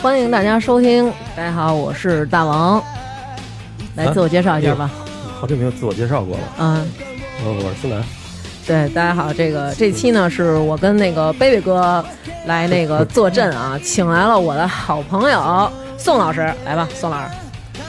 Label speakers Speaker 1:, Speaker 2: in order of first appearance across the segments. Speaker 1: 欢迎大家收听。大家好，我是大王，来自我介绍一下吧。
Speaker 2: 好久没有自我介绍过了。
Speaker 1: 嗯，
Speaker 2: 我哦我是思南，
Speaker 1: 对，大家好，这个这期呢是我跟那个贝贝哥来那个坐镇 啊，请来了我的好朋友宋老师，来吧，宋老师。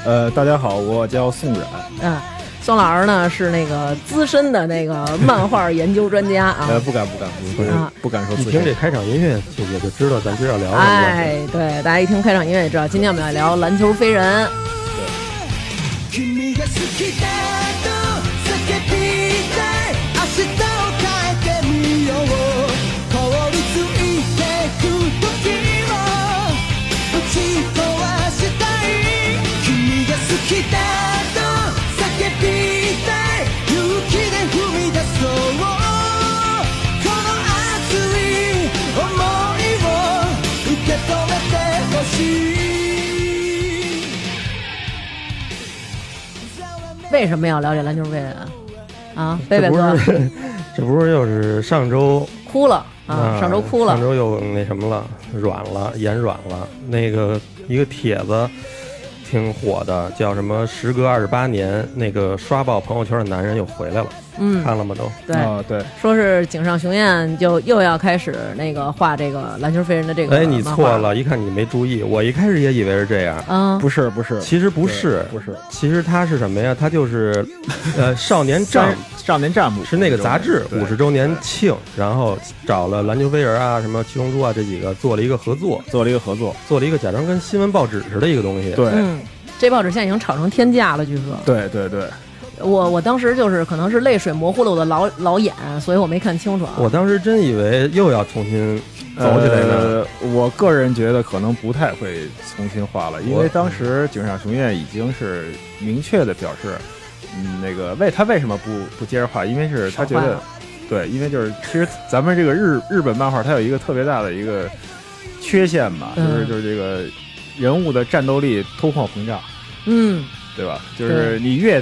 Speaker 3: 呃，大家好，我叫宋冉，
Speaker 1: 嗯，宋老师呢是那个资深的那个漫画研究专家 啊。
Speaker 3: 呃，不敢不敢，不是
Speaker 1: 啊
Speaker 3: 不敢说
Speaker 2: 一
Speaker 3: 自
Speaker 2: 听这
Speaker 3: 己。
Speaker 2: 开场音乐，就也就知道咱今儿要聊什么了。
Speaker 1: 哎，对，大家一听开场音乐也知道，今天我们要聊篮球飞人。
Speaker 4: 君が好きだと叫びたい明日を変えてみよう凍りついてく時を打ち壊したい君が好きだと叫びたい勇気で踏み出そうこの熱い想いを受け止めてほしい
Speaker 1: 为什么要聊这篮球飞人啊？啊，贝贝
Speaker 2: 这不
Speaker 1: 哥
Speaker 2: 是，这不是又是上周
Speaker 1: 哭了 啊，上周哭了
Speaker 2: 上。周又那什么了，软了，眼软了。那个一个帖子挺火的，叫什么“时隔二十八年，那个刷爆朋友圈的男人又回来了”，
Speaker 1: 嗯，
Speaker 2: 看了吗？都
Speaker 1: 对，
Speaker 3: 啊，对，
Speaker 1: 说是井上雄彦就又要开始那个画这个篮球飞人的这个。
Speaker 2: 哎，你错。了，一看你没注意，我一开始也以为是这样，
Speaker 1: 啊，
Speaker 3: 不是不是，
Speaker 2: 其实不
Speaker 3: 不
Speaker 2: 是。
Speaker 3: 不是，
Speaker 2: 其实他是什么呀？他就是，呃，少年
Speaker 3: 少
Speaker 2: 战
Speaker 3: 少年占卜
Speaker 2: 是那个杂志
Speaker 3: 对
Speaker 2: 五十周年庆，然后找了篮球飞人啊、什么七龙珠啊这几个做了一个合作，
Speaker 3: 做了一个合作，
Speaker 2: 做了一个假装跟新闻报纸似的一个东西。，
Speaker 3: 对
Speaker 1: 嗯，这报纸现在已经炒成天价了，据说。
Speaker 3: 对对对，
Speaker 1: 我我当时就是可能是泪水模糊了我的老老眼，所以我没看清楚啊。
Speaker 2: 我当时真以为又要重新走起来呢。
Speaker 3: 呃，我个人觉得可能不太会重新画了，因
Speaker 2: 我
Speaker 3: 为当时井上雄彦已经是明确的表示，嗯，那个为他为什么不不接着画，因为是他觉
Speaker 1: 少画
Speaker 3: 得
Speaker 1: 了，
Speaker 3: 对，因为就是其实咱们这个日日本漫画它有一个特别大的一个缺陷吧，就是
Speaker 1: 嗯
Speaker 3: 就是这个人物的战斗力通货膨胀。
Speaker 1: 嗯，
Speaker 3: 对吧？就是你越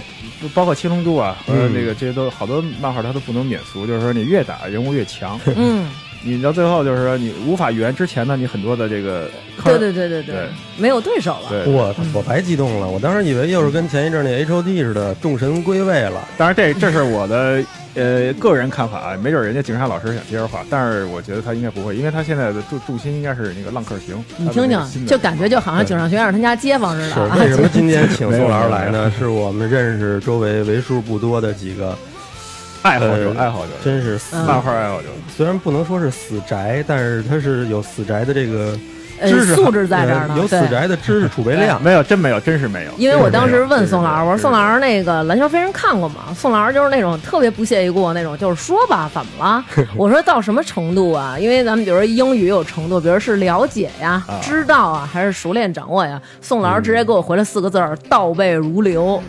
Speaker 3: 包括七龙珠啊，和
Speaker 2: 嗯
Speaker 3: 这个这些都好多漫画它都不能免俗，就是说你越打人物越强，
Speaker 1: 嗯，
Speaker 3: 你到最后就是说你无法圆之前呢，你很多的这个坑
Speaker 1: 对
Speaker 3: 儿，
Speaker 1: 对对对对
Speaker 3: 对，
Speaker 1: 没有对手了。
Speaker 3: 呃对
Speaker 2: 我我白激动了，我当时以为又是跟前一阵那 H O T 似的，众神归位了。
Speaker 3: 当然这这是我的呃个人看法啊，没准人家警察老师想接着画，但是我觉得他应该不会，因为他现在的重重心应该是那个浪客行，
Speaker 1: 你听
Speaker 3: 他的那个新
Speaker 1: 听，
Speaker 3: 的
Speaker 1: 就感觉就好像井上雄彦是他家街坊似
Speaker 2: 是
Speaker 1: 的啊。
Speaker 2: 为什么今天请
Speaker 3: 没有
Speaker 2: 宋老师
Speaker 3: 没有
Speaker 2: 来
Speaker 3: 没
Speaker 2: 呢？是我们认识周围为数不多的几个，
Speaker 3: 爱好者
Speaker 2: 呃
Speaker 3: 爱好者，
Speaker 2: 真是死
Speaker 1: 嗯
Speaker 3: 漫画爱好者，
Speaker 2: 虽然不能说是死宅，但是他是有死宅的这个
Speaker 1: 呃
Speaker 2: 知识、
Speaker 1: 素质在这儿呢
Speaker 2: 呃有死
Speaker 1: 对
Speaker 2: 宅的知识储备量。
Speaker 3: 没有真没有，真是没有，
Speaker 1: 因为我当时问宋老师，我说
Speaker 3: 真是
Speaker 1: 宋
Speaker 3: 没有
Speaker 1: 老师那个《篮球飞人》看过吗？宋老师就是那种特别不屑一顾那种，就是说吧，怎么 了？我说到什么程度啊？因为咱们比如说英语有程度，比如是了解呀、
Speaker 3: 啊嗯
Speaker 1: 知道啊，还是熟练掌握呀？宋老师直接给我回了四个字儿：倒背如流。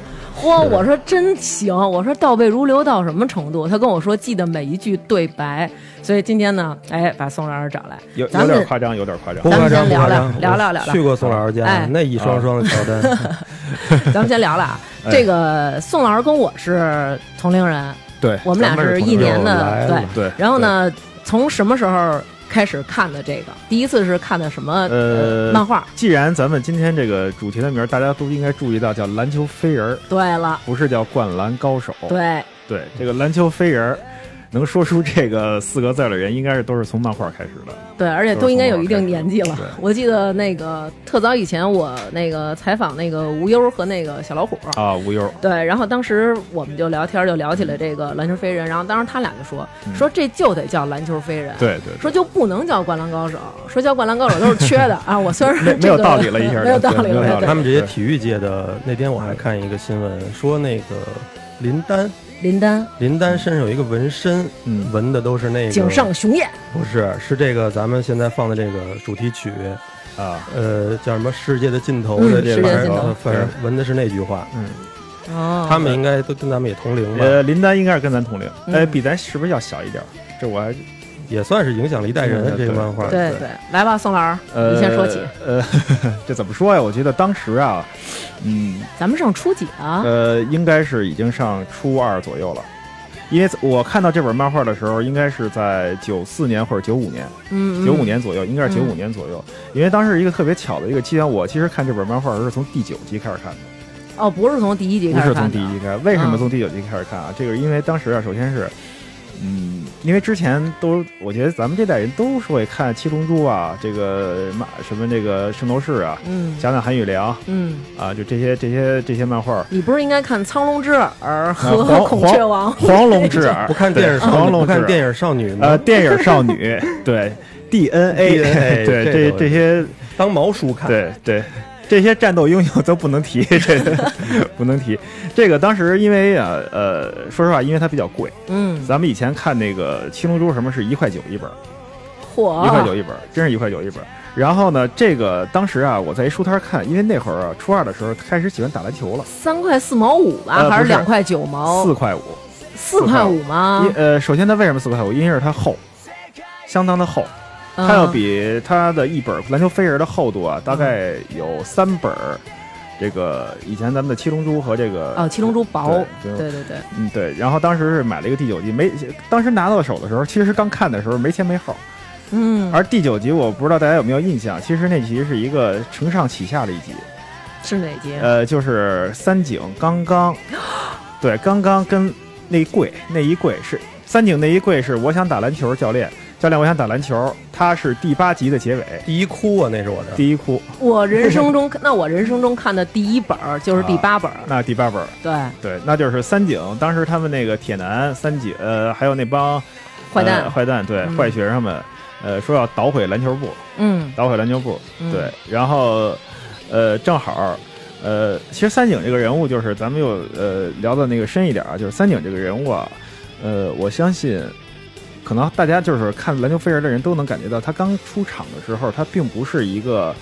Speaker 1: 嚯！我说真行，我说倒背如流到什么程度？他跟我说记得每一句对白，所以今天呢，哎，把宋老师找来，
Speaker 3: 有
Speaker 1: 咱
Speaker 3: 有
Speaker 1: 们
Speaker 3: 点夸张，有点夸张
Speaker 2: 不。
Speaker 1: 咱
Speaker 2: 夸
Speaker 1: 们
Speaker 2: 张，
Speaker 1: 先
Speaker 2: 不
Speaker 1: 聊
Speaker 2: 夸
Speaker 1: 聊
Speaker 2: 张，
Speaker 1: 聊
Speaker 2: 我
Speaker 1: 聊聊聊
Speaker 2: 去过宋老师家，
Speaker 1: 哎嗯
Speaker 2: 那一双双的乔丹，
Speaker 1: 咱们先聊了啊。
Speaker 3: 哎
Speaker 1: 这个宋老师跟我是同龄人，
Speaker 3: 对，
Speaker 1: 我们俩
Speaker 3: 咱
Speaker 1: 是
Speaker 3: 同
Speaker 1: 一
Speaker 3: 龄
Speaker 1: 年
Speaker 3: 人
Speaker 2: 又来
Speaker 1: 的
Speaker 2: 了
Speaker 1: 对。
Speaker 3: 对，
Speaker 1: 然后呢，从什么时候开始看的这个？第一次是看的什么
Speaker 3: 呃
Speaker 1: 漫画？
Speaker 3: 既然咱们今天这个主题的名儿，大家都应该注意到，叫篮球飞人儿，
Speaker 1: 对了，
Speaker 3: 不是叫灌篮高手。
Speaker 1: 对，
Speaker 3: 对这个篮球飞人儿，能说出这个四个字儿的人，应该是都是从漫画开始的。
Speaker 1: 对，而且都应该有一定年纪了
Speaker 3: 对。
Speaker 1: 我记得那个特早以前，我那个采访那个无忧和那个小老虎。
Speaker 3: 啊，无忧，
Speaker 1: 对，然后当时我们就聊天，就聊起了这个篮球飞人。然后当时他俩就说，
Speaker 3: 嗯
Speaker 1: 说这就得叫篮球飞人，
Speaker 3: 对对
Speaker 1: 说就不能叫灌篮高手，说叫灌篮高手都是缺 的啊。我虽然
Speaker 3: 没没
Speaker 1: 这
Speaker 3: 有
Speaker 1: 个
Speaker 3: 道理了一 下
Speaker 1: 没有道理
Speaker 3: 对没有
Speaker 1: 了
Speaker 3: 道。理
Speaker 1: 对
Speaker 2: 哎他们这些体育界的，那天我还看一个新闻，说那个林丹，
Speaker 1: 林丹、
Speaker 2: 林丹身上有一个纹身，
Speaker 3: 嗯
Speaker 2: 纹的都是那个
Speaker 1: 井上雄彦，
Speaker 2: 不是，是这个咱们现在放的这个主题曲，
Speaker 3: 对啊，
Speaker 2: 呃，叫什么世界的尽头
Speaker 1: 嗯
Speaker 2: 的
Speaker 3: 世
Speaker 2: 这
Speaker 3: 界
Speaker 2: 玩意
Speaker 3: 的尽
Speaker 2: 儿，呃
Speaker 3: 头
Speaker 2: 反正纹的是那句话。
Speaker 3: 嗯，
Speaker 1: 哦，
Speaker 2: 他们应该都跟咱们也同龄吧，
Speaker 3: 呃，林丹应该是跟咱同龄，
Speaker 1: 嗯
Speaker 3: 哎，比咱是不是要小一点儿？这我还
Speaker 2: 也算是影响了一代人。
Speaker 3: 嗯对
Speaker 2: 这个漫画，
Speaker 1: 对
Speaker 3: 对
Speaker 1: 对，来吧，宋老师，
Speaker 3: 呃，
Speaker 1: 你先说起。
Speaker 3: 呃， 这怎么说呀？我觉得当时啊，嗯，
Speaker 1: 咱们上初几啊？
Speaker 3: 呃呃，应该是已经上初二左右了。因为我看到这本漫画的时候，应该是在九四年或者九五年，
Speaker 1: 嗯，嗯嗯
Speaker 3: 九五年左右，应该是九五年左右。因为当时一个特别巧的一个机缘，我其实看这本漫画是从第九集开始看的，
Speaker 1: 哦，不是从第一集
Speaker 3: 不
Speaker 1: 开
Speaker 3: 是
Speaker 1: 始
Speaker 3: 从
Speaker 1: 看的，
Speaker 3: 第一集开始。为什么
Speaker 1: 嗯
Speaker 3: 从第九集开始看啊？这个因为当时啊，首先是，嗯，因为之前都，我觉得咱们这代人都是会看《七龙珠》啊，这个嘛什么这个《圣斗士》啊，
Speaker 1: 嗯
Speaker 3: 《侠胆韩语良》
Speaker 1: 嗯，
Speaker 3: 啊，就这些这些这些漫画。
Speaker 1: 你不是应该看《苍龙之耳》和
Speaker 3: 啊
Speaker 1: 《孔雀王》
Speaker 3: 黄龙之耳，
Speaker 2: 不看电视
Speaker 3: 对
Speaker 2: 少女，
Speaker 3: 黄
Speaker 2: 不
Speaker 3: 龙之
Speaker 2: 看
Speaker 3: 耳，
Speaker 2: 电影少女呢，
Speaker 3: 呃，电影少女，对 DNA，
Speaker 2: DNA
Speaker 3: 对
Speaker 2: 这
Speaker 3: 这
Speaker 2: 个
Speaker 3: 这些，
Speaker 2: 当毛书
Speaker 1: 啊
Speaker 2: 看。
Speaker 3: 对对，这些战斗英雄都不能提， 这个不能提。这个当时因为啊呃，说实话，因为它比较贵，
Speaker 1: 嗯，
Speaker 3: 咱们以前看那个《七龙珠》什么是一块九一本儿，
Speaker 1: 嚯，
Speaker 3: 一块九一
Speaker 1: 哦
Speaker 3: 本儿，真是一块九一本儿。然后呢，这个当时啊，我在一书摊儿看，因为那会儿啊，初二的时候开始喜欢打篮球了，
Speaker 1: 三块四毛五吧，
Speaker 3: 呃
Speaker 1: 还
Speaker 3: 不是
Speaker 1: 两块九毛？
Speaker 3: 四块五。
Speaker 1: 四块五吗
Speaker 3: 因？呃，首先它为什么四块五？因为是它厚，相当的厚。
Speaker 1: 嗯
Speaker 3: 它要比它的一本《篮球飞人》的厚度啊，大概有三本儿这个以前咱们的《七龙珠》和这个
Speaker 1: 嗯哦，七龙珠薄，
Speaker 3: 对
Speaker 1: 对对对，
Speaker 3: 嗯对，然后当时是买了一个第九集，没当时拿到手的时候，其实刚看的时候没钱没号，
Speaker 1: 嗯，
Speaker 3: 而第九集我不知道大家有没有印象，其实那集是一个承上启下的一集，
Speaker 1: 是哪集？
Speaker 3: 呃，就是三井刚刚，对，刚刚跟那一柜那一柜是三井那一柜是我想打篮球教练，教练我想打篮球，他是第八集的结尾
Speaker 2: 第一哭啊，那是我的。
Speaker 3: 第一哭。
Speaker 1: 我人生中， 那我人生中看的第一本儿就是第八本儿，
Speaker 3: 啊那第八本儿，
Speaker 1: 对，
Speaker 3: 对，那就是三井。当时他们那个铁男、三井，呃，还有那帮
Speaker 1: 坏蛋
Speaker 3: 呃坏蛋，对，
Speaker 1: 嗯
Speaker 3: 坏学生们，呃，说要捣毁篮球部，
Speaker 1: 嗯，
Speaker 3: 捣毁篮球部，
Speaker 1: 嗯
Speaker 3: 对。然后，呃，正好，呃，其实三井这个人物，就是咱们又呃聊的那个深一点啊，就是三井这个人物啊，呃，我相信。可能大家就是看篮球飞人的人都能感觉到，他刚出场的时候，他并不是一个，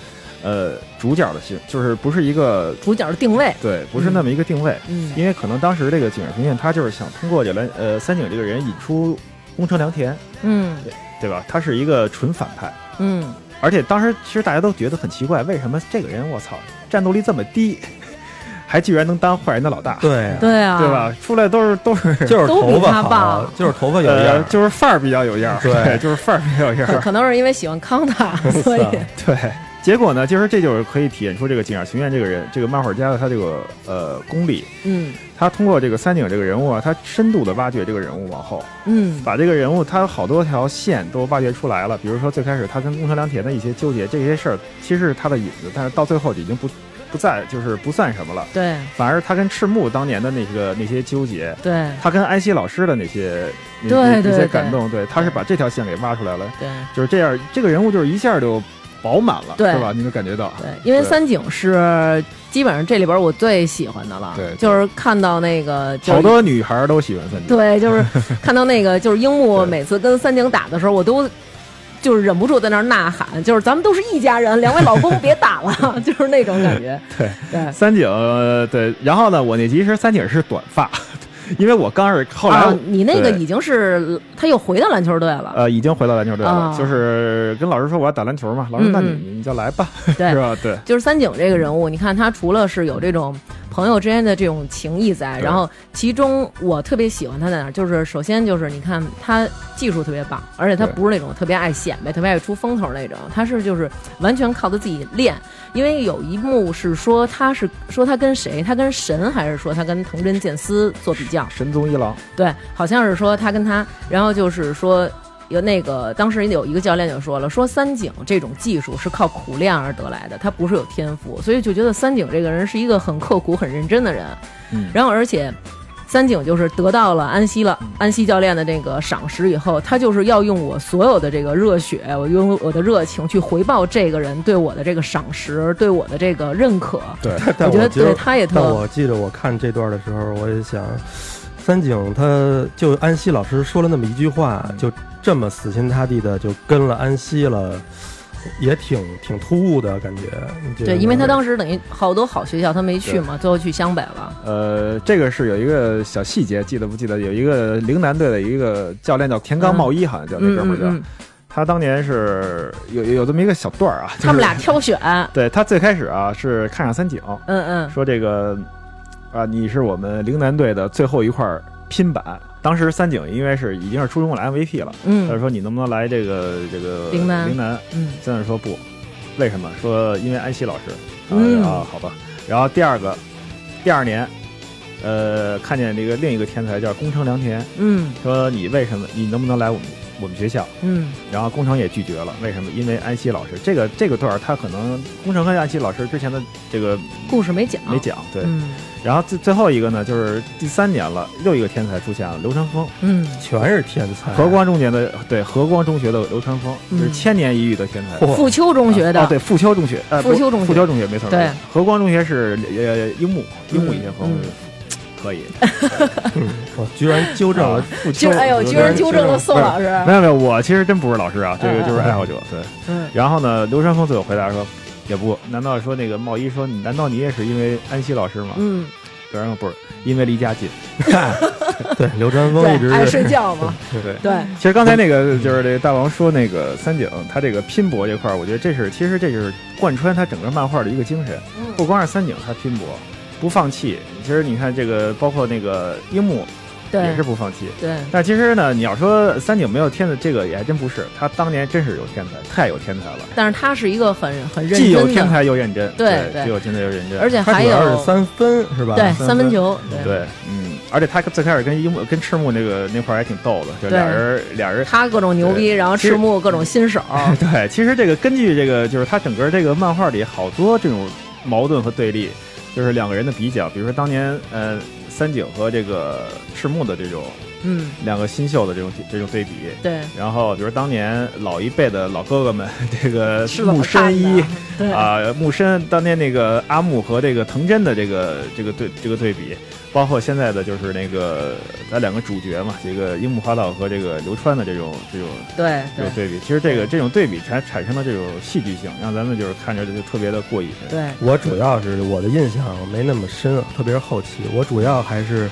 Speaker 3: 呃，主角的形，就是不是一个
Speaker 1: 主角的定位，
Speaker 3: 对，不是那么一个定位。
Speaker 1: 嗯
Speaker 3: 因为可能当时这个井上雄彦他就是想通过这蓝呃三井这个人引出宫城良田，
Speaker 1: 嗯
Speaker 3: 对吧？他是一个纯反派，
Speaker 1: 嗯，
Speaker 3: 而且当时其实大家都觉得很奇怪，为什么这个人我操战斗力这么低， 还居然能当坏人的老大，
Speaker 2: 对啊，
Speaker 1: 对啊，
Speaker 3: 对？吧？出来都是都是
Speaker 2: 就是
Speaker 1: 都比
Speaker 2: 头发
Speaker 1: 他
Speaker 2: 好
Speaker 1: 棒，
Speaker 2: 就是头发有样
Speaker 3: 呃
Speaker 2: 儿。
Speaker 3: 就是范儿比较有样儿，
Speaker 2: 对
Speaker 3: 就是范儿比较有样
Speaker 1: 可
Speaker 3: 儿，
Speaker 1: 可能是因为喜欢康塔， 所以
Speaker 2: 是啊
Speaker 3: 对。结果呢，就是这就是可以体现出这个井上雄彦这个人，这个漫画家的他这个呃功力。
Speaker 1: 嗯
Speaker 3: 他通过这个三井这个人物啊，他深度的挖掘这个人物往后，
Speaker 1: 嗯
Speaker 3: 把这个人物他好多条线都挖掘出来了，比如说最开始他跟宫城良田的一些纠结，这些事儿其实是他的引子，但是到最后已经不不再就是不算什么了，
Speaker 1: 对
Speaker 3: 反而他跟赤木当年的那个那些纠结，
Speaker 1: 对
Speaker 3: 他跟安西老师的那些那
Speaker 1: 对
Speaker 3: 那
Speaker 1: 对
Speaker 3: 那
Speaker 1: 对
Speaker 3: 些感动，对，他是把这条线给挖出来了，
Speaker 1: 对
Speaker 3: 就是这样，这个人物就是一下就饱满了，
Speaker 1: 对
Speaker 3: 是吧？你能感觉到，
Speaker 1: 对，因为
Speaker 3: 对
Speaker 1: 三井是基本上这里边我最喜欢的了，
Speaker 3: 对对
Speaker 1: 就是看到那个就是
Speaker 3: 好多女孩都喜欢三 井，
Speaker 1: 对， 就是看到那个，就是樱木
Speaker 3: 对
Speaker 1: 每次跟三井打的时候，我都就是忍不住在那儿呐喊，就是咱们都是一家人，两位老公别打 了，就是那种感觉。
Speaker 3: 对
Speaker 1: 对，
Speaker 3: 三井呃对，然后呢，我那集是三井是短发， 因为我刚是后来我、
Speaker 1: 啊，你那个
Speaker 3: 对
Speaker 1: 已经是他又回到篮球队了，
Speaker 3: 呃，已经回到篮球队了，
Speaker 1: 啊
Speaker 3: 就是跟老师说我要打篮球嘛，老师
Speaker 1: 嗯
Speaker 3: 那你
Speaker 1: 嗯
Speaker 3: 你就来吧，
Speaker 1: 对
Speaker 3: 是。吧？对，
Speaker 1: 就是三井这个人物，你看他除了是有这种朋友之间的这种情谊在，
Speaker 3: 对
Speaker 1: 然后其中我特别喜欢他在哪儿，就是首先就是你看他技术特别棒，而且他
Speaker 3: 对
Speaker 1: 不是那种特别爱显摆、特别爱出风头那种，他是就是完全靠他自己练。因为有一幕是说他是说他跟谁，他跟神还是说他跟藤真健司做比较？
Speaker 3: 神宗一郎，
Speaker 1: 对，好像是说他跟他，然后就是说有那个当时有一个教练就说了，说三井这种技术是靠苦练而得来的，他不是有天赋，所以就觉得三井这个人是一个很刻苦、很认真的人。
Speaker 3: 嗯
Speaker 1: 然后而且三井就是得到了安西了安西教练的这个赏识以后，他就是要用我所有的这个热血，我用我的热情去回报这个人对我的这个赏识，对我的这个认可。
Speaker 2: 对，但
Speaker 1: 我觉得
Speaker 2: 其实
Speaker 1: 对他也特
Speaker 2: 但我记得我看这段的时候，我也想，三井他就安西老师说了那么一句话，就这么死心塌地的就跟了安西了，也挺挺突兀的感觉。你觉得
Speaker 1: 对，
Speaker 2: 呢
Speaker 1: 因为他当时等于好多好学校他没去嘛，最后去湘北了。
Speaker 3: 呃，这个是有一个小细节，记得不记得？有一个陵南队的一个教练叫田刚茂一，好像叫那
Speaker 1: 嗯
Speaker 3: 哥们
Speaker 1: 嗯
Speaker 3: 儿叫，
Speaker 1: 嗯，
Speaker 3: 他当年是有有有这么一个小段儿啊，就是
Speaker 1: 嗯他们俩挑选，
Speaker 3: 对他最开始啊是看上三井，
Speaker 1: 嗯嗯，
Speaker 3: 说这个啊你是我们陵南队的最后一块拼板，当时三井因为是已经是出中国来 MVP 了，他就
Speaker 1: 嗯
Speaker 3: 说你能不能来这个这个
Speaker 1: 陵南
Speaker 3: 陵南？
Speaker 1: 嗯
Speaker 3: 三井说不，为什么？说因为安西老师。啊、
Speaker 1: 嗯
Speaker 3: 啊，好吧。然后第二个，第二年，呃，看见这个另一个天才叫宫城良田，
Speaker 1: 嗯
Speaker 3: 说你为什么你能不能来我们我们学校？
Speaker 1: 嗯
Speaker 3: 然后宫城也拒绝了，为什么？因为安西老师这个这个段儿，他可能宫城跟安西老师之前的这个
Speaker 1: 故事没讲
Speaker 3: 没讲，对。
Speaker 1: 嗯
Speaker 3: 然后最最后一个呢，就是第三年了，又一个天才出现了，刘传峰，
Speaker 1: 嗯
Speaker 2: 全是天才。
Speaker 3: 和光中学的对和光中学的刘传峰，
Speaker 1: 嗯
Speaker 3: 是千年一遇的天才。
Speaker 2: 嚯
Speaker 1: 富丘中学的、
Speaker 3: 啊对富丘中学，呃，
Speaker 1: 富丘中学
Speaker 3: 富丘中学没错，
Speaker 1: 对嗯
Speaker 3: 没错，和光中学是呃樱木，樱木以前和光中学 可以，
Speaker 2: 嗯我居然纠正了
Speaker 3: 富
Speaker 1: 居
Speaker 3: 丘
Speaker 1: 然哎呦，居然纠正了宋老师，
Speaker 3: 没有没有，我其实真不是老师啊，这个就
Speaker 1: 嗯
Speaker 3: 是
Speaker 1: 嗯
Speaker 3: 爱好者。对，
Speaker 1: 嗯
Speaker 3: 然后呢，刘传峰最后回答说，也不，难道说那个茂一说，你难道你也是因为安西老师吗？
Speaker 1: 嗯，
Speaker 3: 刘传峰不是，因为离家近。
Speaker 2: 对刘传峰一直
Speaker 1: 对，哎爱
Speaker 2: 是
Speaker 1: 睡觉嘛，
Speaker 3: 对。
Speaker 1: 对，
Speaker 3: 其实刚才那
Speaker 2: 嗯
Speaker 3: 个就是这个大王说那个三井，他这个拼搏这块儿，我觉得这是其实这就是贯穿他整个漫画的一个精神。不光是三井他拼搏，不放弃。其实你看这个，包括那个樱木也是
Speaker 1: 对
Speaker 3: 不放弃。
Speaker 1: 对，
Speaker 3: 但其实呢，你要说三井没有天才，这个也还真不是。他当年真是有天才，太有天才了，
Speaker 1: 但是他是一个很很认
Speaker 3: 既有
Speaker 1: 真
Speaker 3: 天
Speaker 1: 的，
Speaker 3: 才又认真，
Speaker 1: 对对
Speaker 3: 既有天才又认真，
Speaker 1: 而且
Speaker 2: 他
Speaker 1: 还
Speaker 2: 主要
Speaker 1: 有
Speaker 2: 是三分是吧？
Speaker 1: 对
Speaker 3: 三
Speaker 1: 三分
Speaker 3: 分
Speaker 1: 球，对，
Speaker 3: 对，嗯，而且他最开始跟樱木跟赤木那个那块儿还挺逗的，就
Speaker 1: 对
Speaker 3: 俩人俩人
Speaker 1: 他各种牛逼，然后
Speaker 3: 其实
Speaker 1: 赤木各种新 手，
Speaker 3: 对，其实这个根据这个，就是他整个这个漫画里好多这种矛盾和对立，就是两个人的比较，比如说当年呃三井和这个赤木的这种
Speaker 1: 嗯，
Speaker 3: 两个新秀的这种这种对比，
Speaker 1: 对，
Speaker 3: 然后比如当年老一辈的老哥哥们， 这个
Speaker 1: 是怎
Speaker 3: 木
Speaker 1: 么看
Speaker 3: 深一
Speaker 1: 的？对，
Speaker 3: 啊、木深当年那个阿木和这个藤真的这个这个对这个对比，包括现在的就是那个咱两个主角嘛，这个樱木花道和这个流川的这种这种
Speaker 1: 对
Speaker 3: 有
Speaker 1: 对
Speaker 3: 对比，其实这个这种对比产产生了这种戏剧性，让咱们就是看着就特别的过瘾。
Speaker 1: 对，
Speaker 2: 我主要是我的印象没那么深，特别是后期，我主要还是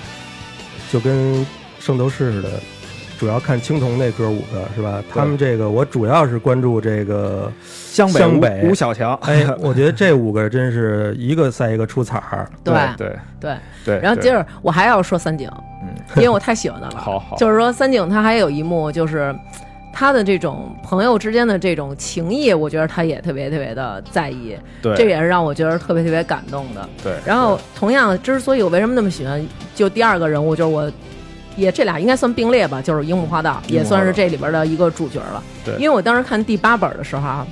Speaker 2: 就跟圣斗士似的，主要看青铜那哥五个是吧？他们这个我主要是关注这 个，
Speaker 3: 湘
Speaker 2: 北湘北
Speaker 3: 吴
Speaker 2: 吴
Speaker 3: 小强，
Speaker 2: 哎，我觉得这五个真是一个赛一个出彩儿。
Speaker 1: 对
Speaker 3: 对
Speaker 1: 对。
Speaker 3: 对。
Speaker 1: 然后接着我还要说三井，
Speaker 3: 嗯
Speaker 1: 因为我太喜欢他了。
Speaker 3: 好好
Speaker 1: 就是说三井他还有一幕就是。他的这种朋友之间的这种情谊，我觉得他也特别特别的在意，
Speaker 3: 对
Speaker 1: 这也是让我觉得特别特别感动的。
Speaker 3: 对，
Speaker 1: 然后，同样，之所以我为什么那么喜欢，就第二个人物，就是我，也这俩应该算并列吧，就是樱木花道，
Speaker 3: 樱
Speaker 1: 也
Speaker 3: 木花道
Speaker 1: 算是这里边的一个主角了。
Speaker 3: 对
Speaker 1: 因为我当时看第八本的时候啊，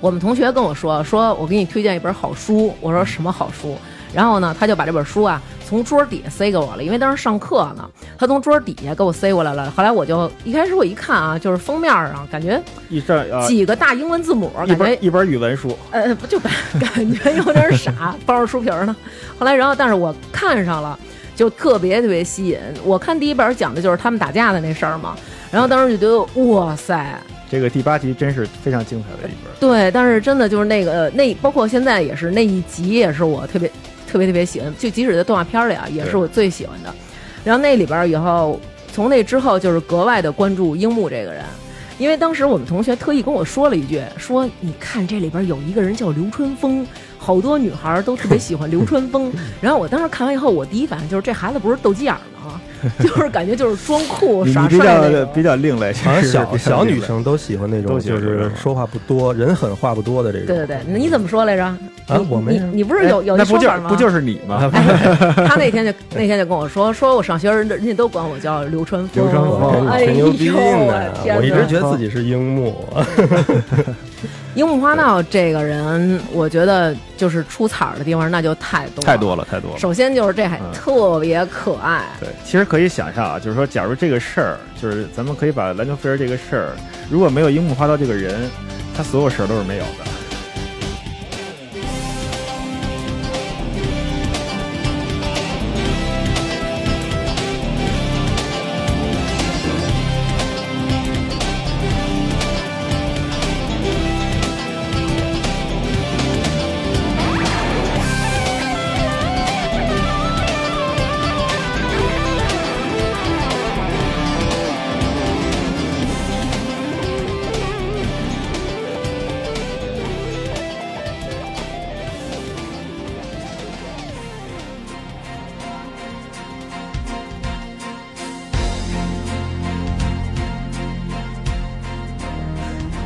Speaker 1: 我们同学跟我说，说我给你推荐一本好书，我说什么好书？然后呢，他就把这本书啊从桌底下塞给我了，因为当时上课呢，他从桌底下给我塞过来了。后来我就一开始我一看啊，就是封面上感觉
Speaker 3: 一阵啊，
Speaker 1: 几个大英文字母，感
Speaker 3: 一
Speaker 1: 觉
Speaker 3: 本一本语文书，
Speaker 1: 呃，不就感 感觉有点傻，包着书皮儿呢。后来，然后但是我看上了，就特别特别吸引。我看第一本讲的就是他们打架的那事儿嘛，然后当时就觉得哇塞，
Speaker 3: 这个第八集真是非常精彩的一本。
Speaker 1: 对。但是真的就是那个那，包括现在也是那一集也是我特别特别特别喜欢，就即使在动画片儿里啊，也是
Speaker 3: 对
Speaker 1: 我最喜欢的。然后那里边儿以后，从那之后就是格外的关注樱木这个人。因为当时我们同学特意跟我说了一句，说你看这里边有一个人叫刘春风，好多女孩都特别喜 欢刘春风。然后我当时看完以后，我第一反应就是这孩子不是斗鸡眼儿吗？就是感觉就是装酷
Speaker 3: 你
Speaker 1: 耍
Speaker 3: 你比
Speaker 1: 帅那
Speaker 3: 较比
Speaker 1: 种。
Speaker 3: 较另类，
Speaker 2: 好像
Speaker 3: 其实是
Speaker 2: 小
Speaker 3: 比较
Speaker 2: 小
Speaker 3: 另类
Speaker 2: 女生都喜欢那种，
Speaker 3: 都喜欢
Speaker 2: 就
Speaker 3: 这种
Speaker 2: 是说话不多，人狠话不多的这种。
Speaker 1: 对对对，那你怎么说来着？
Speaker 2: 啊
Speaker 1: 你
Speaker 2: 我没
Speaker 1: 你你不是有
Speaker 3: 哎
Speaker 1: 有
Speaker 3: 那
Speaker 1: 一
Speaker 3: 不
Speaker 1: 说
Speaker 3: 就
Speaker 1: 法
Speaker 3: 是
Speaker 1: 吗？
Speaker 3: 不就是你吗？
Speaker 1: 哎他那天就那天就跟我说，说我上学人人家都管我叫刘春风，
Speaker 3: 刘春风
Speaker 2: 我
Speaker 1: 哎
Speaker 2: 嗯吹
Speaker 1: 呦
Speaker 2: 牛逼呢
Speaker 1: 我！天
Speaker 2: 我一
Speaker 1: 哪
Speaker 2: 直觉得自己是樱木，
Speaker 1: 樱木花道这个人，我觉得就是出彩儿的地方那就 太多
Speaker 3: 太多了，太多了。
Speaker 1: 首先就是这还
Speaker 3: 嗯
Speaker 1: 特别可爱，
Speaker 3: 对，其实可以想象啊，就是说，假如这个事儿，就是咱们可以把篮球飞人这个事儿，如果没有樱木花道这个人，他所有事儿都是没有的。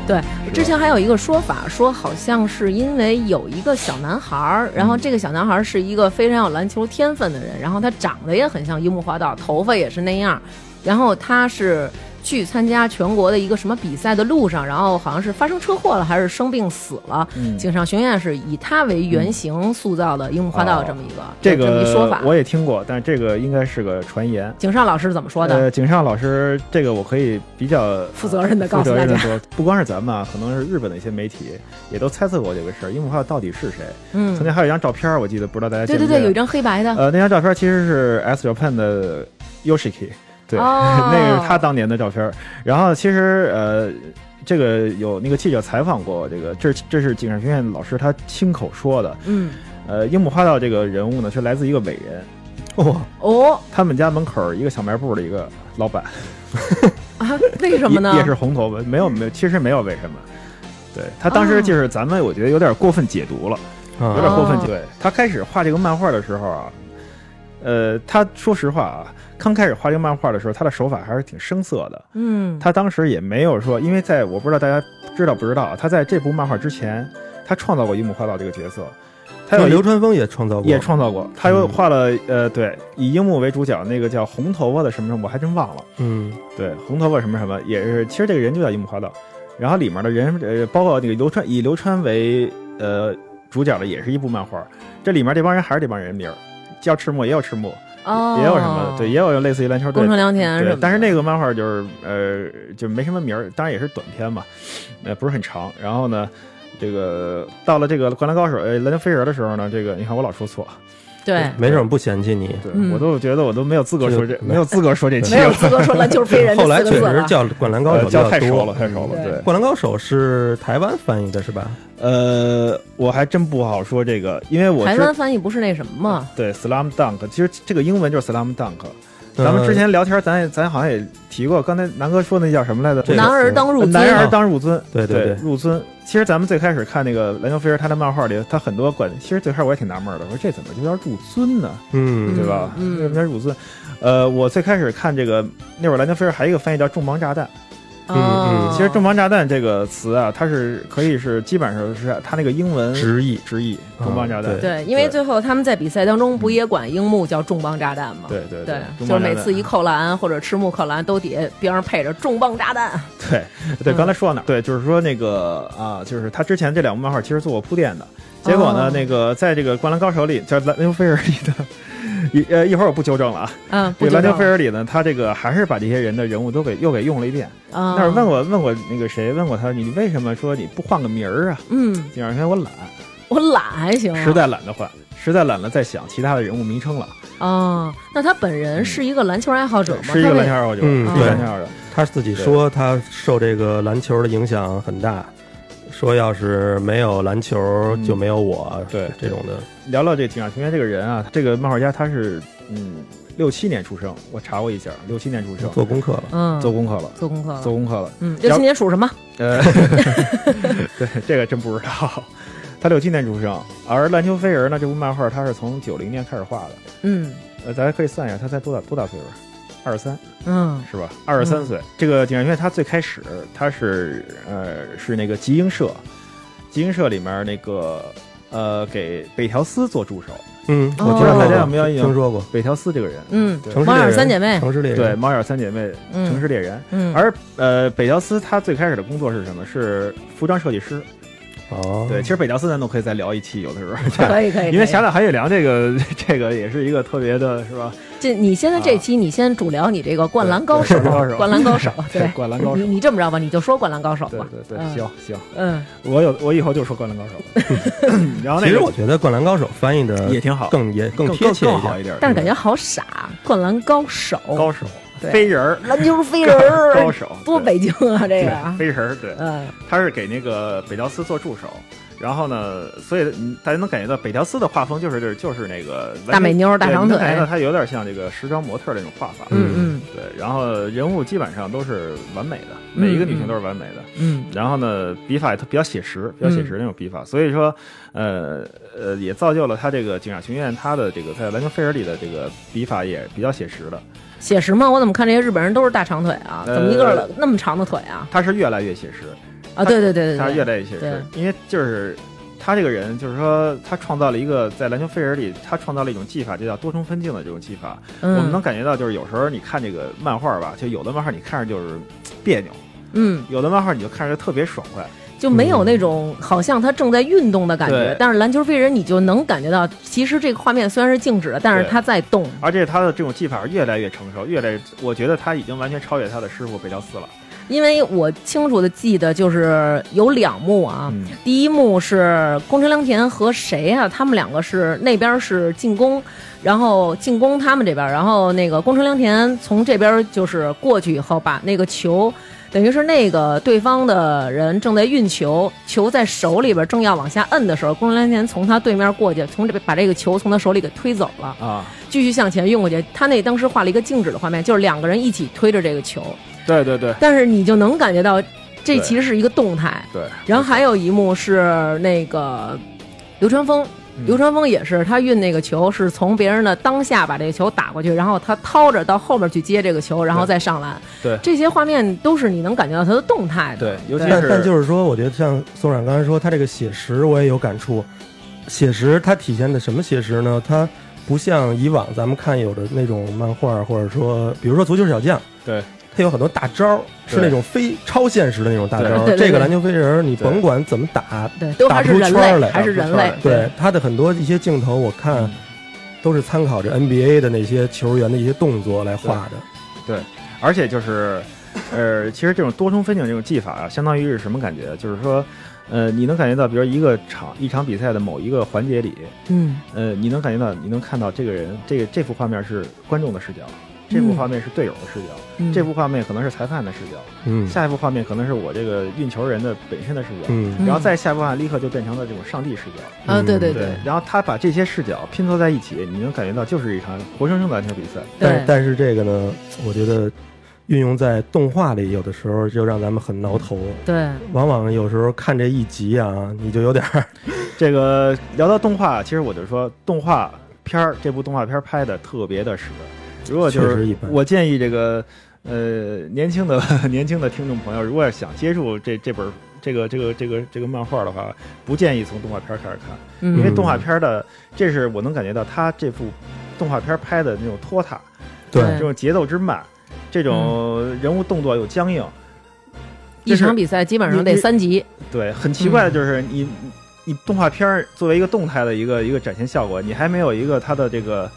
Speaker 1: 对，之前还有一个说法，说好像是因为有一个小男孩儿，然后
Speaker 3: 嗯
Speaker 1: 这个小男孩儿是一个非常有篮球天分的人，然后他长得也很像樱木花道，头发也是那样儿，然后他是去参加全国的一个什么比赛的路上，然后好像是发生车祸了还是生病死了，
Speaker 3: 嗯
Speaker 1: 井上雄彦是以他为原型塑造的樱木花道这么一个、
Speaker 3: 这
Speaker 1: 这么
Speaker 3: 个
Speaker 1: 一说法。
Speaker 3: 哦我也听过，但是这个应该是个传言。
Speaker 1: 井上老师怎么说的？
Speaker 3: 呃，井上老师，这个我可以比较
Speaker 1: 负责任地告诉
Speaker 3: 负责任地
Speaker 1: 大
Speaker 3: 说，不光是咱们啊，可能是日本的一些媒体也都猜测过这个事儿，樱木花道到底是谁？
Speaker 1: 嗯
Speaker 3: 曾，经还有一张照片儿，我记得不知道大家
Speaker 1: 对
Speaker 3: 记
Speaker 1: 对
Speaker 3: 不
Speaker 1: 对，
Speaker 3: 记
Speaker 1: 有
Speaker 3: 得
Speaker 1: 一张黑白的。
Speaker 3: 呃，那张照片其实是 S Japan 的 Yoshiki，对，
Speaker 1: 哦
Speaker 3: 那个是他当年的照片。然后其实呃，这个有那个记者采访过这个，这是这是井上学院老师他亲口说的。
Speaker 1: 嗯，
Speaker 3: 呃，樱木花道这个人物呢，是来自一个伟人，
Speaker 2: 哦，
Speaker 1: 哦
Speaker 3: 他们家门口一个小卖部的一个老板，
Speaker 1: 啊，为什么呢？
Speaker 3: 也也是红头发，没有没有，其实没有为什么。对他当
Speaker 1: 哦
Speaker 3: 时就是咱们，我觉得有点过分解读了。有
Speaker 2: 啊
Speaker 3: 点过分
Speaker 1: 哦。
Speaker 3: 对他开始画这个漫画的时候啊，呃，他说实话啊，刚开始画这个漫画的时候，他的手法还是挺生涩的。
Speaker 1: 嗯，
Speaker 3: 他当时也没有说，因为在我不知道大家知道不知道啊，他在这部漫画之前，他创造过樱木花道这个角色，他
Speaker 2: 那
Speaker 3: 哦有
Speaker 2: 流
Speaker 3: 一
Speaker 2: 川枫也创造过，
Speaker 3: 也创造过，他又画了、呃，对，以樱木为主角那个叫红头发的什么什么，我还真忘了。
Speaker 2: 嗯，
Speaker 3: 对，红头发什么什么也是，其实这个人就叫樱木花道，然后里面的人呃，包括那个流川，以流川为呃主角的也是一部漫画，这里面这帮人还是这帮人名儿，叫赤木也有赤木，
Speaker 1: 哦
Speaker 3: 也有什么对，也有类似于篮球队
Speaker 1: 宫。城良田什
Speaker 3: 对
Speaker 1: 么，，
Speaker 3: 但是那个漫画就是呃，就没什么名儿，当然也是短篇嘛，呃，不是很长。然后呢，这个到了这个《灌篮高手》呃《篮球飞人》的时候呢，这个你看我老说错，
Speaker 1: 对。
Speaker 2: 没事，我们不嫌弃你。
Speaker 3: 对、
Speaker 1: 嗯
Speaker 3: 我都觉得我都没有资格说这
Speaker 2: 这，
Speaker 3: 没有资格说这期
Speaker 1: 没有资格说篮球 飞人这
Speaker 2: 后来
Speaker 1: 四个
Speaker 2: 确
Speaker 1: 字
Speaker 2: 实
Speaker 1: 了。嗯
Speaker 2: 叫《灌篮高
Speaker 3: 呃
Speaker 2: 手》比较
Speaker 3: 叫太熟
Speaker 2: 多
Speaker 3: 了，太熟了，
Speaker 1: 对
Speaker 3: 对
Speaker 2: 《灌篮高手》是台湾翻译的是吧？
Speaker 3: 呃，我还真不好说这个，因为我
Speaker 1: 台
Speaker 3: 是
Speaker 1: 湾翻译不是那什么吗？
Speaker 3: 对 slam dunk，其实这个英文就是 slam dunk。
Speaker 2: 嗯
Speaker 3: 咱
Speaker 2: 呃
Speaker 3: 们之前聊天，咱也咱好像也提过，刚才南哥说那叫什么来着？
Speaker 2: 这个
Speaker 1: 男儿当入
Speaker 3: 呃
Speaker 1: 樽，
Speaker 3: 男儿当入樽，
Speaker 2: 对对
Speaker 3: 对
Speaker 2: 对
Speaker 3: 入樽。其实咱们最开始看那个篮球飞人，他的漫画里，他很多管，其实最开始我也挺纳闷的，我说这怎么就叫入樽呢？
Speaker 2: 嗯，
Speaker 3: 对吧？
Speaker 1: 嗯嗯
Speaker 3: 为什么叫入樽？呃，我最开始看这个那会儿篮球飞人还有一个翻译叫重磅炸弹。
Speaker 2: 嗯嗯
Speaker 1: 哦
Speaker 3: 其实重磅炸弹这个词啊，它是可以是基本上是它那个
Speaker 1: 嗯
Speaker 3: 英文
Speaker 2: 直译
Speaker 3: 直译重磅炸弹。
Speaker 2: 啊
Speaker 1: 对，因为最后他们在比赛当中不也管樱木叫重磅炸弹吗？
Speaker 3: 对对
Speaker 1: 对，就
Speaker 3: 中
Speaker 1: 是
Speaker 3: 国
Speaker 1: 每
Speaker 3: 男
Speaker 1: 次一扣篮
Speaker 3: 嗯
Speaker 1: 或者赤木扣篮，都底下边上配着重磅炸弹。
Speaker 3: 对对，
Speaker 1: 嗯
Speaker 3: 刚才说到哪儿？对，就是说那个啊，就是他之前这两部漫画其实做过铺垫的，结果呢，
Speaker 1: 哦
Speaker 3: 那个在这个《灌篮高手》里，叫《篮球飞人》里的。一呃，一会儿我不纠正了啊。
Speaker 1: 嗯，
Speaker 3: 这
Speaker 1: 不
Speaker 3: 个《篮球飞
Speaker 1: 人，
Speaker 3: 人》里呢，他这个还是把这些人的人物都给又给用了一遍。
Speaker 1: 那
Speaker 3: 那儿问过问过那个谁，问过他，你为什么说你不换个名儿啊？
Speaker 1: 嗯，
Speaker 3: 竟然说我懒，
Speaker 1: 我懒还行啊，
Speaker 3: 实在懒得换，实在懒得再想其他的人物名称了。
Speaker 1: 哦，那他本人是一个篮球爱好者吗？
Speaker 3: 嗯是一个
Speaker 1: 他为
Speaker 3: 篮球爱好者，
Speaker 2: 嗯
Speaker 3: 是一个
Speaker 1: 对
Speaker 3: 篮球爱好者。
Speaker 2: 他自己说他受这个篮球的影响很大，说要是没有篮球就没有我，
Speaker 3: 嗯对
Speaker 2: 这种的，
Speaker 3: 聊聊这井上雄彦这个人啊，这个漫画家他是嗯六七年出生，我查过一下，六七年出生，
Speaker 2: 做功课了。
Speaker 1: 嗯，
Speaker 3: 做功课了，
Speaker 1: 做功课了
Speaker 3: 做功课了。
Speaker 1: 嗯，六七年属什么？
Speaker 3: 呃，对，这个真不知道。他六七年出生，而《篮球飞人》呢，这部漫画他是从九零年开始画的。
Speaker 1: 嗯
Speaker 3: 呃，大家可以算一下，他才多大多大岁数？二十三
Speaker 1: 嗯
Speaker 3: 是吧？二十三
Speaker 1: 嗯
Speaker 3: 岁。这个井上雄彦他最开始他是呃是那个集英社，集英社里面那个呃给北条司做助手。
Speaker 2: 嗯，
Speaker 1: 哦
Speaker 2: 我
Speaker 3: 不知
Speaker 2: 听
Speaker 3: 道
Speaker 2: 说
Speaker 3: 大
Speaker 2: 过
Speaker 3: 家有没有印象
Speaker 2: 听说过
Speaker 3: 北条司这个人，
Speaker 1: 嗯
Speaker 3: 对，
Speaker 2: 城市
Speaker 1: 猫
Speaker 2: 猎
Speaker 1: 眼
Speaker 2: 人
Speaker 1: 三姐妹
Speaker 2: 《城市猎
Speaker 3: 对，
Speaker 2: 人》
Speaker 3: 猫眼三姐妹，
Speaker 1: 嗯
Speaker 3: 城市猎人。
Speaker 1: 嗯，
Speaker 3: 而呃，北条司他最开始的工作是什么？是服装设计师。
Speaker 2: 哦，
Speaker 3: 对，其实北条司咱都可以再聊一期，有的时候，
Speaker 1: 可以可以，
Speaker 3: 因为
Speaker 1: 可以
Speaker 3: 侠胆韩月良这个这个也是一个特别的，是吧？
Speaker 1: 这你现在这期你先主聊你这个灌篮高手
Speaker 3: 啊对对灌篮高，手
Speaker 1: 灌篮高 手，对，
Speaker 3: 灌篮高手
Speaker 1: 你你这么着吧，你就说灌篮高手
Speaker 3: 对
Speaker 1: 吧，
Speaker 3: 对对，
Speaker 1: 嗯
Speaker 3: 行行，
Speaker 1: 嗯，
Speaker 3: 我有我以后就说灌篮高 手。然后
Speaker 2: 其
Speaker 3: 那
Speaker 2: 实
Speaker 3: 个
Speaker 2: 我觉得《灌篮高手》翻译的
Speaker 3: 也挺好，
Speaker 2: 更也
Speaker 3: 更
Speaker 2: 更贴切
Speaker 3: 更
Speaker 2: 一
Speaker 3: 好
Speaker 2: 点。
Speaker 3: 一点。
Speaker 1: 但是感觉好傻，灌篮高手，
Speaker 3: 高手
Speaker 1: 对
Speaker 3: 飞人儿，
Speaker 1: 篮球飞人儿，
Speaker 3: 高手
Speaker 1: 多北京啊，这
Speaker 3: 对
Speaker 1: 个啊，
Speaker 3: 飞人儿，对，
Speaker 1: 嗯
Speaker 3: 他是给那个北条司做助手。然后呢，所以嗯大家能感觉到北条司的画风就是就是就是那个
Speaker 1: 大美妞儿大
Speaker 3: 对
Speaker 1: 长
Speaker 3: 你能
Speaker 1: 腿
Speaker 3: 感觉到他有点像这个时装模特儿那种画法。
Speaker 1: 嗯
Speaker 3: 对，然后人物基本上都是完美的，
Speaker 1: 嗯
Speaker 3: 每一个女性都是完美的。
Speaker 1: 嗯
Speaker 3: 然后呢，笔法也特比较写实，比较写实那种笔法，所以说，呃呃，也造就了他这个警察学院他的这个在篮球飞人里的这个笔法也比较写实的，
Speaker 1: 嗯，写实吗？我怎么看这些日本人都是大长腿啊？
Speaker 3: 呃
Speaker 1: 怎么一个儿那么长的腿啊？
Speaker 3: 他是越来越写实。
Speaker 1: 啊，对对对对
Speaker 3: 他
Speaker 1: 对，
Speaker 3: 越来越其实
Speaker 1: 对
Speaker 3: 是因为就是他这个人，就是说他创造了一个在篮球飞人里，他创造了一种技法，就叫多重分镜的这种技法。我们能
Speaker 1: 嗯
Speaker 3: 感觉到，就是有时候你看这个漫画吧，就有的漫画你看着就是别扭，
Speaker 1: 嗯，
Speaker 3: 有的漫画你就看着特别爽快。
Speaker 1: 就没有那种好像他正在运动的感觉
Speaker 3: 对，
Speaker 1: 但是篮球飞人你就能感觉到，其实这个画面虽然是静止的，但是
Speaker 3: 对
Speaker 1: 他在动。
Speaker 3: 而且他的这种技法越来越成熟，越来越，我觉得他已经完全超越他的师傅北条司了。
Speaker 1: 因为我清楚的记得，就是有两幕啊，
Speaker 3: 嗯
Speaker 1: 第一幕是呃宫城良田和谁啊？他们两个是那边是进攻，然后进攻他们这边，然后那个宫城良田从这边就是过去以后，把那个球。等于是那个对方的人正在运球，球在手里边正要往下摁的时候，宫城良田从他对面过去，从这边把这个球从他手里给推走了。
Speaker 3: 啊，
Speaker 1: 继续向前运过去。他那当时画了一个静止的画面，就是两个人一起推着这个球，
Speaker 3: 对对对
Speaker 1: 但是你就能感觉到这
Speaker 3: 对
Speaker 1: 其实是一个动态。
Speaker 3: 对，
Speaker 1: 然后还有一幕是那个流川枫，
Speaker 3: 嗯
Speaker 1: 流川枫也是他运那个球是从别人的当下把这个球打过去，然后他掏着到后面去接这个球，然后
Speaker 3: 对
Speaker 1: 再上篮。
Speaker 3: 对
Speaker 1: 这些画面都是你能感觉到它的动态的。
Speaker 3: 对，尤其
Speaker 1: 对
Speaker 2: 但
Speaker 3: 是
Speaker 2: 但就是说，我觉得像宋冉刚才说，他这个写实我也有感触。写实它体现的什么写实呢？它不像以往咱们看有的那种漫画，或者说，比如说足球小将，
Speaker 3: 对，
Speaker 2: 它有很多大招儿，是
Speaker 3: 对
Speaker 2: 那种非超现实的那种大招
Speaker 1: 对对
Speaker 2: 儿。
Speaker 1: 对
Speaker 2: 这个篮球飞人儿，你
Speaker 3: 对
Speaker 2: 甭管怎么打，
Speaker 1: 对，都还是人
Speaker 2: 打不出圈儿
Speaker 1: 类，
Speaker 2: 来
Speaker 1: 还是人类
Speaker 3: 打不。
Speaker 2: 对他的很多一些镜头，我看
Speaker 3: 嗯
Speaker 2: 都是参考着 NBA 的那些球员的一些动作来画的。
Speaker 3: 而且就是，呃，其实这种多重分镜这种技法啊，相当于是什么感觉？就是说，呃，你能感觉到，比如一个场一场比赛的某一个环节里，
Speaker 1: 嗯，
Speaker 3: 呃，你能感觉到，你能看到这个人，这个这幅画面是观众的视角，这幅
Speaker 1: 嗯
Speaker 3: 画面是队友的视角，
Speaker 1: 嗯
Speaker 3: 这幅画面可能是裁判的视角，
Speaker 2: 嗯
Speaker 3: 下一幅画面可能是我这个运球人的本身的视角，
Speaker 2: 嗯
Speaker 3: 然后再下一幅画面立刻就变成了这种上帝视角。
Speaker 1: 啊，对对
Speaker 2: 嗯
Speaker 1: 对
Speaker 3: 然后他把这些视角拼凑在一起，你能感觉到就是一场活生生的篮球比赛。
Speaker 2: 但但是这个呢，我觉得运用在动画里，有的时候就让咱们很挠头。
Speaker 1: 对，嗯
Speaker 2: 往往有时候看这一集啊，你就有点儿
Speaker 3: 这个聊到动画，其实我就说动画片儿这部动画片儿拍的特别的屎。如果就
Speaker 2: 确实
Speaker 3: 是
Speaker 2: 一般
Speaker 3: 我建议这个呃年轻的 年轻的听众朋友，如果想接触这这本儿这个这个这个这个漫画的话，不建议从动画片儿开始看，因为
Speaker 1: 嗯
Speaker 2: 嗯
Speaker 3: 动画片儿的这是我能感觉到他这部动画片儿拍的那种拖沓，这
Speaker 1: 对
Speaker 3: 种节奏之慢，这
Speaker 2: 嗯
Speaker 3: 种人物动作又僵硬，
Speaker 1: 一
Speaker 3: 就是
Speaker 1: 场比赛基本上
Speaker 3: 你
Speaker 1: 得
Speaker 3: 你
Speaker 1: 三集。
Speaker 3: 对，很奇怪的就是你、你动画片儿作为一个动态的一个一个展现效果，你还没有一个它的这个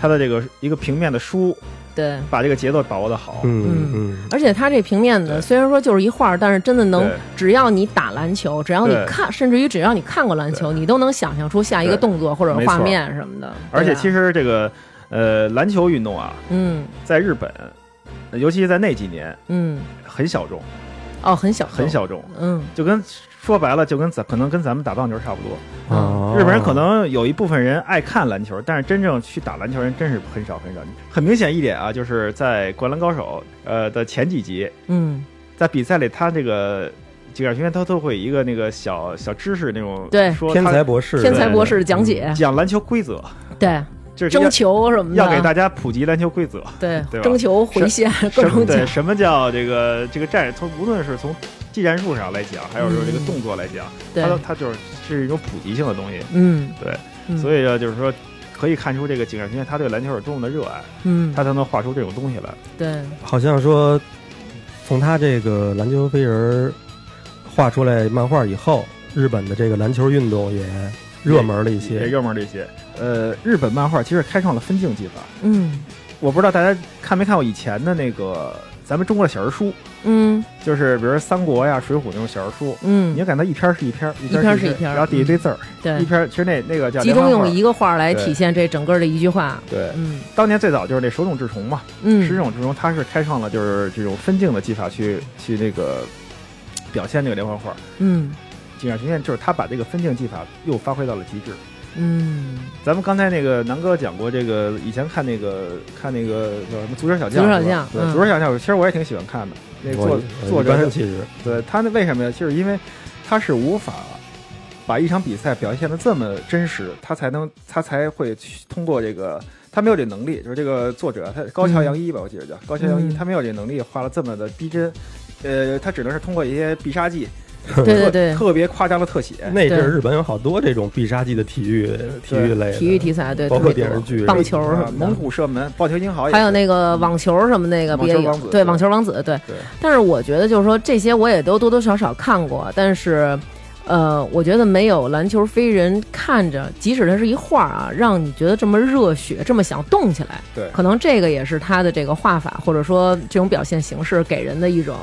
Speaker 3: 它的这个一个平面的书
Speaker 1: 对，
Speaker 3: 把这个节奏把握的好。
Speaker 2: 嗯
Speaker 1: 嗯
Speaker 2: 嗯
Speaker 1: 而且它这平面呢，
Speaker 3: 对
Speaker 1: 虽然说就是一画儿，但是真的能
Speaker 3: 对，
Speaker 1: 只要你打篮球，只要你
Speaker 3: 对
Speaker 1: 看，甚至于只要你看过篮球，你都能想象出下一个
Speaker 3: 对
Speaker 1: 动作或者
Speaker 3: 没
Speaker 1: 画
Speaker 3: 错
Speaker 1: 面什么的。
Speaker 3: 而且
Speaker 1: 对啊
Speaker 3: 其，实这个呃篮球运动啊，
Speaker 1: 嗯
Speaker 3: 在日本，呃尤其是在那几年
Speaker 1: 嗯，
Speaker 3: 很小众，
Speaker 1: 哦，很小，
Speaker 3: 很，小众，
Speaker 1: 嗯
Speaker 3: 就跟。说白了，就跟咱可能跟咱们打棒球差不多。
Speaker 1: 嗯
Speaker 2: 啊，
Speaker 3: 日本人可能有一部分人爱看篮球，但是真正去打篮球人真是很少很少。很明显一点啊，就是在《灌篮高手》呃的前几集，
Speaker 1: 嗯，
Speaker 3: 在比赛里，他这个几个球员他都会有一个那个小小知识那种，
Speaker 1: 对
Speaker 3: 说
Speaker 2: 天才
Speaker 3: 他
Speaker 2: 博士，
Speaker 1: 天才
Speaker 3: 对
Speaker 1: 博士的讲解，
Speaker 3: 讲篮球规则，
Speaker 1: 对，
Speaker 3: 就是
Speaker 1: 争
Speaker 3: 要
Speaker 1: 球什么
Speaker 3: 要给
Speaker 1: 的，
Speaker 3: 大家普及篮球规则，
Speaker 1: 对
Speaker 3: 对，吧
Speaker 1: 争球回线各
Speaker 3: 什么
Speaker 1: 种
Speaker 3: 对
Speaker 1: 讲，
Speaker 3: 什么叫这个这个战术，从无论是从技战术上来讲，还有说这个动作来讲，
Speaker 1: 对
Speaker 3: 它，都它就是是一种普及性的东西，
Speaker 1: 嗯，
Speaker 3: 对
Speaker 1: 嗯，
Speaker 3: 所以呢，就是说。可以看出这个井上雄彦他对篮球有多么的热爱，
Speaker 1: 嗯，
Speaker 3: 他才能画出这种东西来。
Speaker 1: 对，
Speaker 2: 嗯好像说，从他这个篮球飞人儿画出来漫画以后，日本的这个篮球运动也热门了一
Speaker 3: 也
Speaker 2: 些。
Speaker 3: 热门这些，呃，日本漫画其实开创了分镜技法，
Speaker 1: 嗯
Speaker 3: 我不知道大家看没看过以前的那个咱们中国的小人书，
Speaker 1: 嗯
Speaker 3: 就是比如说三国呀、水浒那种小人书，你
Speaker 1: 嗯，
Speaker 3: 就感觉一篇是一篇，一
Speaker 1: 一篇
Speaker 3: 篇
Speaker 1: 是
Speaker 3: 是
Speaker 1: 一篇嗯
Speaker 3: 篇，然后底一堆字儿，一
Speaker 1: 对，
Speaker 3: 篇其实那那个叫
Speaker 1: 集中
Speaker 3: 连环
Speaker 1: 用
Speaker 3: 画
Speaker 1: 一个画儿来体
Speaker 3: 对
Speaker 1: 现这整个的一句话，
Speaker 3: 对，
Speaker 1: 嗯
Speaker 3: 当年最早就是那手冢治虫嘛，手
Speaker 1: 嗯，
Speaker 3: 冢治虫他是开创了就是这种分镜的技法去去那个表现这个连环画。
Speaker 1: 嗯
Speaker 3: 井上雄彦就是他把这个分镜技法又发挥到了极致。
Speaker 1: 嗯，
Speaker 3: 咱们刚才那个南哥讲过，这个以前看那个看那个叫什么足球小
Speaker 1: 足
Speaker 3: 将，
Speaker 1: 球小
Speaker 3: 是吧
Speaker 1: 将
Speaker 3: 对，
Speaker 1: 嗯
Speaker 3: 足球小将，其实我也挺喜欢看的。那个
Speaker 2: 我
Speaker 3: 作
Speaker 2: 我
Speaker 3: 作
Speaker 2: 一般
Speaker 3: 者
Speaker 2: 其实
Speaker 3: 对他那为什么呀？就是因为他是无法把一场比赛表现的这么真实，他才能他才会去通过这个，他没有这能力。就是这个作者他高桥
Speaker 1: 嗯
Speaker 3: 阳一吧，我记得叫高桥阳一，
Speaker 1: 嗯
Speaker 3: 他没有这能力画了这么的逼真，呃，他只能是通过一些必杀技
Speaker 1: 对对 对，
Speaker 3: 特别夸张的特写，
Speaker 2: 那阵
Speaker 1: 对
Speaker 2: 儿日本有好多这种必杀技的体育体育类的
Speaker 1: 体育题材对，
Speaker 2: 包括
Speaker 1: 特别多
Speaker 2: 电视剧
Speaker 1: 棒球
Speaker 3: 啊
Speaker 1: 什么
Speaker 3: 蒙
Speaker 1: 的。
Speaker 3: 古射门、棒球英豪也是，
Speaker 1: 还有那个网球什么那个
Speaker 3: 网
Speaker 1: 别
Speaker 3: 球
Speaker 1: 有
Speaker 3: 王子，
Speaker 1: 对
Speaker 3: 对
Speaker 1: 网球王子对
Speaker 3: 对，
Speaker 1: 但是我觉得就是说这些我也都多多少少看过，但是，呃，我觉得没有篮球飞人看着，即使它是一画儿啊，让你觉得这么热血，这么想动起来。
Speaker 3: 对
Speaker 1: 可能这个也是他的这个画法或者说这种表现形式给人的一种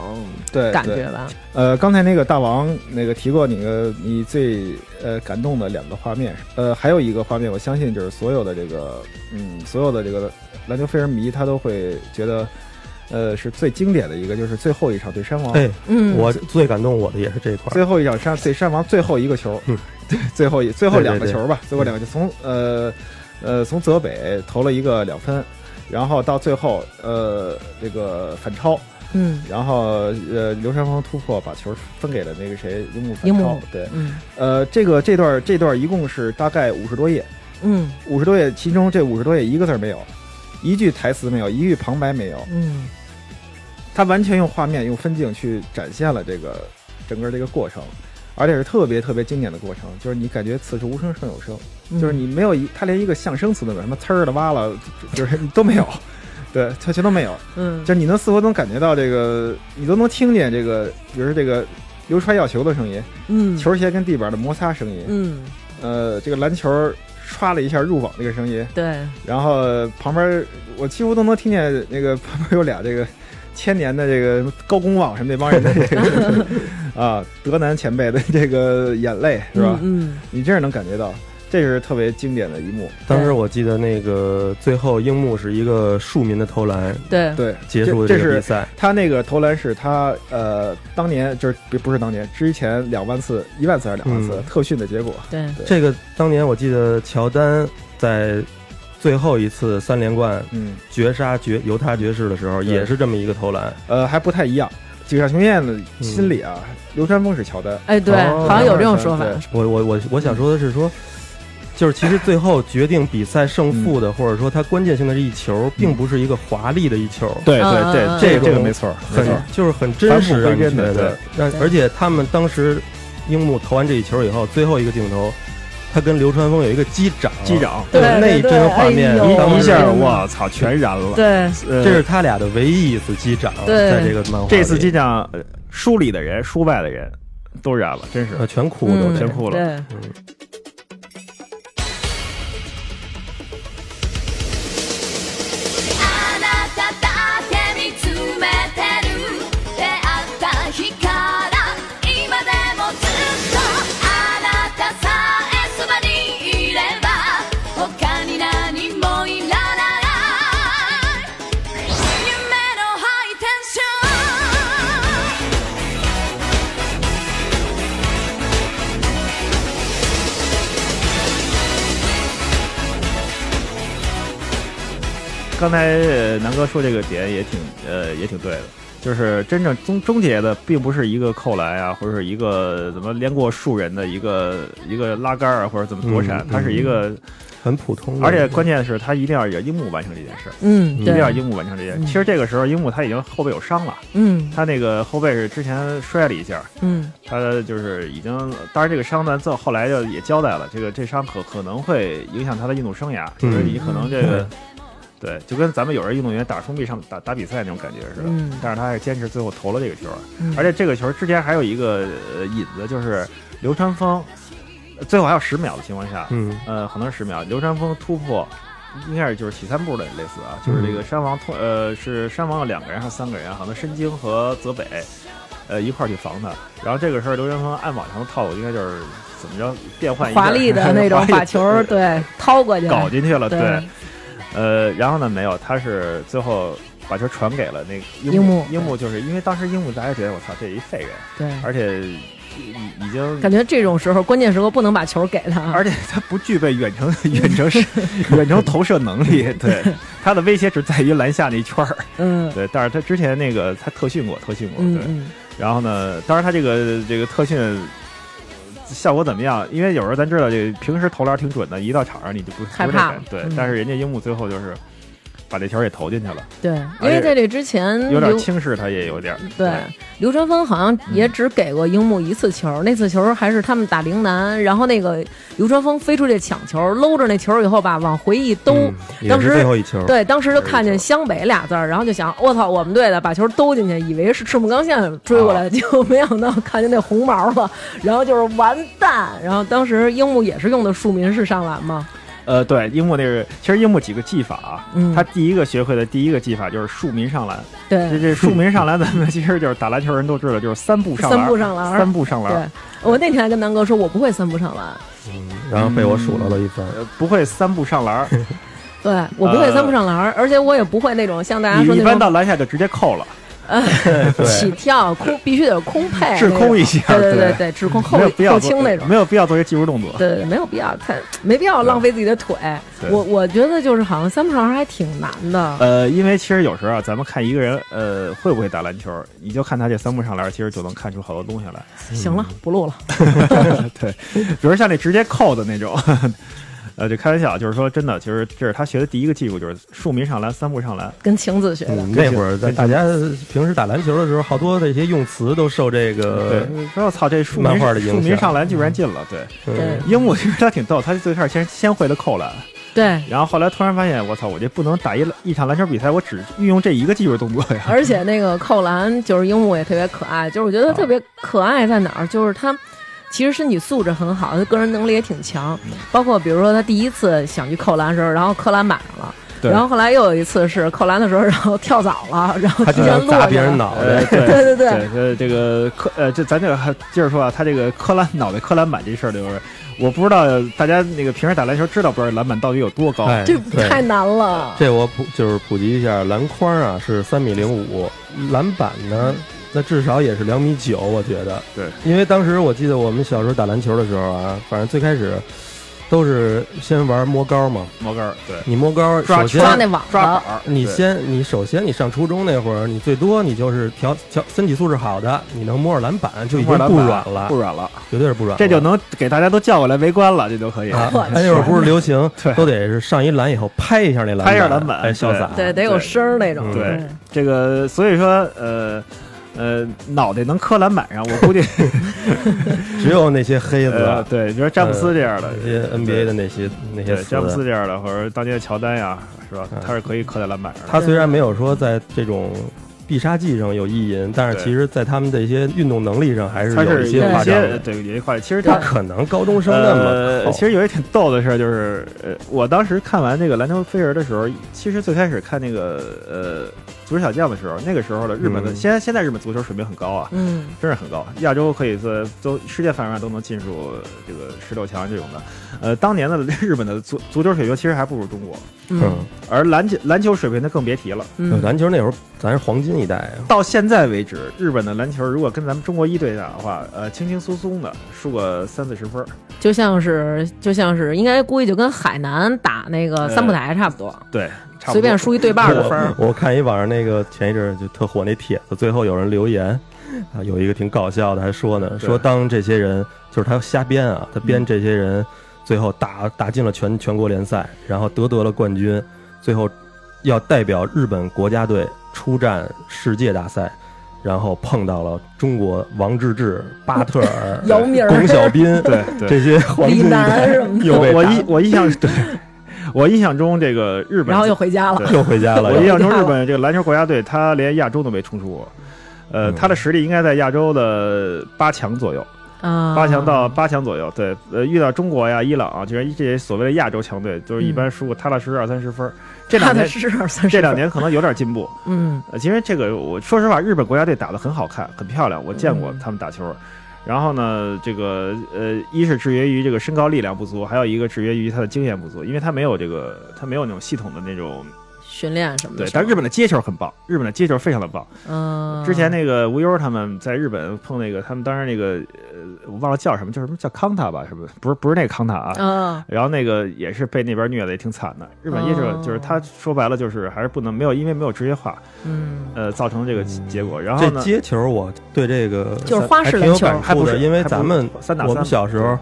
Speaker 3: 对
Speaker 1: 感。
Speaker 3: 对
Speaker 1: 觉吧。
Speaker 3: 呃，刚才那个大王那个提过你个你最呃感动的两个画面，呃，还有一个画面，我相信就是所有的这个嗯，所有的这个篮球飞人迷他都会觉得，呃，是最经典的一个，就是最后一场 对山王，
Speaker 2: 哎，
Speaker 1: 嗯，
Speaker 2: 我最感动我的也是这一块
Speaker 3: 最
Speaker 2: 儿，
Speaker 3: 后一场山对山王最后一个球，
Speaker 2: 嗯
Speaker 3: 对，最后一最后
Speaker 2: 对对
Speaker 3: 两个
Speaker 2: 对
Speaker 3: 球吧，最后两个球从呃呃从泽北投了一个两分，然后到最后呃这个反超，
Speaker 1: 嗯
Speaker 3: 然后呃刘山峰突破把球分给了那个谁樱木
Speaker 1: 樱
Speaker 3: 反超
Speaker 1: 木，
Speaker 3: 对。
Speaker 1: 嗯
Speaker 3: 呃，这个这段这段一共是大概五十多页，
Speaker 1: 嗯
Speaker 3: 五十多页，其中这五十多页一个字儿没有，一句台词没有，一句旁白没有，
Speaker 1: 嗯
Speaker 3: 他完全用画面、用分镜去展现了这个整个这个过程，而且是特别特别经典的过程，就是你感觉此处无声胜有声，
Speaker 1: 嗯，
Speaker 3: 就是你没有一，他连一个象声词都没有，什么呲儿的、哇了，就是都没有，对，他全都没有，
Speaker 1: 嗯
Speaker 3: 就是你能似乎能感觉到这个，你都能听见这个，比如说这个流传药球的声音，
Speaker 1: 嗯
Speaker 3: 球鞋跟地板的摩擦声音，
Speaker 1: 嗯
Speaker 3: 呃，这个篮球儿唰了一下入网这个声音，
Speaker 1: 对
Speaker 3: 然后旁边儿我几乎都能听见那个旁边有俩这个千年的这个高公望什么那帮人的这 个啊德南前辈的这个眼泪是吧？
Speaker 1: 嗯
Speaker 3: 你真是能感觉到，这是特别经典的一幕。
Speaker 2: 当时我记得那个最后樱木是一个庶民的投篮
Speaker 1: 嗯对
Speaker 3: 对，
Speaker 2: 结束
Speaker 3: 这
Speaker 2: 了
Speaker 3: 这
Speaker 2: 个比
Speaker 3: 是
Speaker 2: 赛，
Speaker 3: 他那个投篮是他呃当年就是不不是当年之前两万次一万次还是两万次、
Speaker 2: 嗯
Speaker 3: 特训的结果。
Speaker 1: 对
Speaker 2: 这个当年我记得乔丹在最后一次三连冠
Speaker 3: 嗯，
Speaker 2: 绝杀绝犹他爵士的时候，
Speaker 3: 对
Speaker 2: 也是这么一个投篮，
Speaker 3: 呃还不太一样。井上雄彦的心里啊，流川枫是乔丹，
Speaker 1: 哎对，
Speaker 2: 哦
Speaker 1: 好像有这种说法
Speaker 3: 对，
Speaker 2: 我我我我想
Speaker 3: 嗯
Speaker 2: 说的是说，就是其实最后决定比赛胜
Speaker 3: 嗯
Speaker 2: 负的，或者说它关键性的是一球，并不是一个华丽的一球，
Speaker 3: 对
Speaker 1: 嗯嗯嗯
Speaker 3: 这
Speaker 2: 嗯
Speaker 3: 这个没错，没
Speaker 2: 很
Speaker 3: 错。
Speaker 2: 就是很真实
Speaker 3: 反
Speaker 2: 让
Speaker 3: 璞
Speaker 2: 你
Speaker 3: 归
Speaker 2: 觉
Speaker 3: 真的
Speaker 2: 得。让
Speaker 1: 对
Speaker 2: 而且他们当时樱木投完这一球以后，最后一个镜头，他跟流川枫有一个击掌，
Speaker 3: 机长
Speaker 1: 对
Speaker 2: 那
Speaker 1: 对
Speaker 2: 一
Speaker 1: 对
Speaker 2: 帧画面
Speaker 1: 哎呦
Speaker 2: 当时
Speaker 3: 一下，
Speaker 1: 嗯
Speaker 3: 我操，全燃了。
Speaker 1: 对
Speaker 3: 呃
Speaker 2: 这是他俩的唯一一次击掌，
Speaker 1: 对
Speaker 2: 在这个漫画里
Speaker 3: 这次机长，呃书里的人、书外的人都燃了，真是。
Speaker 2: 呃全哭
Speaker 1: 嗯
Speaker 2: 了，
Speaker 3: 全哭了
Speaker 1: 对
Speaker 2: 嗯
Speaker 5: あなただけ見つめてる出会った日から今でもずっとあなたさえそばにいれば他に何もいらない夢のハイテンション
Speaker 3: 刚才呃南哥说这个点也挺呃也挺对的，就是真正终终结的并不是一个扣篮啊，或者是一个怎么连过树人的一个一个拉杆啊，或者怎么躲闪，
Speaker 2: 嗯
Speaker 3: 它是一个，
Speaker 2: 很普通的，
Speaker 3: 而且关键是他一定要有樱木完成这件事儿。
Speaker 1: 嗯
Speaker 2: 一
Speaker 3: 一定要
Speaker 1: 对
Speaker 3: 樱木完成这件事。
Speaker 1: 嗯
Speaker 3: 其实这个时候，樱木他已经后背有伤了，
Speaker 1: 嗯
Speaker 3: 他那个后背是之前摔了一下，
Speaker 1: 嗯
Speaker 3: 他就是已经，当然这个伤呢，在后来就也交代了，这个这伤可可能会影响他的运动生涯，就
Speaker 2: 嗯
Speaker 3: 是你可能这个， 对，就跟咱们有人运动员打冲壁上打打比赛那种感觉似的。
Speaker 1: 嗯
Speaker 3: 但是他还是坚持最后投了这个球，
Speaker 1: 嗯
Speaker 3: 而且这个球之前还有一个呃引子，就是刘川枫呃最后还有十秒的情况下，
Speaker 2: 嗯
Speaker 3: 呃，可能是十秒，刘川枫突破。应该是就是起三步的类似啊，就是这个山王通呃是山王有两个人还是三个人啊，好像申京和泽北，呃一块儿去防他。然后这个时候刘川枫按往常的套路，应该就是怎么着变换一下
Speaker 1: 华丽的那种
Speaker 3: 华丽
Speaker 1: 把球 儿对掏过去，
Speaker 3: 搞进去了，
Speaker 1: 对
Speaker 3: 对。呃，然后呢没有，他是最后把球传给了那个
Speaker 1: 樱
Speaker 3: 樱
Speaker 1: 木嗯
Speaker 3: 樱木就是因为当时樱木大家觉得我操这一废人，
Speaker 1: 对，
Speaker 3: 而且已已经
Speaker 1: 感觉这种时候关键时刻不能把球给他，啊
Speaker 3: 而且他不具备远程远 程射远程投射能力，对他的威胁只在于篮下那一圈儿。
Speaker 1: 嗯
Speaker 3: 对，但是他之前那个他特训过，特训过，
Speaker 1: 嗯
Speaker 3: 对。
Speaker 1: 嗯
Speaker 3: 然后呢，当然他这个这个特训效果怎么样？因为有时候咱知道这个平时投篮挺准的，一到场上你就不
Speaker 1: 害怕
Speaker 3: 不是那感觉对，
Speaker 1: 嗯
Speaker 3: 但是人家樱木最后就是把这条也投进去了，
Speaker 1: 对，因
Speaker 3: 而且
Speaker 1: 为在这之前
Speaker 3: 有点
Speaker 1: 刘
Speaker 3: 轻嗯视他也有点儿。
Speaker 1: 嗯对刘传峰好像也只给过樱木一次球，那次球还是他们打陵南，然后那个刘传峰飞出去抢球，搂着那球以后吧，往回一兜。
Speaker 2: 嗯也
Speaker 1: 当
Speaker 2: 是
Speaker 1: 时
Speaker 2: 最后一球，
Speaker 1: 对，当时就看
Speaker 3: 有
Speaker 1: 见“
Speaker 3: 一球
Speaker 1: 湘北”俩字儿，然后就想，我操，我们队的把球兜进去，以为是赤木刚宪追过
Speaker 3: 啊
Speaker 1: 来，结果没想到看见那红毛了， 然后就是完蛋。然后当时樱木也是用的庶民式上篮嘛，
Speaker 3: 呃，对，樱木那个，其实樱木几个技法啊，
Speaker 1: 嗯
Speaker 3: 他第一个学会的第一个技法就是庶民上篮。这
Speaker 1: 对。
Speaker 3: 这庶民上篮，咱 们其实就是打篮球人都知道，就是三步上篮，
Speaker 1: 三步上篮
Speaker 3: 三步上
Speaker 1: 对
Speaker 3: 篮。，
Speaker 1: 我那天还跟南哥说，我不会三步上篮，
Speaker 2: 然后被我数落了一番。
Speaker 3: 呃，不会三步上篮，
Speaker 1: 对我不会
Speaker 3: 呃
Speaker 1: 三步上篮，而且我也不会那种像大家说
Speaker 3: 你
Speaker 1: 那
Speaker 3: 一般
Speaker 1: 种
Speaker 3: 到篮下就直接扣了，
Speaker 1: 起跳空必须得是空配，
Speaker 3: 滞空一下
Speaker 1: 那个对
Speaker 3: 对
Speaker 1: 对对，滞空后
Speaker 3: 没有必要
Speaker 1: 后
Speaker 3: 做
Speaker 1: 倾那种。
Speaker 3: 没有必要做这技术动作。
Speaker 1: 对对对，没有必要，太没必要浪费自己的腿。
Speaker 3: 对
Speaker 1: 我我觉得就是好像三步上篮还挺难的。
Speaker 3: 呃，因为其实有时候啊，咱们看一个人，呃，会不会打篮球，你就看他这三步上篮，其实就能看出好多东西来。
Speaker 1: 行了，不录了。
Speaker 3: 对，比如像那直接扣的那种，呃，就开玩笑，就是说真的，就是这是他学的第一个技术，就是庶民上篮，三步上篮。
Speaker 1: 跟晴子学的。
Speaker 2: 嗯，那会儿在大家平时打篮球的时候，好多这些用词都受这
Speaker 3: 对
Speaker 2: 个，
Speaker 3: 说我操，这庶
Speaker 2: 漫
Speaker 3: 民
Speaker 2: 画的影
Speaker 3: 庶民
Speaker 2: 响
Speaker 3: 上篮居然进了。对，
Speaker 1: 对
Speaker 2: 嗯
Speaker 3: 樱木其实他挺逗，他最开始先先会了扣篮，
Speaker 1: 对，
Speaker 3: 然后后来突然发现，我操，我这不能打一一场篮球比赛，我只运用这一个技术动作呀。
Speaker 1: 而且那个扣篮就是樱木也特别可爱，就是我觉得特别可爱在哪儿，就是他。其实身体素质很好，他个人能力也挺强，包括比如说他第一次想去扣篮的时候，然后扣篮满上了，
Speaker 3: 对
Speaker 1: 然后后来又有一次是扣篮的时候，然后跳蚤了， 然后
Speaker 2: 他
Speaker 1: 居
Speaker 2: 经
Speaker 1: 然
Speaker 2: 常
Speaker 1: 落
Speaker 2: 砸
Speaker 1: 下
Speaker 2: 别人
Speaker 1: 了
Speaker 2: 脑
Speaker 3: 呃
Speaker 2: 袋，，
Speaker 3: 对
Speaker 1: 对对对
Speaker 3: 对，呃，这个柯呃，这咱这个还接着说啊，他这个柯篮脑袋柯篮板这事儿，就是我不知道大家那个平时打篮球知道不知道篮板到底有多高？
Speaker 2: 哎，
Speaker 1: 这
Speaker 2: 对
Speaker 1: 太难了。
Speaker 2: 这我普就是普及一下，篮筐啊是三米零五，篮板呢，那至少也是两米九，我觉得。
Speaker 3: 嗯对，
Speaker 2: 因为当时我记得我们小时候打篮球的时候啊，反正最开始都是先玩摸高嘛，
Speaker 3: 毛杆儿，对，
Speaker 2: 你摸高，
Speaker 3: 抓
Speaker 2: 首
Speaker 1: 抓
Speaker 2: 先
Speaker 1: 那网
Speaker 3: 抓
Speaker 1: 了
Speaker 3: 板，儿，
Speaker 2: 你
Speaker 3: 对
Speaker 2: 先你首先你上初中那会儿，你最多你就是调调身体素质好的，你能摸着篮板就已经
Speaker 3: 摸篮
Speaker 2: 不
Speaker 3: 板
Speaker 2: 软了
Speaker 3: 不，软了，
Speaker 2: 绝对是不软了，
Speaker 3: 这就能给大家都叫过来围观了，这就可以。
Speaker 2: 啊
Speaker 1: 我去！
Speaker 2: 那会儿不是流行
Speaker 3: 对，
Speaker 2: 都得是上一篮以后拍一下那篮板，
Speaker 3: 拍一下篮板
Speaker 2: 哎，潇洒。
Speaker 1: 对，得有
Speaker 3: 对
Speaker 1: 声儿那种。
Speaker 2: 嗯
Speaker 3: 对，这个所以说呃。呃，脑袋能磕篮板上，我估 计，
Speaker 2: 只有那些黑子
Speaker 3: 呃，
Speaker 2: 啊，
Speaker 3: 对，比如詹姆斯这样的，
Speaker 2: 那呃些 NBA 的嗯那些那些
Speaker 3: 对，詹姆
Speaker 2: 词
Speaker 3: 斯这样的，或者当年的乔丹呀，是吧？他是可以磕在篮板上的。
Speaker 2: 他虽然没有说在这种必杀技上有意淫，但是
Speaker 3: 对
Speaker 2: 其实在他们的一些运动能力上还是
Speaker 3: 他
Speaker 2: 有
Speaker 3: 是
Speaker 2: 一
Speaker 3: 有
Speaker 2: 些
Speaker 3: 一
Speaker 2: 夸张
Speaker 3: 些
Speaker 2: 的。
Speaker 3: 对有一些夸张。其实
Speaker 2: 不
Speaker 3: 他
Speaker 2: 可能高中生那么
Speaker 3: 呃，
Speaker 2: 高
Speaker 3: 其实有一挺逗的事儿，就是呃，我当时看完那个篮球飞人的时候，其实最开始看那个呃足球小将的时候，那个时候的日本的，
Speaker 2: 嗯
Speaker 3: 现在现在日本足球水平很高啊，
Speaker 1: 嗯，
Speaker 3: 真是很高，亚洲可以说都世界范围上都能进入这个十六强这种的。呃，当年的日本的足足球水平其实还不如中国，
Speaker 1: 嗯
Speaker 3: 而篮球篮球水平那更别提了。
Speaker 2: 嗯，
Speaker 1: 嗯，
Speaker 2: 篮球那会儿咱是黄金一代啊，
Speaker 3: 到现在为止，日本的篮球如果跟咱们中国一对打的话，呃，轻轻松松的输个三四十分儿。
Speaker 1: 就像是就像是，应该估计就跟海南打那个三步台差不多，
Speaker 3: 对，差不多
Speaker 1: 随便输一对半儿的分儿。、
Speaker 2: 我我看一网上那个前一阵儿就特火那帖子，最后有人留言啊，有一个挺搞笑的，还说呢，
Speaker 3: 对
Speaker 2: 说当这些人就是他瞎编啊，他编这些人最后打打进了全全国联赛，然后得得了冠军，最后要代表日本国家队出战世界大赛。然后碰到了中国王治郅、巴特尔
Speaker 1: 姚明儿
Speaker 2: 龚 小斌，
Speaker 3: 对对
Speaker 2: 这些黄金
Speaker 1: 李
Speaker 2: 一
Speaker 1: 楠
Speaker 2: 代
Speaker 1: 什么的，
Speaker 2: 又被
Speaker 3: 我我
Speaker 2: 打
Speaker 3: 印我印 象对，我印象中这个日本，
Speaker 1: 然后又回家了。
Speaker 2: 又回家了
Speaker 3: 我
Speaker 2: 又。
Speaker 3: 印象 中日本这个篮球国家队，他连亚洲都没冲出过。呃，
Speaker 2: 嗯
Speaker 3: 他的实力应该在亚洲的八强左右，
Speaker 1: 啊，
Speaker 3: 八强 到八强左右。对，呃，遇到中国呀、伊朗啊，就是这些所谓的亚洲强队，就是一
Speaker 1: 嗯
Speaker 3: 般输个踏踏实实二三十分儿。这两
Speaker 1: 他的
Speaker 3: 年，
Speaker 1: 是二三十
Speaker 3: 这两
Speaker 1: 分，
Speaker 3: 年可能有点进步。
Speaker 1: 嗯，
Speaker 3: 呃，其实这个我说实话，日本国家队打得很好看，很漂亮，我见过
Speaker 1: 嗯
Speaker 3: 他们打球。然后呢，这个呃，一是制约于这个身高力量不足，还有一个制约于他的经验不足，因为他没有这个他没有那种系统的那种
Speaker 1: 训练什么的
Speaker 3: 对。
Speaker 1: 是吧。
Speaker 3: 但日本的接球很棒，日本的接球非常的棒。
Speaker 1: 嗯，
Speaker 3: 之前那个吴优他们在日本碰那个，他们当时那个呃，我忘了叫什么，叫什么叫康塔吧，是不是？不是不是那个康塔啊。
Speaker 1: 啊，
Speaker 3: 然后那个也是被那边虐的也挺惨的，日本接球
Speaker 1: 哦
Speaker 3: 就是他说白了就是还是不能没有因为没有职业化，
Speaker 1: 嗯，
Speaker 3: 呃，造成这个结果。然后
Speaker 2: 这
Speaker 3: 呢，
Speaker 2: 接球我对这个
Speaker 1: 就是花式
Speaker 2: 还挺有
Speaker 1: 篮球
Speaker 2: 感触的
Speaker 3: 还不是
Speaker 2: 因为咱们
Speaker 3: 还不是三打三
Speaker 2: 我们小时候，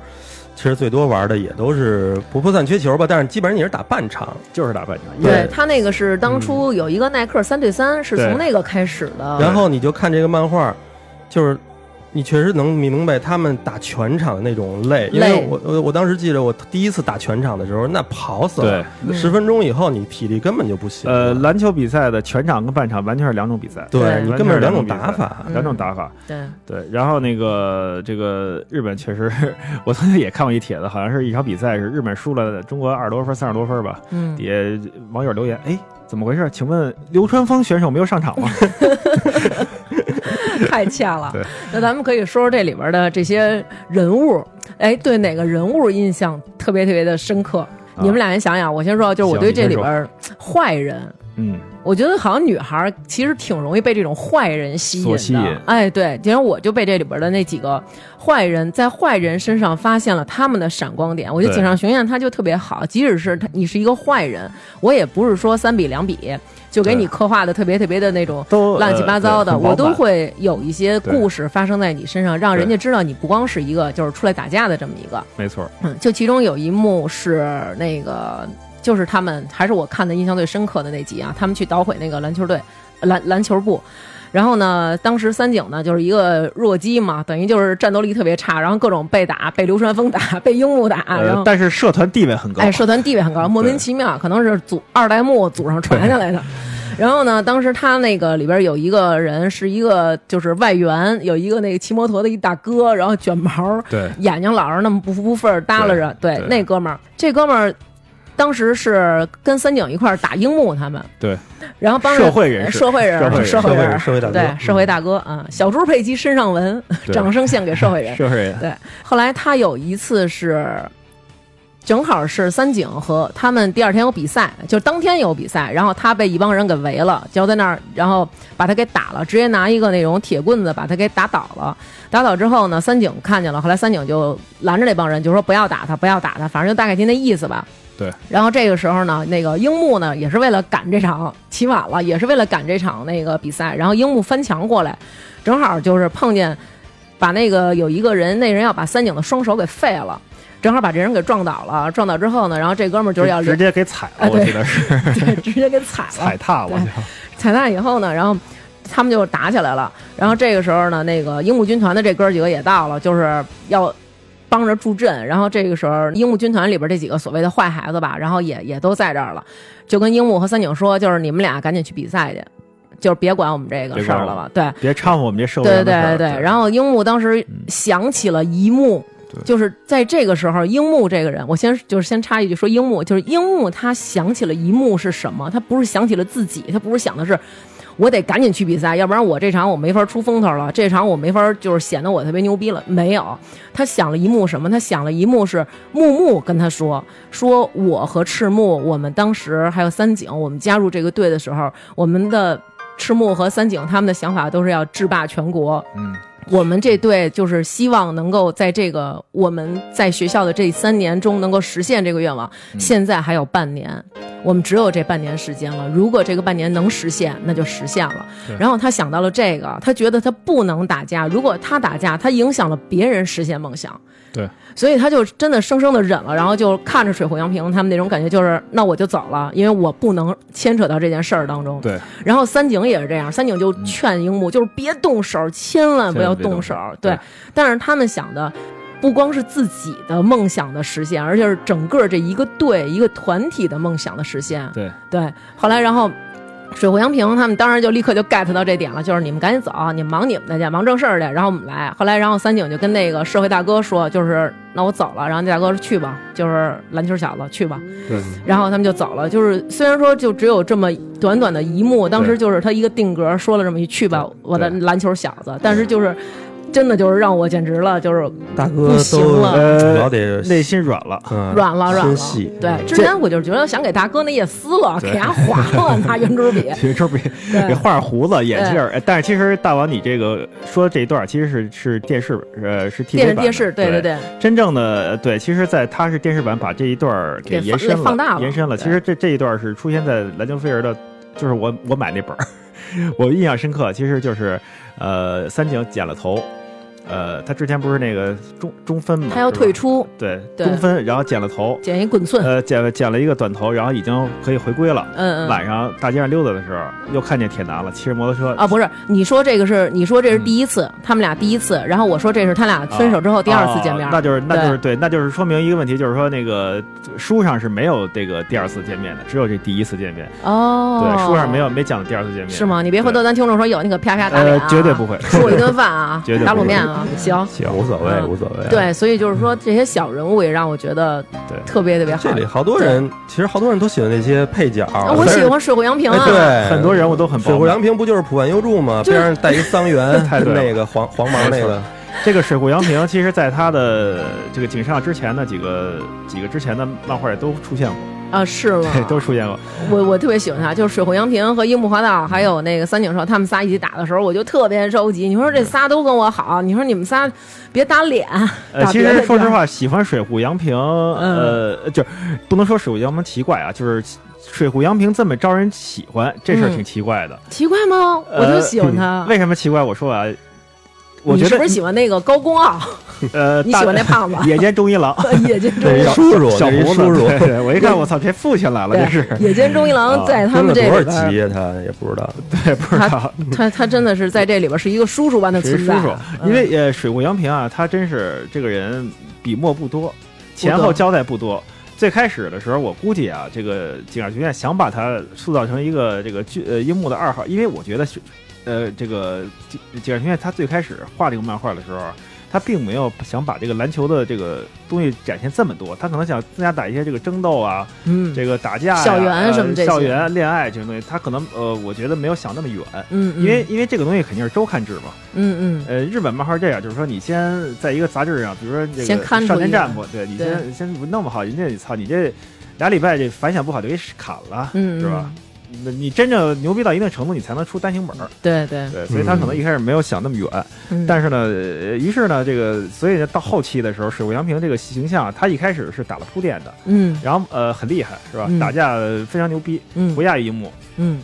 Speaker 2: 其实最多玩的也都是不破散缺球吧，但是基本上你是打半场，
Speaker 3: 就是打半场。
Speaker 1: 对他那个是当初有一个耐克三对三，是
Speaker 3: 嗯对
Speaker 1: 从那个开始的。
Speaker 2: 然后你就看这个漫画，就是你确实能明白他们打全场的那种累，因为
Speaker 1: 累
Speaker 2: 我我我当时记得我第一次打全场的时候，那跑死了，
Speaker 1: 嗯
Speaker 2: 十分钟以后你体力根本就不行了，
Speaker 3: 呃，篮球比赛的全场跟半场完全是两种比赛，
Speaker 1: 对
Speaker 2: 对你根本是两种
Speaker 3: 完全是
Speaker 2: 打
Speaker 3: 两种比赛
Speaker 2: 法，
Speaker 1: 嗯
Speaker 3: 两种打法。
Speaker 1: 对，
Speaker 3: 对，然后那个这个日本确实， 我曾经也看过一帖子，好像是一场比赛是日本输了中国二十多分、三十多分吧，
Speaker 1: 嗯，
Speaker 3: 底下网友留言，哎，怎么回事？请问流川枫选手没有上场吗？
Speaker 1: 太恰了
Speaker 3: 对。
Speaker 1: 那咱们可以说说这里边的这些人物，哎，对哪个人物印象特别特别的深刻？
Speaker 3: 啊
Speaker 1: 你们俩人想想，我先说，就是我
Speaker 3: 行
Speaker 1: 对
Speaker 3: 你
Speaker 1: 这
Speaker 3: 先
Speaker 1: 里
Speaker 3: 说
Speaker 1: 边儿坏人，
Speaker 3: 嗯，
Speaker 1: 我觉得好像女孩儿其实挺容易被这种坏人吸引的。
Speaker 3: 所吸引
Speaker 1: 哎，对，其实我就被这里边的那几个坏人在坏人身上发现了他们的闪光点。我觉得
Speaker 3: 对
Speaker 1: 井上雄彦他就特别好，即使是他你是一个坏人，我也不是说三比两比就给你
Speaker 3: 对
Speaker 1: 刻画的特别特别的那种
Speaker 3: 都
Speaker 1: 乱七八糟的，
Speaker 3: 呃
Speaker 1: 我都。会有一些
Speaker 3: 对
Speaker 1: 故事发生在你身上，让人家知道你不光是一个就是出来打架的这么一个。
Speaker 3: 很丰满
Speaker 1: 嗯，就其中有一幕是那个，就是他们还是我看的印象最深刻的那集啊，他们去捣毁那个篮球队篮篮球部。然后呢，当时三井呢就是一个弱鸡嘛，等于就是战斗力特别差，然后各种被打，被流川枫打， 被樱木打，
Speaker 3: 没错，
Speaker 1: 啊然后
Speaker 3: 呃，但是社团地位很高。
Speaker 1: 哎，社团地位很高，莫名
Speaker 3: 对
Speaker 1: 其妙，可能是祖二代目祖上传下来 的。然后呢，当时他那个里边有一个人是一个就是外援，有一个那个骑摩托的一大哥，然后卷毛，
Speaker 3: 对
Speaker 1: 眼睛老是那么不服不忿儿耷拉着，对
Speaker 3: 对
Speaker 1: 那哥们儿，这哥们儿当时是跟三井一块儿打樱木他们，
Speaker 3: 对，
Speaker 1: 然后帮着
Speaker 3: 社会人士
Speaker 1: 社会人
Speaker 3: 社会人
Speaker 1: 社
Speaker 2: 社会
Speaker 1: 人
Speaker 2: 人社会大哥
Speaker 1: 对
Speaker 2: 嗯
Speaker 1: 社会大哥啊，小猪佩奇身上纹，
Speaker 3: 对
Speaker 1: 掌声献给社会人，
Speaker 3: 社会人，
Speaker 1: 对，后来他有一次是，正好是三井和他们第二天有比赛，就是当天有比赛，然后他被一帮人给围了，就在那儿，然后把他给打了，直接拿一个那种铁棍子把他给打倒了。打倒之后呢，三井看见了，后来三井就拦着那帮人，就说不要打他，不要打他，反正就大概就那意思吧。
Speaker 3: 对，
Speaker 1: 然后这个时候呢，那个樱木呢，也是为了赶这场起晚了，也是为了赶这场那个比赛，然后樱木翻墙过来，正好就是碰见把那个有一个人，那人要把三井的双手给废了，正好把这人给撞倒了。撞倒之后呢，然后这哥们儿就是要
Speaker 3: 直接给踩
Speaker 1: 哎
Speaker 3: 了，我
Speaker 1: 对
Speaker 3: 记得 是
Speaker 1: 对直接给踩了，
Speaker 3: 踩踏了，
Speaker 1: 对踩踏以后呢，然后他们就打起来了。然后这个时候呢，那个樱木军团的这哥几个也到了，就是要帮着助阵。然后这个时候，樱木军团里边这几个所谓的坏孩子吧，然后也也都在这儿了，就跟樱木和三井说，就是你们俩赶紧去比赛去，就是别管我们这个
Speaker 3: 别
Speaker 1: 事儿
Speaker 3: 管
Speaker 1: 了
Speaker 3: 我
Speaker 1: 吧。对，
Speaker 3: 别掺和我们这社会
Speaker 1: 对
Speaker 3: 人的
Speaker 1: 对
Speaker 3: 事儿。嗯
Speaker 1: 对对，然后樱木当时想起了一幕，
Speaker 3: 对
Speaker 1: 就是在这个时候，樱木这个人，我先就是先插一句说樱木，就是樱木他想起了一幕是什么？他不是想起了自己，他不是想的是。我得赶紧去比赛，要不然我这场我没法出风头了，这场我没法就是显得我特别牛逼了。没有，他想了一幕什么？他想了一幕是木木跟他说，说我和赤木，我们当时还有三井，我们加入这个队的时候，我们的赤木和三井他们的想法都是要制霸全国。
Speaker 3: 嗯，
Speaker 1: 我们这队就是希望能够在这个我们在学校的这三年中能够实现这个愿望。现在还有半年，我们只有这半年时间了。如果这个半年能实现，那就实现了。
Speaker 3: 对
Speaker 1: 然后他想到了这个，他觉得他不能打架，如果他打架，他影响了别人实现梦想。
Speaker 3: 对，
Speaker 1: 所以他就真的生生的忍了，然后就看着水户洋平他们那种感觉，就是那我就走了，因为我不能牵扯到这件事儿当中。
Speaker 3: 对，
Speaker 1: 然后三井也是这样，三井就劝樱木，就是别动手，千万不要动手
Speaker 3: 千万。别动手
Speaker 1: 对
Speaker 3: 对，
Speaker 1: 但是他们想的不光是自己的梦想的实现，而且是整个这一个队、一个团体的梦想的实现。
Speaker 3: 对
Speaker 1: 对，后来然后。水户洋平他们当然就立刻就 get 到这点了，就是你们赶紧走，啊你们忙你们的去，忙正事儿去，然后我们来。后来，然后三井就跟那个社会大哥说，就是那我走了，然后那大哥说去吧，就是篮球小子去吧。
Speaker 2: 嗯
Speaker 3: 对，
Speaker 1: 然后他们就走了。就是虽然说就只有这么短短的一幕，当时就是他一个定格说了这么一去吧，我的篮球小子，但是就是真的就是让我简直了，就是
Speaker 2: 大哥
Speaker 1: 不行
Speaker 2: 都
Speaker 1: 了
Speaker 2: 主
Speaker 3: 呃
Speaker 2: 要，得
Speaker 3: 内心软了。
Speaker 2: 嗯
Speaker 1: 软了软了
Speaker 2: 心细。。
Speaker 1: 对，
Speaker 3: 嗯
Speaker 1: 之前我就觉得想给大哥那页撕了，给他划 了，拿圆珠笔。
Speaker 3: 其实就是比
Speaker 1: 对
Speaker 3: 给画上胡子、眼镜儿，哎但是其实大王，你这个说这一段儿其实是是电视，呃，是 TV
Speaker 1: 电视
Speaker 3: 版的
Speaker 1: 电视，对
Speaker 3: 对
Speaker 1: 对，对，
Speaker 3: 真正的呃对，其实，在它是电视版把这一段儿
Speaker 1: 给放
Speaker 3: 延伸了，
Speaker 1: 放大了
Speaker 3: 延伸了。
Speaker 1: 对
Speaker 3: 其实这这一段儿是出现在篮球飞人的，就是我 我买那本儿，我印象深刻，其实就是呃，三井剪了头。呃，他之前不是那个中中分嘛，
Speaker 1: 他要
Speaker 3: 嗯是吧
Speaker 1: 退，出，
Speaker 3: 对，
Speaker 1: 对
Speaker 3: 中分，然后剪了头，
Speaker 1: 剪一滚寸，
Speaker 3: 呃，剪剪了一个短头，然后已经可以回归了。
Speaker 1: 嗯嗯。
Speaker 3: 晚上大街上溜达的时候，又看见铁男了，骑着摩托车
Speaker 1: 啊，不是，你说这个是，你说这是
Speaker 3: 嗯
Speaker 1: 第一次，他们俩第一次，然后我说这是他俩分手之后第二次见面
Speaker 3: 哦，那就是那就是对，那就是说明一个问题，就是说那个书上是没有这个第二次见面的，只有这第一次见面。
Speaker 1: 哦，
Speaker 3: 对，书上没有没讲第二次见面，
Speaker 1: 是？吗？你别回头咱听众说有那个啪啪打
Speaker 3: 呃
Speaker 1: 脸、啊，
Speaker 3: 绝对不会
Speaker 1: 吃我一顿饭啊
Speaker 3: 绝对，不
Speaker 1: 打卤
Speaker 3: 会
Speaker 1: 面啊，行。
Speaker 2: 行，无所谓，
Speaker 1: 嗯
Speaker 2: 无所谓。，啊
Speaker 1: 对，所以就是说这些小人物也让我觉得
Speaker 3: 对
Speaker 1: 特别特别好
Speaker 2: 这。里好多人，其实好多人都喜欢那些配角。
Speaker 1: 啊我喜欢水户洋平
Speaker 2: 哎，
Speaker 1: 啊，
Speaker 2: 对，
Speaker 3: 很多人物都很
Speaker 2: 水
Speaker 3: 饱
Speaker 2: 户洋
Speaker 3: 满。
Speaker 2: 平不就是浦万优助吗？
Speaker 1: 就
Speaker 2: 边
Speaker 1: 是
Speaker 2: 上带一桑园，
Speaker 3: 太对了
Speaker 2: 那个 黄黄毛那个，
Speaker 3: 这个水户洋平，其实在他的这个井上之前的几个几个之前的漫画也都出现过，
Speaker 1: 啊，是吗？
Speaker 3: 对，都出现过。
Speaker 1: 我我特别喜欢他，就是水户洋平和樱木花道，还有那个三井寿，他们仨一起打的时候，我就特别着急。你说这仨都跟我好，你说你们仨别打脸。
Speaker 3: 呃，
Speaker 1: 打
Speaker 3: 其
Speaker 1: 别
Speaker 3: 实
Speaker 1: 的
Speaker 3: 说
Speaker 1: 地
Speaker 3: 实
Speaker 1: 儿，
Speaker 3: 话，喜欢水户洋平，
Speaker 1: 嗯
Speaker 3: 呃，就是不能说水户洋平奇怪啊，就是水户洋平这么招人喜欢，这事儿
Speaker 1: 嗯
Speaker 3: 挺奇怪的。
Speaker 1: 奇怪吗？我就喜欢他。
Speaker 3: 为什么奇怪？我说啊，我
Speaker 1: 你
Speaker 3: 觉
Speaker 1: 是
Speaker 3: 得
Speaker 1: 不是喜欢那个高公傲？
Speaker 3: 呃，
Speaker 1: 你
Speaker 3: 大
Speaker 1: 喜欢那啊胖子？
Speaker 3: 野间忠一郎，
Speaker 1: 野间忠
Speaker 2: 对
Speaker 1: 一
Speaker 2: 呀
Speaker 1: 郎，
Speaker 2: 叔叔
Speaker 3: 小
Speaker 2: 那是一
Speaker 3: 胡子
Speaker 2: 叔叔
Speaker 3: 对对我一看，我操，这父亲来了，这是
Speaker 1: 对，野间忠一郎在他
Speaker 2: 跟
Speaker 1: 们
Speaker 2: 了
Speaker 1: 这
Speaker 2: 多
Speaker 1: 里
Speaker 2: 少
Speaker 1: 边，
Speaker 2: 集呀啊他也不知道。
Speaker 3: 对，不知道
Speaker 1: 他他真的是在这里边是一个叔叔般的
Speaker 3: 谁是
Speaker 1: 存
Speaker 3: 叔
Speaker 1: 在
Speaker 3: 叔
Speaker 1: 啊。，
Speaker 3: 因为呃，水户洋平啊，他真是这个人笔墨不多，前后交代不多。最开始的时候，我估计啊，这个警察学院想把他塑造成一个这个剧呃樱木的二号，因为我觉得是呃这个警警察学院他最开始画这个漫画的时候，啊他并没有想把这个篮球的这个东西展现这么多，他可能想增加打一些这个争斗啊，
Speaker 1: 嗯，
Speaker 3: 这个打架呀、
Speaker 1: 校园什么这些
Speaker 3: 呃校园恋爱这种东西，他可能呃，我觉得没有想那么远，
Speaker 1: 嗯，嗯
Speaker 3: 因为因为这个东西肯定是周刊制嘛。
Speaker 1: 嗯嗯
Speaker 3: 呃，日本漫画是这样，就是说你先在一个杂志上，比如说这
Speaker 1: 先看出
Speaker 3: 个少年
Speaker 1: 一个
Speaker 3: 战部，对你
Speaker 1: 对
Speaker 3: 先先不弄不好，人家你操你这俩礼拜这反响不好就给砍了，
Speaker 1: 嗯，
Speaker 3: 是吧？那你真正牛逼到一定程度，你才能出单行本儿。
Speaker 1: 嗯？对对，
Speaker 3: 对，所以他可能一开始没有想那么远，
Speaker 1: 嗯
Speaker 3: 但是呢，呃于是呢，这个所以呢，到后期的时候，水户洋平这个形象，他一开始是打了铺垫的，
Speaker 1: 嗯
Speaker 3: 然后呃很厉害，是吧？
Speaker 1: 嗯
Speaker 3: 打架呃非常牛逼，
Speaker 1: 嗯
Speaker 3: 不亚于樱木，
Speaker 1: 嗯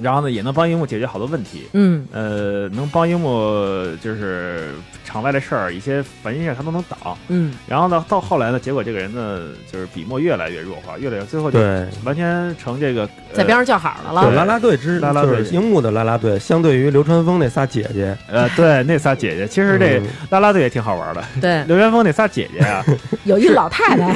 Speaker 3: 然后呢也能帮樱木解决好多问题。
Speaker 1: 嗯
Speaker 3: 呃，能帮樱木就是场外的事儿，一些烦心事儿他都能挡。
Speaker 1: 嗯
Speaker 3: 然后呢，到后来呢，结果这个人呢，就是笔墨越来越弱化，越来越最后就
Speaker 2: 对，
Speaker 3: 完全成这个、呃、
Speaker 1: 在边上叫好的
Speaker 2: 对
Speaker 1: 了。
Speaker 2: 啦啦队之
Speaker 3: 啦啦
Speaker 2: 就
Speaker 3: 队
Speaker 2: 是樱木的啦啦队，相对于流川枫那仨姐姐，
Speaker 3: 呃，对那仨姐姐，其实这
Speaker 2: 嗯
Speaker 3: 啦啦队也挺好玩的。
Speaker 1: 对，
Speaker 3: 刘元峰那仨姐姐 啊，
Speaker 1: 有一老太太，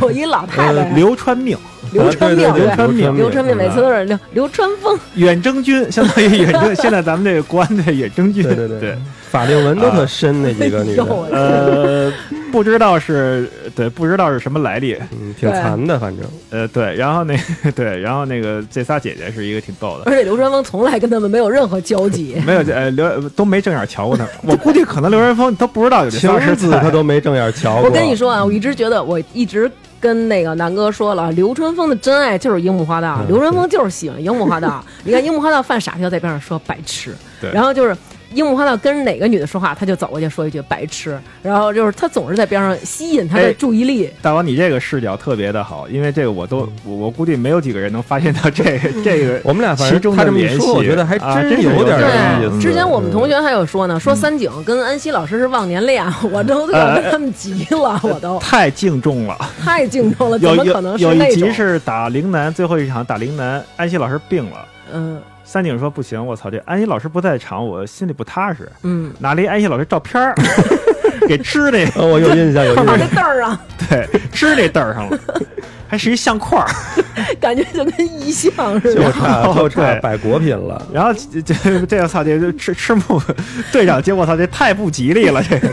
Speaker 1: 有一老太
Speaker 3: 呃，
Speaker 1: 太，
Speaker 3: 流川命、
Speaker 1: 流川
Speaker 2: 对
Speaker 1: 命，
Speaker 2: 啊对对
Speaker 1: 对
Speaker 3: 川命
Speaker 1: 流川命每次
Speaker 2: 都
Speaker 1: 都是流流川枫，
Speaker 3: 远征军，相当于远征，现在咱们这个国安队远征军，
Speaker 2: 对对对法令纹都特深 那几个女
Speaker 1: 哎呦
Speaker 2: 的，
Speaker 1: 我
Speaker 3: 呃，不知道是对，不知道是什么来历，
Speaker 2: 嗯，挺残的，反正
Speaker 3: 呃，对，然后那 对，然后那个这仨姐姐是一个挺逗的，。
Speaker 1: 而且流川枫从来跟他们没有任何交集
Speaker 3: 没有，呃，刘都没正眼瞧 过他。我估计可能刘仁峰都不知道有这
Speaker 2: 晴
Speaker 3: 仨是
Speaker 2: 子她都没正眼瞧过。
Speaker 1: 我跟你说啊，我一直觉得，我一直跟那个南哥说了，流川枫的真爱就是樱木花
Speaker 2: 嗯
Speaker 1: 道，流川枫就是喜欢樱木花 道。你看樱木花道犯傻就在边上说白痴，
Speaker 3: 对
Speaker 1: 然后就是。樱木花道跟哪个女的说话，他就走过去说一句“白痴”，然后就是他总是在边上吸引他
Speaker 3: 哎
Speaker 1: 的注意力。
Speaker 3: 大王，你这个视角特别的好，因为这个我都我我估计没有几个人能发现到这 个这个。
Speaker 2: 嗯 我们俩反
Speaker 3: 其中
Speaker 2: 正他这
Speaker 3: 的
Speaker 2: 么一
Speaker 3: 联系
Speaker 2: 说，我觉得还
Speaker 3: 啊真是
Speaker 2: 有点
Speaker 3: 有
Speaker 1: 对，
Speaker 2: 意思。
Speaker 1: 之前我
Speaker 3: 嗯
Speaker 1: 们同学还有说呢，说三井跟安西老师是忘年恋，啊我都
Speaker 3: 哎
Speaker 1: 要跟他们急了，我都
Speaker 3: 太敬重了，
Speaker 1: 太敬重了，怎
Speaker 3: 有
Speaker 1: 么可能
Speaker 3: 有有
Speaker 1: 那
Speaker 3: 一集
Speaker 1: 种？
Speaker 3: 是打陵南，最后一场打陵南，安西老师病了，
Speaker 1: 嗯
Speaker 3: 三井说不行，我操，这安西老师不在场，我心里不踏实，
Speaker 1: 嗯，
Speaker 3: 拿了一安西老师照片儿 给吃那
Speaker 2: 呃，我有印象，有印
Speaker 1: 放
Speaker 2: 象
Speaker 1: 这。凳儿啊，
Speaker 3: 对吃那凳儿上了，还是一相框儿，
Speaker 1: 感觉就跟遗像似
Speaker 2: 就
Speaker 1: 的。
Speaker 2: 差就差
Speaker 3: 对
Speaker 2: 摆果品了。
Speaker 3: 然后这这这我操，这这赤赤木队长接我操，这太不吉利了，这个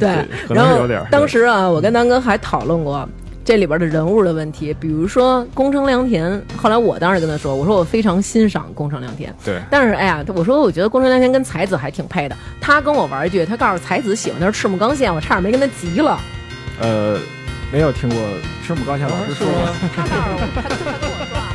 Speaker 1: 对，
Speaker 3: 可能
Speaker 1: 然
Speaker 3: 是
Speaker 1: 后
Speaker 3: 有点儿
Speaker 1: 当时啊，我跟南哥还讨论过。这里边的人物的问题，比如说宫城良田，后来我当时跟他说，我说我非常欣赏宫城良田，
Speaker 3: 对
Speaker 1: 但是哎呀，我说我觉得宫城良田跟才子还挺配的，他跟我玩一句，他告诉才子喜欢的是赤木刚宪，我差点没跟他急了。
Speaker 3: 呃，没有听过赤木刚宪老师说过。
Speaker 1: 他告诉我，他他跟我说啊。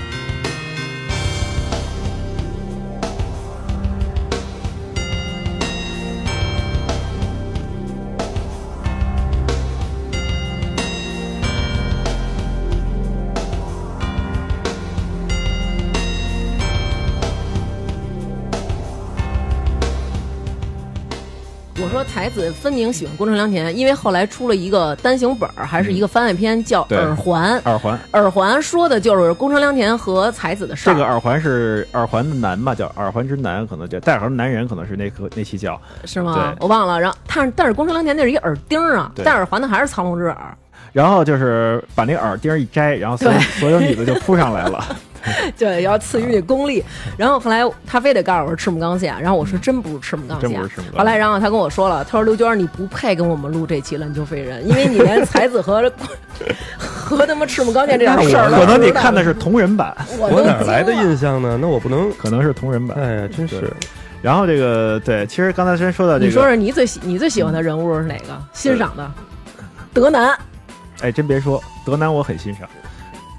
Speaker 1: 说台子分明喜欢宫城良田，因为后来出了一个单行本儿，还是一个番外篇，叫《
Speaker 3: 对
Speaker 1: 耳环》。
Speaker 3: 耳环，
Speaker 1: 耳环说的就是宫城良田和才子的事
Speaker 3: 这
Speaker 1: 儿。
Speaker 3: 个耳环是耳环的男吧，叫耳环之男，可能叫戴耳环的男人，可能是那颗那期叫。
Speaker 1: 是吗
Speaker 3: 对？
Speaker 1: 我忘了。然后，但是但是宫城良田那是一耳钉儿啊，
Speaker 3: 对
Speaker 1: 戴耳环的还是藏龙之耳，
Speaker 3: 然后就是把那耳钉一摘，然后所有
Speaker 1: 对
Speaker 3: 所有女的就扑上来 了。
Speaker 1: 对，要赐予你功 力。然后后来他非得告诉我是赤木刚宪，然后我说真不是赤木刚宪，
Speaker 3: 真不是赤木刚宪
Speaker 1: 后来然后他跟我说了，他说刘娟你不配跟我们录这期《篮球飞人》，因为你连才子和 和他妈赤木刚宪这点事儿都
Speaker 3: 可
Speaker 1: 不知道，
Speaker 3: 能你看的是同人版，
Speaker 1: 我都
Speaker 2: 我哪儿来的
Speaker 1: 惊了
Speaker 2: 印象呢？那我不能，
Speaker 3: 可能是同人
Speaker 1: 嗯
Speaker 3: 版。
Speaker 2: 哎呀，真
Speaker 3: 对
Speaker 2: 是
Speaker 3: 然后这个对，其实刚才先说啊到这
Speaker 1: 你说
Speaker 3: 个，
Speaker 1: 说你最喜你最喜欢的人物是哪个？欣赏的
Speaker 3: 呃
Speaker 1: 德南，
Speaker 3: 哎，真别说，德南我很欣 赏。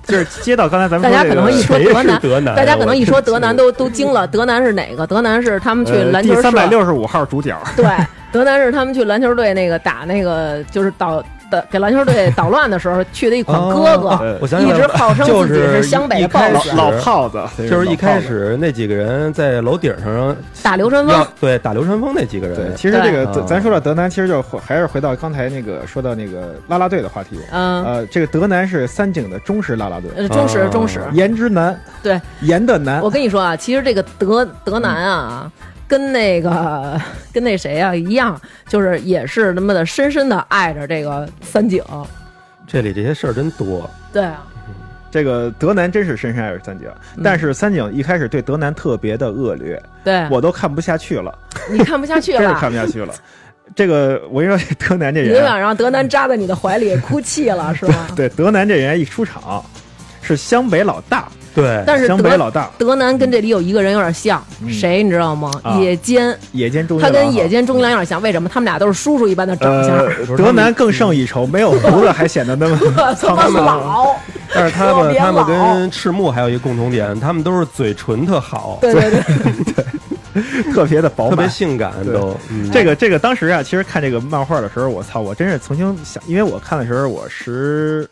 Speaker 3: 就是接到刚才咱们
Speaker 1: 大家
Speaker 3: 这
Speaker 1: 可能
Speaker 3: 个
Speaker 1: 一说
Speaker 2: 谁
Speaker 1: 德
Speaker 2: 是
Speaker 1: 南，
Speaker 2: 德南啊？
Speaker 1: 大家可能一说
Speaker 2: 我真
Speaker 1: 德南都都惊了。德南是哪个？德南是他们去
Speaker 3: 呃
Speaker 1: 篮球
Speaker 3: 第
Speaker 1: 社。
Speaker 3: 三百六十五号主角，
Speaker 1: 对，德南是他们去篮球队那个打那个就是捣的给篮球队捣乱的时候去的一款哥哥，
Speaker 2: 哦我想起
Speaker 1: 一
Speaker 2: 来
Speaker 1: 直
Speaker 2: 了，
Speaker 1: 号称自己
Speaker 2: 就是
Speaker 1: 湘北
Speaker 2: 一
Speaker 1: 的
Speaker 2: 开始
Speaker 1: BOSS，
Speaker 3: 老老炮子，
Speaker 2: 就是一开
Speaker 3: 老炮子。
Speaker 2: 始那几个人在楼顶上
Speaker 1: 打流川
Speaker 2: 要
Speaker 1: 枫。
Speaker 2: 对打流川枫那几个
Speaker 3: 对，
Speaker 2: 人，
Speaker 3: 其实这个
Speaker 2: 对
Speaker 3: 咱咱说到德南，其实就回还是回到刚才那个说到那个啦啦队的话题。
Speaker 1: 嗯，
Speaker 3: 呃，这个德南是三井的忠实啦啦队，
Speaker 1: 呃，忠实
Speaker 2: 哦
Speaker 1: 忠实。
Speaker 3: 颜之男，
Speaker 1: 对，
Speaker 3: 颜的男
Speaker 1: 我，跟你说啊，其实这个德德南啊，跟那个跟那谁啊一样，就是也是他妈的深深的爱着这个三井。
Speaker 2: 这里这些事儿真多。
Speaker 1: 对啊，
Speaker 3: 这个德南真是深深爱着三井，
Speaker 1: 嗯
Speaker 3: 但是三井一开始对德南特别的恶劣，
Speaker 1: 对，啊
Speaker 3: 我都看不下去了，
Speaker 1: 你看不下嗯去
Speaker 3: 真是
Speaker 1: 了
Speaker 3: 看。不下去了。这个我跟你说，德南这
Speaker 1: 你就
Speaker 3: 人啊，
Speaker 1: 想让德南扎在你的怀里哭泣了是吗？
Speaker 3: 对德南这人一出场是湘北老大，
Speaker 2: 对，
Speaker 1: 但是
Speaker 3: 湘
Speaker 1: 德
Speaker 3: 北老大
Speaker 1: 德南跟这里有一个人有点像，
Speaker 3: 嗯
Speaker 1: 谁你知道吗？
Speaker 3: 啊
Speaker 1: 野间，
Speaker 3: 野间忠一
Speaker 1: 他
Speaker 3: 郎哈，
Speaker 1: 跟野间忠一郎有点像，为什么？他们俩都是叔叔一般的长相，
Speaker 3: 呃，德南
Speaker 1: 嗯
Speaker 3: 更胜一筹，没有胡子还显得那么
Speaker 1: 他
Speaker 3: 沧
Speaker 1: 妈
Speaker 3: 桑。
Speaker 1: 老，
Speaker 2: 但是他
Speaker 1: 特
Speaker 2: 们
Speaker 1: 别
Speaker 2: 他们
Speaker 1: 老
Speaker 2: 跟赤木还有一个共同点，他们都是嘴唇特好，
Speaker 1: 对对对，
Speaker 3: 特别的饱
Speaker 2: 特别
Speaker 3: 满。
Speaker 2: 性感
Speaker 3: 对
Speaker 2: 都。嗯
Speaker 3: 这个这个当时啊，其实看这个漫画的时候，我操，我真是曾经想，因为我看的时候我十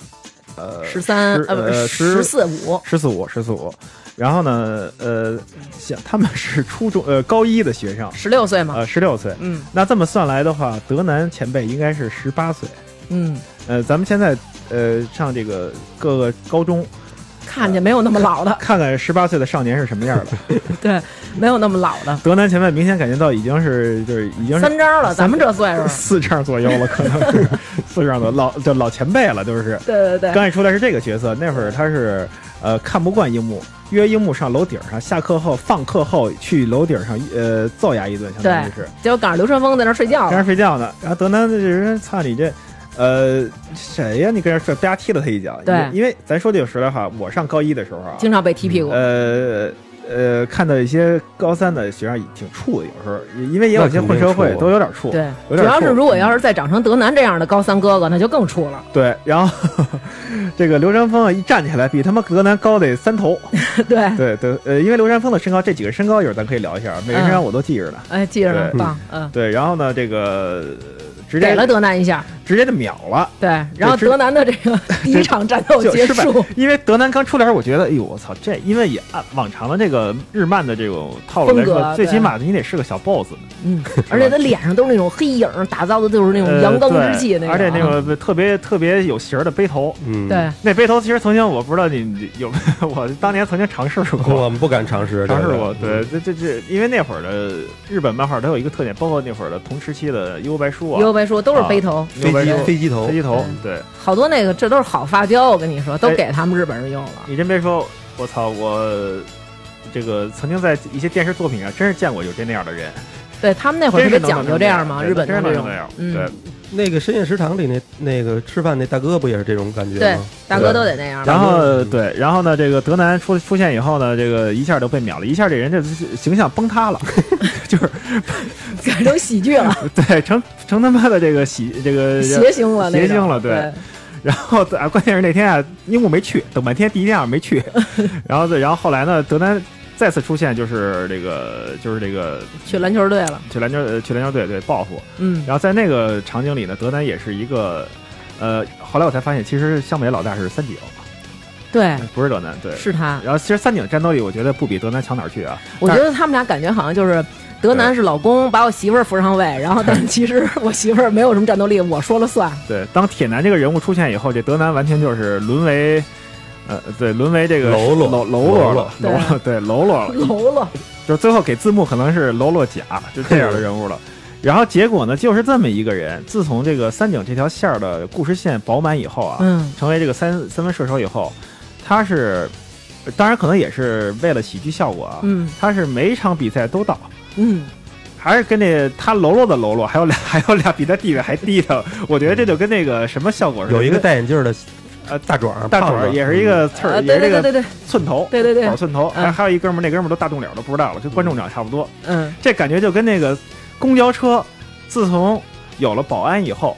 Speaker 3: 呃
Speaker 1: 十三
Speaker 3: 十
Speaker 1: 呃不
Speaker 3: 呃
Speaker 1: 是十四五，
Speaker 3: 十四五十四五，然后呢呃想他们是初中呃高一的学生，
Speaker 1: 十六岁嘛，
Speaker 3: 呃十六岁，
Speaker 1: 嗯
Speaker 3: 那这么算来的话，德南前辈应该是十八岁。
Speaker 1: 嗯，
Speaker 3: 呃，咱们现在呃上这个各个高中，
Speaker 1: 看见没有那么老 的，
Speaker 3: 看看十八岁的少年是什么样 的。
Speaker 1: 对，没有那么老的，
Speaker 3: 德南前辈明显感觉到已经是就是已经是
Speaker 1: 三招了，咱们这岁数，
Speaker 3: 四丈左右了，可能是四丈左右，老就老前辈了，就是。
Speaker 1: 对对对，
Speaker 3: 刚一出来是这个角色，那会儿他是呃看不惯樱木，约樱木上楼顶上，下课后放课后去楼顶上呃揍牙一顿，相当于是。
Speaker 1: 结果赶上流川枫在那儿睡觉
Speaker 3: 跟
Speaker 1: 了，
Speaker 3: 人睡觉呢，然后德南这人操你这，呃，谁呀、你跟人睡，啪踢了他一脚。
Speaker 1: 对
Speaker 3: 因为因为咱说句实在话，我上高一的时候啊，
Speaker 1: 经常被踢屁股，
Speaker 3: 呃呃，看到一些高三的学生也挺怵的，有时候也因为也有些混
Speaker 2: 那肯
Speaker 3: 社
Speaker 2: 定
Speaker 3: 会
Speaker 2: 怵啊
Speaker 3: 都有点怵。
Speaker 1: 对，
Speaker 3: 有
Speaker 1: 主
Speaker 3: 点
Speaker 1: 要是
Speaker 3: 怵
Speaker 1: 如果要是再长成德南这样的高三哥哥，那就更怵了，
Speaker 3: 对，然后这个流川枫啊一站起来，比他妈德南高得 三头。
Speaker 1: 对，
Speaker 3: 对对，呃，因为流川枫的身高，这几个身高一会儿咱可以聊一下，啊每个身高我都记着呢。
Speaker 1: 哎，记着呢，
Speaker 3: 对
Speaker 1: 棒，嗯，
Speaker 3: 对，然后呢，这个呃直
Speaker 1: 给
Speaker 3: 接
Speaker 1: 了德南一下，
Speaker 3: 直接就秒了，
Speaker 1: 对，然后
Speaker 3: 这是
Speaker 1: 德南的这 个第一场战斗
Speaker 3: 就
Speaker 1: 结
Speaker 3: 失败
Speaker 1: 束。。
Speaker 3: 因为德南刚出来时，候，我觉得，哎呦，我操，这因为也按往常的这个日漫的这种套路
Speaker 1: 风
Speaker 3: 来
Speaker 1: 格啊
Speaker 3: 说，最
Speaker 1: 对
Speaker 3: 起码你得是个小 boss，
Speaker 1: 嗯， 而且他脸上都是那种黑影儿，打造的都是那种阳刚之气
Speaker 3: 呃对
Speaker 1: 那种啊。
Speaker 3: 而且那个特别特别有型儿的背头。
Speaker 2: 嗯，
Speaker 1: 对，
Speaker 3: 那背头其实曾经我不知道你你有没有，我当年曾经尝试过，
Speaker 2: 我们不敢尝试，
Speaker 3: 尝
Speaker 2: 这
Speaker 3: 试
Speaker 2: 个嗯
Speaker 3: 过，对，，这这这，因为那会儿的日本漫画它有一个特点，包括那会儿的同时期的幽游白书啊，
Speaker 1: 尤白说都是背头，嗯
Speaker 3: 幽游白
Speaker 2: 飞机
Speaker 3: 书、
Speaker 2: 飞机头
Speaker 3: 飞，机头，对
Speaker 1: 好多那个这都是好发胶，我跟你说，
Speaker 3: 哎
Speaker 1: 都给他们日本人用了。
Speaker 3: 你真别说，我操，我这个曾经在一些电视作品啊上真是见过有这那样的人，
Speaker 1: 对他们那会儿
Speaker 3: 真
Speaker 1: 特
Speaker 3: 是
Speaker 1: 别
Speaker 3: 能
Speaker 1: 讲究这样嘛，
Speaker 3: 对
Speaker 1: 日本
Speaker 3: 真是
Speaker 1: 这
Speaker 3: 能
Speaker 1: 种
Speaker 3: 弄这样，，对
Speaker 1: 嗯，。
Speaker 2: 那个深夜食堂里那那个吃饭那大哥不也是这种感觉
Speaker 1: 对
Speaker 2: 吗？，
Speaker 1: 大哥都得那样。
Speaker 3: 嗯然后
Speaker 2: 嗯
Speaker 3: 对，然后呢，这个德南出出现以后呢，这个一下就被秒了，一下这人这形象崩塌了， 就是
Speaker 1: 改成喜剧了，
Speaker 3: 对成成他妈的这个喜这个
Speaker 1: 邪性了那种，
Speaker 3: 邪性了对
Speaker 1: 对
Speaker 3: 然后啊，关键是那天啊，樱木没去，等半天第一天晚上没 去，然后然后后来呢，德南再次出现，就是这个就是这个
Speaker 1: 去篮球队了。
Speaker 3: 去篮球呃去篮球队对报复，
Speaker 1: 嗯，
Speaker 3: 然后在那个场景里呢，德南也是一个，呃，后来我才发现，其实湘北老大是三井，哎
Speaker 1: 对，
Speaker 3: 不是德南，对。
Speaker 1: 是他。
Speaker 3: 然后其实三井战斗力我觉得不比德南强哪儿去啊，
Speaker 1: 我觉得他们俩感觉好像就是德南是老公把我媳妇儿扶上位，然后 但其实我媳妇儿没有什么战斗力，我说了算。
Speaker 3: 对，当铁男这个人物出现以后，这德南完全就是沦为，呃，对，沦为这个
Speaker 2: 喽啰
Speaker 3: 喽喽啰
Speaker 2: 喽
Speaker 3: 了
Speaker 2: 啰，
Speaker 3: 喽啰，对，喽啰了，
Speaker 1: 楼了，
Speaker 3: 就是最后给字幕可能是喽啰甲，就啊这样的人物了。然后结果呢，就是这么一个人，自从这个三井这条线儿的故事线饱满以后啊，
Speaker 1: 嗯
Speaker 3: 成为这个三三分射手以后，他是，当然可能也是为了喜剧效果啊，
Speaker 1: 嗯
Speaker 3: 他是每一场比赛都到。
Speaker 1: 嗯，
Speaker 3: 还是跟那他喽啰的喽啰，还有俩 还有俩比他地位还低的，我觉得这就跟那个什么效果似的。
Speaker 2: 有一个戴眼镜的
Speaker 3: 呃
Speaker 2: 大壮儿，
Speaker 3: 大
Speaker 2: 胖
Speaker 3: 爪
Speaker 2: 子
Speaker 3: 也是一个刺儿，
Speaker 1: 啊
Speaker 3: 也
Speaker 1: 对对
Speaker 3: 是
Speaker 1: 对
Speaker 3: 这
Speaker 1: 对
Speaker 3: 个
Speaker 1: 对，
Speaker 3: 寸头，
Speaker 1: 对对对
Speaker 3: 宝寸头，
Speaker 1: 嗯
Speaker 3: 还还有一哥们儿，那哥们儿都大动脸儿都不知道了，跟观众长差不多。
Speaker 1: 嗯
Speaker 3: 这感觉就跟那个公交车，自从有了保安 以后，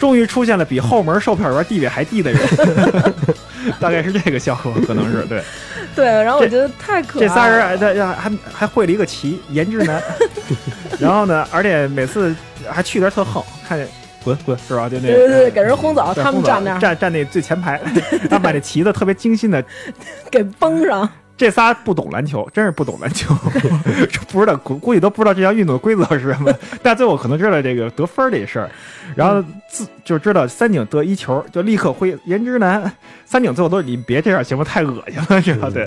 Speaker 3: 终于出现了比后门售票员地位还低的 人，大概是这个效果，可能是对。
Speaker 1: 对，然后我觉得太可爱了，
Speaker 3: 这仨人啊还在还还会了一个棋，颜值 男。然后呢，而且每次还去点特横，看见滚滚是吧？就那嗯
Speaker 1: 对对对，给人轰走，
Speaker 3: 对
Speaker 1: 他们
Speaker 3: 轰走
Speaker 1: 站那儿
Speaker 3: 站站那最前 排，他把那旗子特别精心的
Speaker 1: 给崩上，
Speaker 3: 这仨不懂篮球，真是不懂篮球， 不知道估估计都不知道这项运动的规则是什么，但最后可能知道这个得分儿这事儿，然后自就知道三井得一球就立刻挥颜值男，三井最后都是你别这样行吗？太恶心了，知道对，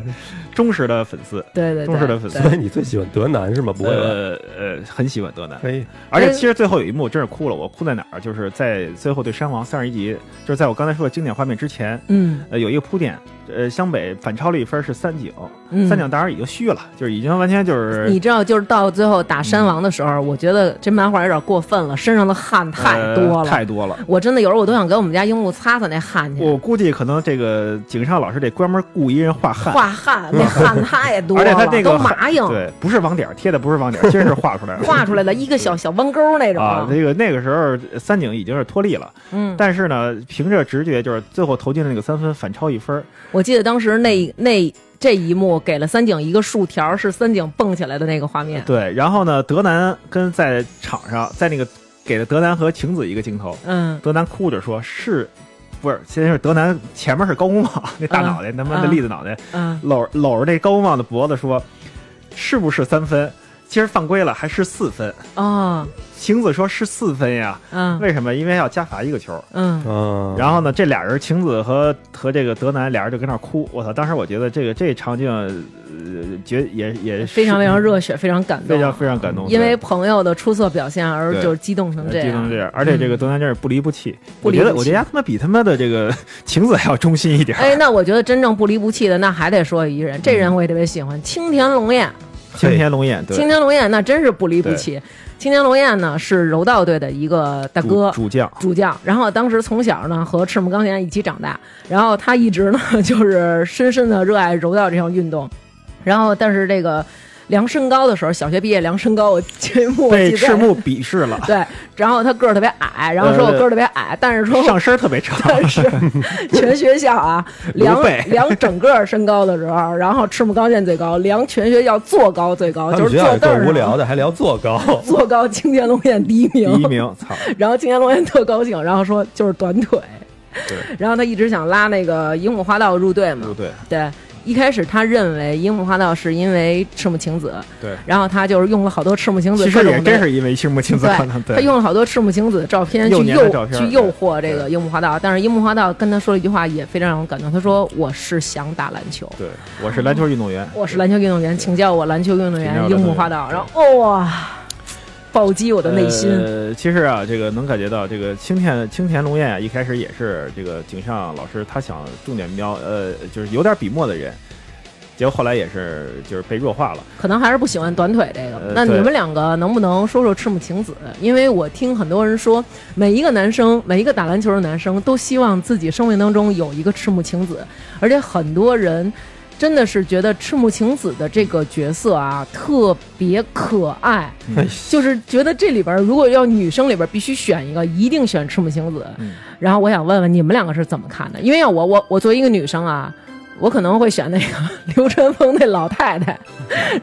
Speaker 3: 忠实的粉丝，
Speaker 1: 对对对，
Speaker 3: 忠实的粉丝
Speaker 1: 对
Speaker 2: 所以嗯 你最喜欢德南是吗？不会吧？
Speaker 3: 呃呃很喜欢德南，
Speaker 2: 可以，
Speaker 3: 而且其实最后有一幕真是哭了，我哭在哪儿？就是在最后对山王三十一集，就是在我刚才说的经典画面之前，
Speaker 1: 嗯
Speaker 3: 呃，有一个铺垫，呃，湘北反超了一分是三井，
Speaker 1: 嗯，
Speaker 3: 三井当然已经虚了，就是已经完全就是
Speaker 1: 你知道，就是到最后打山王的时候，我觉得这漫画有点过分了，身上的汗太多了，
Speaker 3: 呃
Speaker 1: 嗯
Speaker 3: 太哦多了。
Speaker 1: 我真的有时候我都想给我们家樱木擦擦那汗去，
Speaker 3: 我估计可能这个井上老师得专门雇一人画汗，
Speaker 1: 化汗，那汗太多了，
Speaker 3: 而且他那个
Speaker 1: 都麻硬，
Speaker 3: 对，不是网点儿贴的，不是网点儿，真是画出来 的。
Speaker 1: 画出来的一个小小弯钩那种，
Speaker 3: 啊，那个那个时候三井已经是脱力了，
Speaker 1: 嗯，
Speaker 3: 但是呢，凭着直觉就是最后投进的那个三分反超一分儿，
Speaker 1: 我记得当时那那这一幕给了三井一个竖条，是三井蹦起来的那个画面，
Speaker 3: 对，然后呢，德南跟在场上，在那个给了德南和晴子一个镜头，
Speaker 1: 嗯，
Speaker 3: 德南哭着说：“是，不是？先是德南前面是高公望那大脑袋，他妈的
Speaker 1: 嗯
Speaker 3: 栗子脑袋，
Speaker 1: 嗯，
Speaker 3: 搂搂着这高公望的脖子说，是不是三分？其实犯规了，还是四分。
Speaker 1: 哦，
Speaker 3: 晴子说是四分呀，
Speaker 1: 嗯
Speaker 3: 为什么？因为要加罚一个球。”
Speaker 1: 嗯，
Speaker 2: 嗯，
Speaker 3: 然后呢，这俩人晴子和和这个德南俩人就跟那儿哭，我操！当时我觉得这个这场景，呃，觉也也
Speaker 1: 非常
Speaker 3: 是
Speaker 1: 非常热血，非常感动，
Speaker 3: 非常非常感动，
Speaker 1: 因为
Speaker 3: 对
Speaker 1: 朋友的出色表现而
Speaker 3: 对
Speaker 1: 就是激动成这
Speaker 3: 激
Speaker 1: 样
Speaker 3: 动，这样，而且这个德南真是不离不弃。
Speaker 1: 不
Speaker 3: 我
Speaker 1: 离
Speaker 3: 觉得，
Speaker 1: 不
Speaker 3: 我觉
Speaker 1: 弃
Speaker 3: 得他他妈比他妈的这个晴子还要忠心一点儿。
Speaker 1: 哎，那我觉得真正不离不弃的，那还得说一
Speaker 3: 嗯
Speaker 1: 人，这人我也特别喜欢，青田龙彦。
Speaker 3: 青天龙眼，对，
Speaker 1: 青田龙彦那真是不离不弃。青田龙彦呢是柔道队的一个大
Speaker 3: 主
Speaker 1: 哥。
Speaker 3: 主将，
Speaker 1: 主将，然后当时从小呢和赤木刚宪一起长大，然后他一直呢就是深深的热爱柔道这项运动，然后但是这个量身高的时候，小学毕业量身高我节目我记
Speaker 3: 被
Speaker 1: 得
Speaker 3: 赤木鄙视 了，
Speaker 1: 对，然后他个儿特别矮，然后说我个儿特别矮，但是说我
Speaker 3: 上身儿特 别长，
Speaker 1: 但是全学校啊，量
Speaker 3: 五倍
Speaker 1: 量整个身高的时候，然后赤木刚宪最高，量全学校坐高最高，
Speaker 2: 他
Speaker 1: 就
Speaker 2: 们
Speaker 1: 是
Speaker 2: 学校
Speaker 1: 坐
Speaker 2: 有
Speaker 1: 凳
Speaker 2: 更
Speaker 1: 儿
Speaker 2: 无聊
Speaker 1: 上。
Speaker 2: 的，还聊坐高，
Speaker 1: 坐高，青田龙彦第一
Speaker 3: 第一
Speaker 1: 名，
Speaker 3: 名，操，
Speaker 1: 然后青田龙彦特高兴，然后说就是短腿，
Speaker 3: 对
Speaker 1: 然后他一直想拉那个樱木花道入队嘛
Speaker 3: 不，对，
Speaker 1: 对，一开始他认为樱木花道是因为赤木晴子，
Speaker 3: 对，
Speaker 1: 然后他就是用了好多赤木晴子
Speaker 3: 其
Speaker 1: 各
Speaker 3: 实
Speaker 1: 种
Speaker 3: 也
Speaker 1: 的
Speaker 3: 真是因为赤木晴子可能，
Speaker 1: 对，他用了好多赤木晴子的照片去
Speaker 3: 幼年的
Speaker 1: 诱
Speaker 3: 照片
Speaker 1: 去
Speaker 3: 对
Speaker 1: 诱惑这个樱木花道，但是樱木花道跟他说了一句话也非常让我感动，他说我是想打篮球。
Speaker 3: 对，我是篮球运动员，
Speaker 1: 我是篮球运动员，请叫我篮球运动
Speaker 3: 请叫
Speaker 1: 员
Speaker 3: 我
Speaker 1: 樱木花道。然后哇，暴击我的内心。
Speaker 3: 呃，其实啊，这个能感觉到，这个青田青田龙彦啊，一开始也是这个井上老师他想重点瞄，呃，就是有点笔墨的人，结果后来也是就是被弱化了。
Speaker 1: 可能还是不喜欢短腿这个。
Speaker 3: 呃
Speaker 1: 那你
Speaker 3: 对
Speaker 1: 们两个能不能说说赤木晴子？因为我听很多人说，每一个男生，每一个打篮球的男生都希望自己生命当中有一个赤木晴子，而且很多人。真的是觉得赤木晴子的这个角色啊，特别可 爱，
Speaker 3: 哎
Speaker 1: 就是觉得这里边儿如果要女生里边儿必须选一个，一定选赤木晴子。
Speaker 3: 嗯
Speaker 1: 然后我想问问你们两个是怎么看的？因为要我我我作为一个女生啊，我可能会选 那个刘晨风那老太太，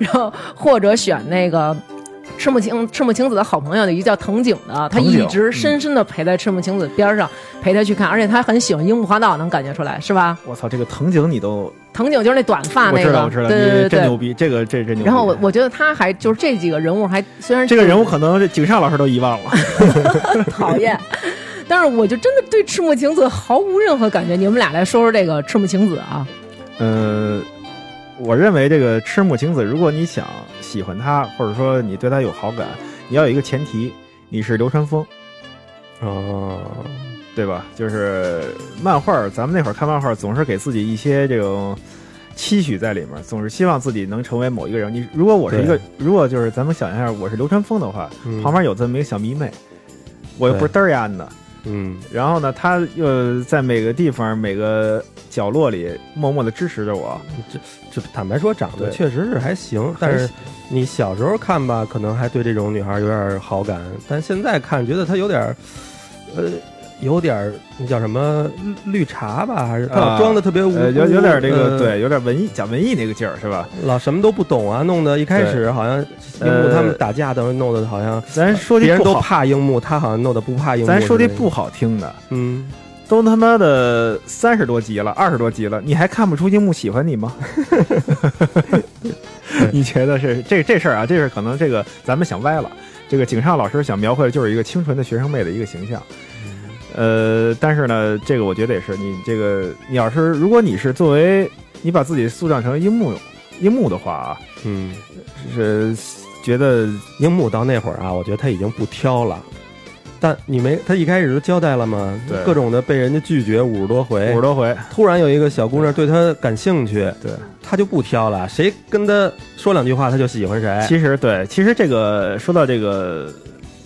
Speaker 1: 然后或者选那个赤木晴赤木晴子的好朋友，有一个叫藤井的，他
Speaker 3: 藤井
Speaker 1: 一直深深的陪在赤木晴子边上，陪他去看，而且他很喜欢樱木花道，能感觉出来是吧？
Speaker 3: 我操，这个藤井你都
Speaker 1: 藤井就是那短发
Speaker 3: 我
Speaker 1: 那
Speaker 3: 知道，
Speaker 1: 个，
Speaker 3: 我知道，
Speaker 1: 对对对
Speaker 3: 你真牛
Speaker 1: 对。
Speaker 3: 逼，这个这真牛逼。
Speaker 1: 然后我我觉得他还就是这几个人物还虽然
Speaker 3: 这个
Speaker 1: 就
Speaker 3: 人物可能这井上老师都遗忘了，
Speaker 1: 讨厌。但是我就真的对赤木晴子毫无任何感觉。你们俩来说说这个赤木晴子啊，
Speaker 3: 呃，我认为这个赤木晴子，如果你想喜欢她，或者说你对她有好感，你要有一个前提，你是流川枫，
Speaker 2: 哦，
Speaker 3: 对吧？就是漫画儿，咱们那会儿看漫画儿，总是给自己一些这种期许在里面，总是希望自己能成为某一个人。你如果我是一个，如果就是咱们想一下，我是流川枫的话，
Speaker 2: 嗯
Speaker 3: 旁边有这么一个小迷妹，我又不是嘚儿呀的，
Speaker 2: 嗯
Speaker 3: 然后呢，她又在每个地方、每个角落里默默的支持着我，
Speaker 2: 这坦白说长得
Speaker 3: 对
Speaker 2: 确实是还行，但是你小时候看吧，可能还对这种女孩有点好感，但现在看觉得她有点儿，呃，有点儿那叫什么绿茶吧，还是她老
Speaker 3: 啊
Speaker 2: 装的特别无辜、
Speaker 3: 呃，有有点这个
Speaker 2: 呃，
Speaker 3: 对，有点文艺，讲文艺那个劲儿是吧？
Speaker 2: 老什么都不懂啊，弄得一开始好像樱木他们打架，等于弄得好像
Speaker 3: 咱呃说
Speaker 2: 别
Speaker 3: 句
Speaker 2: 人
Speaker 3: 不
Speaker 2: 都
Speaker 3: 好，
Speaker 2: 怕樱木，他好像弄得不怕樱木之类
Speaker 3: 咱
Speaker 2: 的。
Speaker 3: 说句不好听的，
Speaker 2: 嗯，
Speaker 3: 都他妈的三十多集了，二十多集了，你还看不出樱木喜欢你 吗？你觉得是这这事儿啊？这事儿可能这个咱们想歪了。这个井上老师想描绘的就是一个清纯的学生妹的一个形象。呃，但是呢，这个我觉得也是你这个，你要是如果你是作为你把自己塑造成樱木樱木的话啊，
Speaker 2: 嗯，
Speaker 3: 是觉得
Speaker 2: 樱木到那会儿啊，我觉得他已经不挑了。但你没，他一开始就交代了嘛，
Speaker 3: 对
Speaker 2: 各种的被人家拒绝五十多回，
Speaker 3: 五十多回，
Speaker 2: 突然有一个小姑娘对他感兴趣，
Speaker 3: 对。
Speaker 2: 他就不挑了，谁跟他说两句话他就喜欢谁。
Speaker 3: 其实对，其实这个说到这个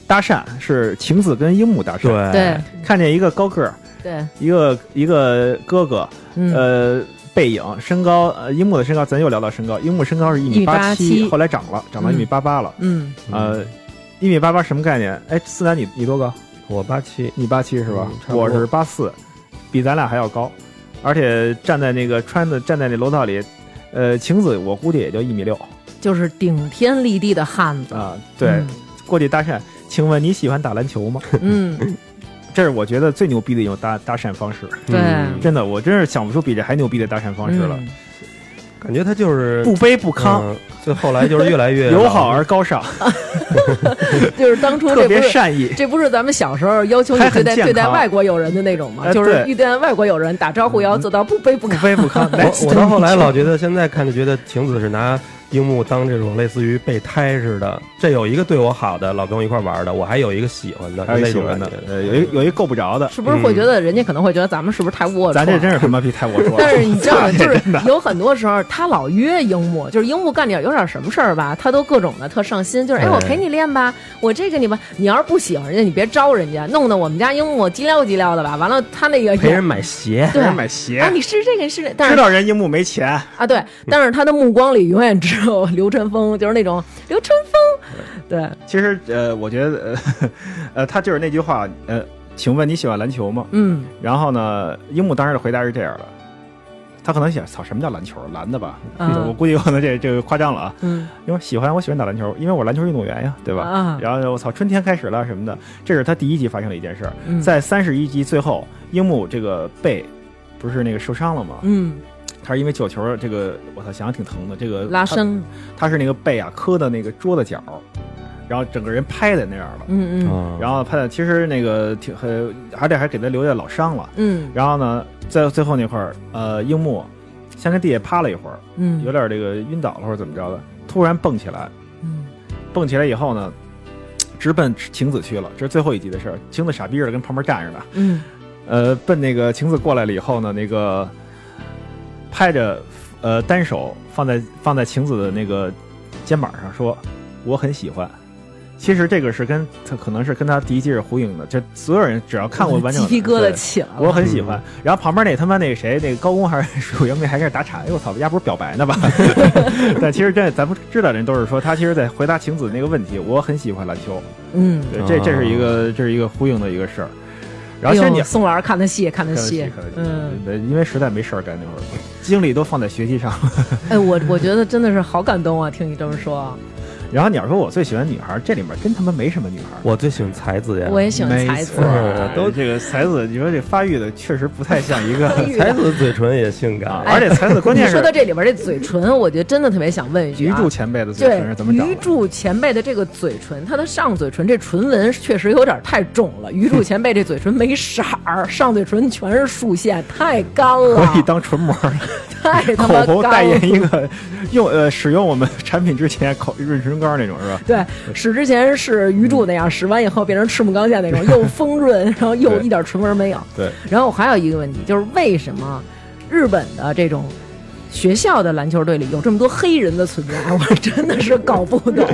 Speaker 3: 搭讪是晴子跟樱木搭
Speaker 2: 对
Speaker 3: 讪，
Speaker 1: 对
Speaker 3: 看见一个高个儿，
Speaker 1: 对，
Speaker 3: 一个一个哥哥，
Speaker 1: 嗯，
Speaker 3: 呃，背影身高，呃，樱木的身高，咱又聊到身高，樱木身高是一米八
Speaker 1: 1.87
Speaker 3: 后来长了，长到一米八八了，
Speaker 1: 嗯，
Speaker 3: 呃，一米八八什么概念？哎，思南你你多高？
Speaker 2: 我八七，
Speaker 3: 你八七是吧
Speaker 2: 嗯？差不多
Speaker 3: 我是八四，比咱俩还要高，而且站在那个穿的站在那楼道里，呃，晴子我估计也就一米六
Speaker 1: 就是顶天立地的汉子。
Speaker 3: 啊，对，过去搭讪，请问你喜欢打篮球吗？
Speaker 1: 嗯，嗯，
Speaker 3: 这是我觉得最牛逼的一种搭搭讪方式，
Speaker 1: 对
Speaker 2: 嗯
Speaker 3: 真的，我真是想不出比这还牛逼的搭讪方式了，
Speaker 1: 嗯
Speaker 2: 感觉他就是
Speaker 3: 不卑不亢，
Speaker 2: 嗯，这后来就是越来 越
Speaker 3: 友好而高尚，
Speaker 1: 就是当初
Speaker 3: 特
Speaker 1: 这不
Speaker 3: 别
Speaker 1: 是
Speaker 3: 善意。
Speaker 1: 这不是咱们小时候要求你
Speaker 3: 还很
Speaker 1: 对待
Speaker 3: 健
Speaker 1: 对
Speaker 3: 康
Speaker 1: 待外国友人的那种吗？
Speaker 3: 哎
Speaker 1: 就是
Speaker 3: 对嗯
Speaker 1: 遇见外国友人打招呼要做到不卑不
Speaker 3: 不
Speaker 1: 亢。
Speaker 3: 卑不亢，来
Speaker 2: 我我到后来老觉得，现在看就觉得晴子是拿樱木当这种类似于备胎似的。这有一个对我好的，老跟我一块玩的，我还有一个喜欢的，
Speaker 3: 还
Speaker 2: 就
Speaker 3: 有
Speaker 2: 那
Speaker 3: 喜
Speaker 2: 种
Speaker 3: 欢
Speaker 2: 感
Speaker 3: 的
Speaker 2: 觉。，
Speaker 3: 呃，有一有一够不着的，
Speaker 1: 是不是会觉得人家可能会觉得咱们是不是太龌龊了？
Speaker 3: 嗯 咱这真是他妈逼太龌龊了。
Speaker 1: 但是你知道，就 是
Speaker 3: 真的
Speaker 1: 有很多时候他老约樱木，就是樱木干点有点什么事儿吧，他都各种的特上心，就是哎，
Speaker 2: 哎
Speaker 1: 我陪你练吧，我这个你吧，你要是不喜欢人家，你别招人家，弄得我们家樱木叽撩叽撩的吧。完了，他那个
Speaker 2: 陪人买鞋，
Speaker 1: 对
Speaker 3: 给人买
Speaker 1: 啊，
Speaker 3: 鞋，
Speaker 1: 你试这个试那，但
Speaker 3: 哎知
Speaker 1: 是
Speaker 3: 道嗯人樱木没钱，
Speaker 1: 啊对，但是他的目光里永远只有刘晨风，就是那种刘晨风，对，
Speaker 3: 其实呃，我觉得呃 呃，他就是那句话，呃，请问你喜欢篮球吗？
Speaker 1: 嗯，
Speaker 3: 然后呢，樱木当时的回答是这样的，他可能想，操，什么叫篮球？蓝的吧？
Speaker 1: 嗯
Speaker 3: 我估计可能这这个夸张了啊，
Speaker 1: 嗯
Speaker 3: 因为喜欢我喜欢打篮球，因为我篮球运动员呀，对吧？
Speaker 1: 啊
Speaker 3: 然后我操，春天开始了什么的，这是他第一集发生的一件事儿。
Speaker 1: 嗯
Speaker 3: 在三十一集最后，樱木这个背不是那个受伤了吗？
Speaker 1: 嗯，
Speaker 3: 他是因为九球这个，我操，想想挺疼的。这个
Speaker 1: 拉伸，
Speaker 3: 他，他是那个背啊磕的那个桌子角，然后整个人拍在那样了。
Speaker 1: 嗯嗯
Speaker 2: 嗯
Speaker 3: 然后拍的其实那个挺很，而且还给他留下老伤了。
Speaker 1: 嗯
Speaker 3: 然后呢，在最后那块儿，呃，樱木先跟地下趴了一会儿，
Speaker 1: 嗯，
Speaker 3: 有点这个晕倒了或者怎么着的，突然蹦起来，
Speaker 1: 嗯
Speaker 3: 蹦起来以后呢，直奔晴子去了。这是最后一集的事儿，晴子傻逼似的跟旁边站着呢。
Speaker 1: 嗯
Speaker 3: 呃，奔那个晴子过来了以后呢，那个拍着呃单手放在放在晴子的那个肩膀上说：“我很喜欢。”其实这个是跟他可能是跟他第一季是呼应的，这所有人只要看过完整
Speaker 1: 鸡
Speaker 3: 的
Speaker 1: 皮疙瘩
Speaker 3: 对
Speaker 1: 起来
Speaker 3: 我
Speaker 1: 了，
Speaker 3: 很喜欢。然后旁边那他妈那谁，那个高工还是 属于那还跟那打岔，哎呦我操，丫不是表白 呢吧？ 但其实这咱们知道人都是说他其实在回答晴子那个问题，我很喜欢篮球，
Speaker 1: 嗯。
Speaker 3: 对，这这是一个这是一个呼应的一个事儿。然后其
Speaker 1: 啊
Speaker 3: 实
Speaker 1: 哎
Speaker 3: 你
Speaker 1: 呦宋老师看的戏，看的戏，
Speaker 3: 看得起
Speaker 1: 嗯，，
Speaker 3: 对因为实在没事儿干那会儿，精力都放在学习上了。
Speaker 1: 哎，我我觉得真的是好感动啊！听你这么说，
Speaker 3: 然后你要说我最喜欢女孩，这里面真他妈没什么女孩。
Speaker 2: 我最喜欢才子呀，
Speaker 1: 我也喜欢才子
Speaker 3: 没，错
Speaker 2: 嗯
Speaker 3: 都这个才子，你说这发育的确实不太像一个
Speaker 2: 才子嘴唇也性
Speaker 3: 啊
Speaker 1: 哎
Speaker 2: 感，，
Speaker 3: 而且才子关
Speaker 1: 你
Speaker 3: 键是
Speaker 1: 说到这里边这嘴唇，我觉得真的特别想问一句、
Speaker 3: 于
Speaker 1: 啊，
Speaker 3: 柱前辈的嘴
Speaker 1: 对
Speaker 3: 唇是怎么长
Speaker 1: 于
Speaker 3: 的？
Speaker 1: 柱前辈的这个嘴唇，他的上嘴唇这唇纹确实有点太重了。于柱前辈这嘴唇没色儿，上嘴唇全是竖线，太干了，
Speaker 3: 可以当唇膜，
Speaker 1: 太他
Speaker 3: 口
Speaker 1: 妈
Speaker 3: 红代
Speaker 1: 干了
Speaker 3: 言。一个用呃使用我们产品之前口润唇膏那种是吧？
Speaker 1: 对，使之前是鱼柱那样，使完以后变成赤木刚宪那种，又丰润，然后又
Speaker 3: 对
Speaker 1: 一点唇纹没有。
Speaker 3: 对，
Speaker 1: 然后我还有一个问题，就是为什么日本的这种学校的篮球队里有这么多黑人的存在？ 我真的是搞不懂，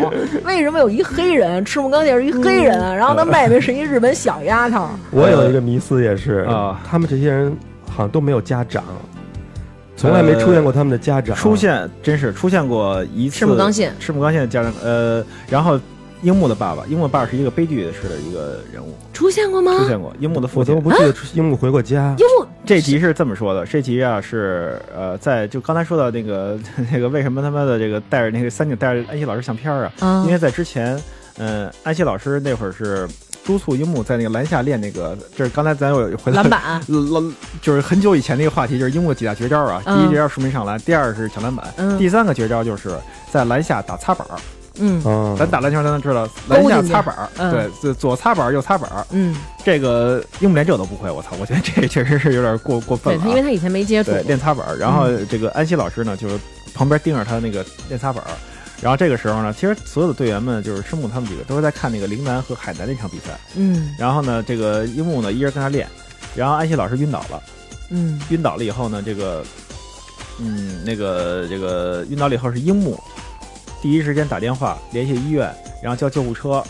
Speaker 1: 为什么有一黑人，赤木刚宪是一黑人，然后他妹妹是一日本小丫头，
Speaker 2: 我有一个迷思也是
Speaker 3: 啊
Speaker 2: 他们这些人好像都没有家长，从来没出现过他们的家长，
Speaker 3: 出现真是出现过一次
Speaker 1: 赤木刚宪
Speaker 3: 赤木刚宪的家长呃，然后樱木的爸爸，樱木的爸爸是一个悲剧式的一个人物，
Speaker 1: 出现过吗？
Speaker 3: 出现过樱木的父
Speaker 2: 我
Speaker 3: 亲
Speaker 2: 都。不记得出樱木回过家，
Speaker 1: 因为
Speaker 3: 这集是这么说的，这集啊是呃，在就刚才说到那个 那个为什么他妈的这个带着那个三井带着安西老师相片啊，
Speaker 1: 啊
Speaker 3: 因为在之前，嗯、安西老师那会儿是督促樱木在那个篮下练那个，这是刚才咱有回到
Speaker 1: 篮板
Speaker 3: 篮就是很久以前那个话题，就是樱木几大绝招啊，
Speaker 1: 嗯
Speaker 3: 第一绝招树莓上篮，第二是抢篮板，
Speaker 1: 嗯
Speaker 3: 第三个绝招就是在篮下打擦板儿。
Speaker 1: 嗯
Speaker 2: 嗯，
Speaker 3: 咱打篮球咱都知道，
Speaker 1: 勾
Speaker 3: 篮
Speaker 1: 进去
Speaker 3: 下擦板儿，
Speaker 1: 嗯
Speaker 3: 对，左左擦板儿右擦板儿，
Speaker 1: 嗯，
Speaker 3: 这个樱木连这都不会，我操，我觉得这确实是有点过过分
Speaker 1: 对
Speaker 3: 了、
Speaker 1: 他，
Speaker 3: 啊
Speaker 1: 因为。他以嗯前没接触
Speaker 3: 对，练擦板儿。然后这个安西老师呢，就是旁边盯着他那个练擦板儿。然后这个时候呢，其实所有的队员们就是生木他们几个都是在看那个陵南和海南那场比赛。
Speaker 1: 嗯
Speaker 3: 然后呢，这个樱木呢一人跟他练，然后安西老师晕倒了，
Speaker 1: 嗯
Speaker 3: 晕倒了以后呢，这个嗯那个这个晕倒了以后是樱木第一时间打电话联系医院，然后叫救护车。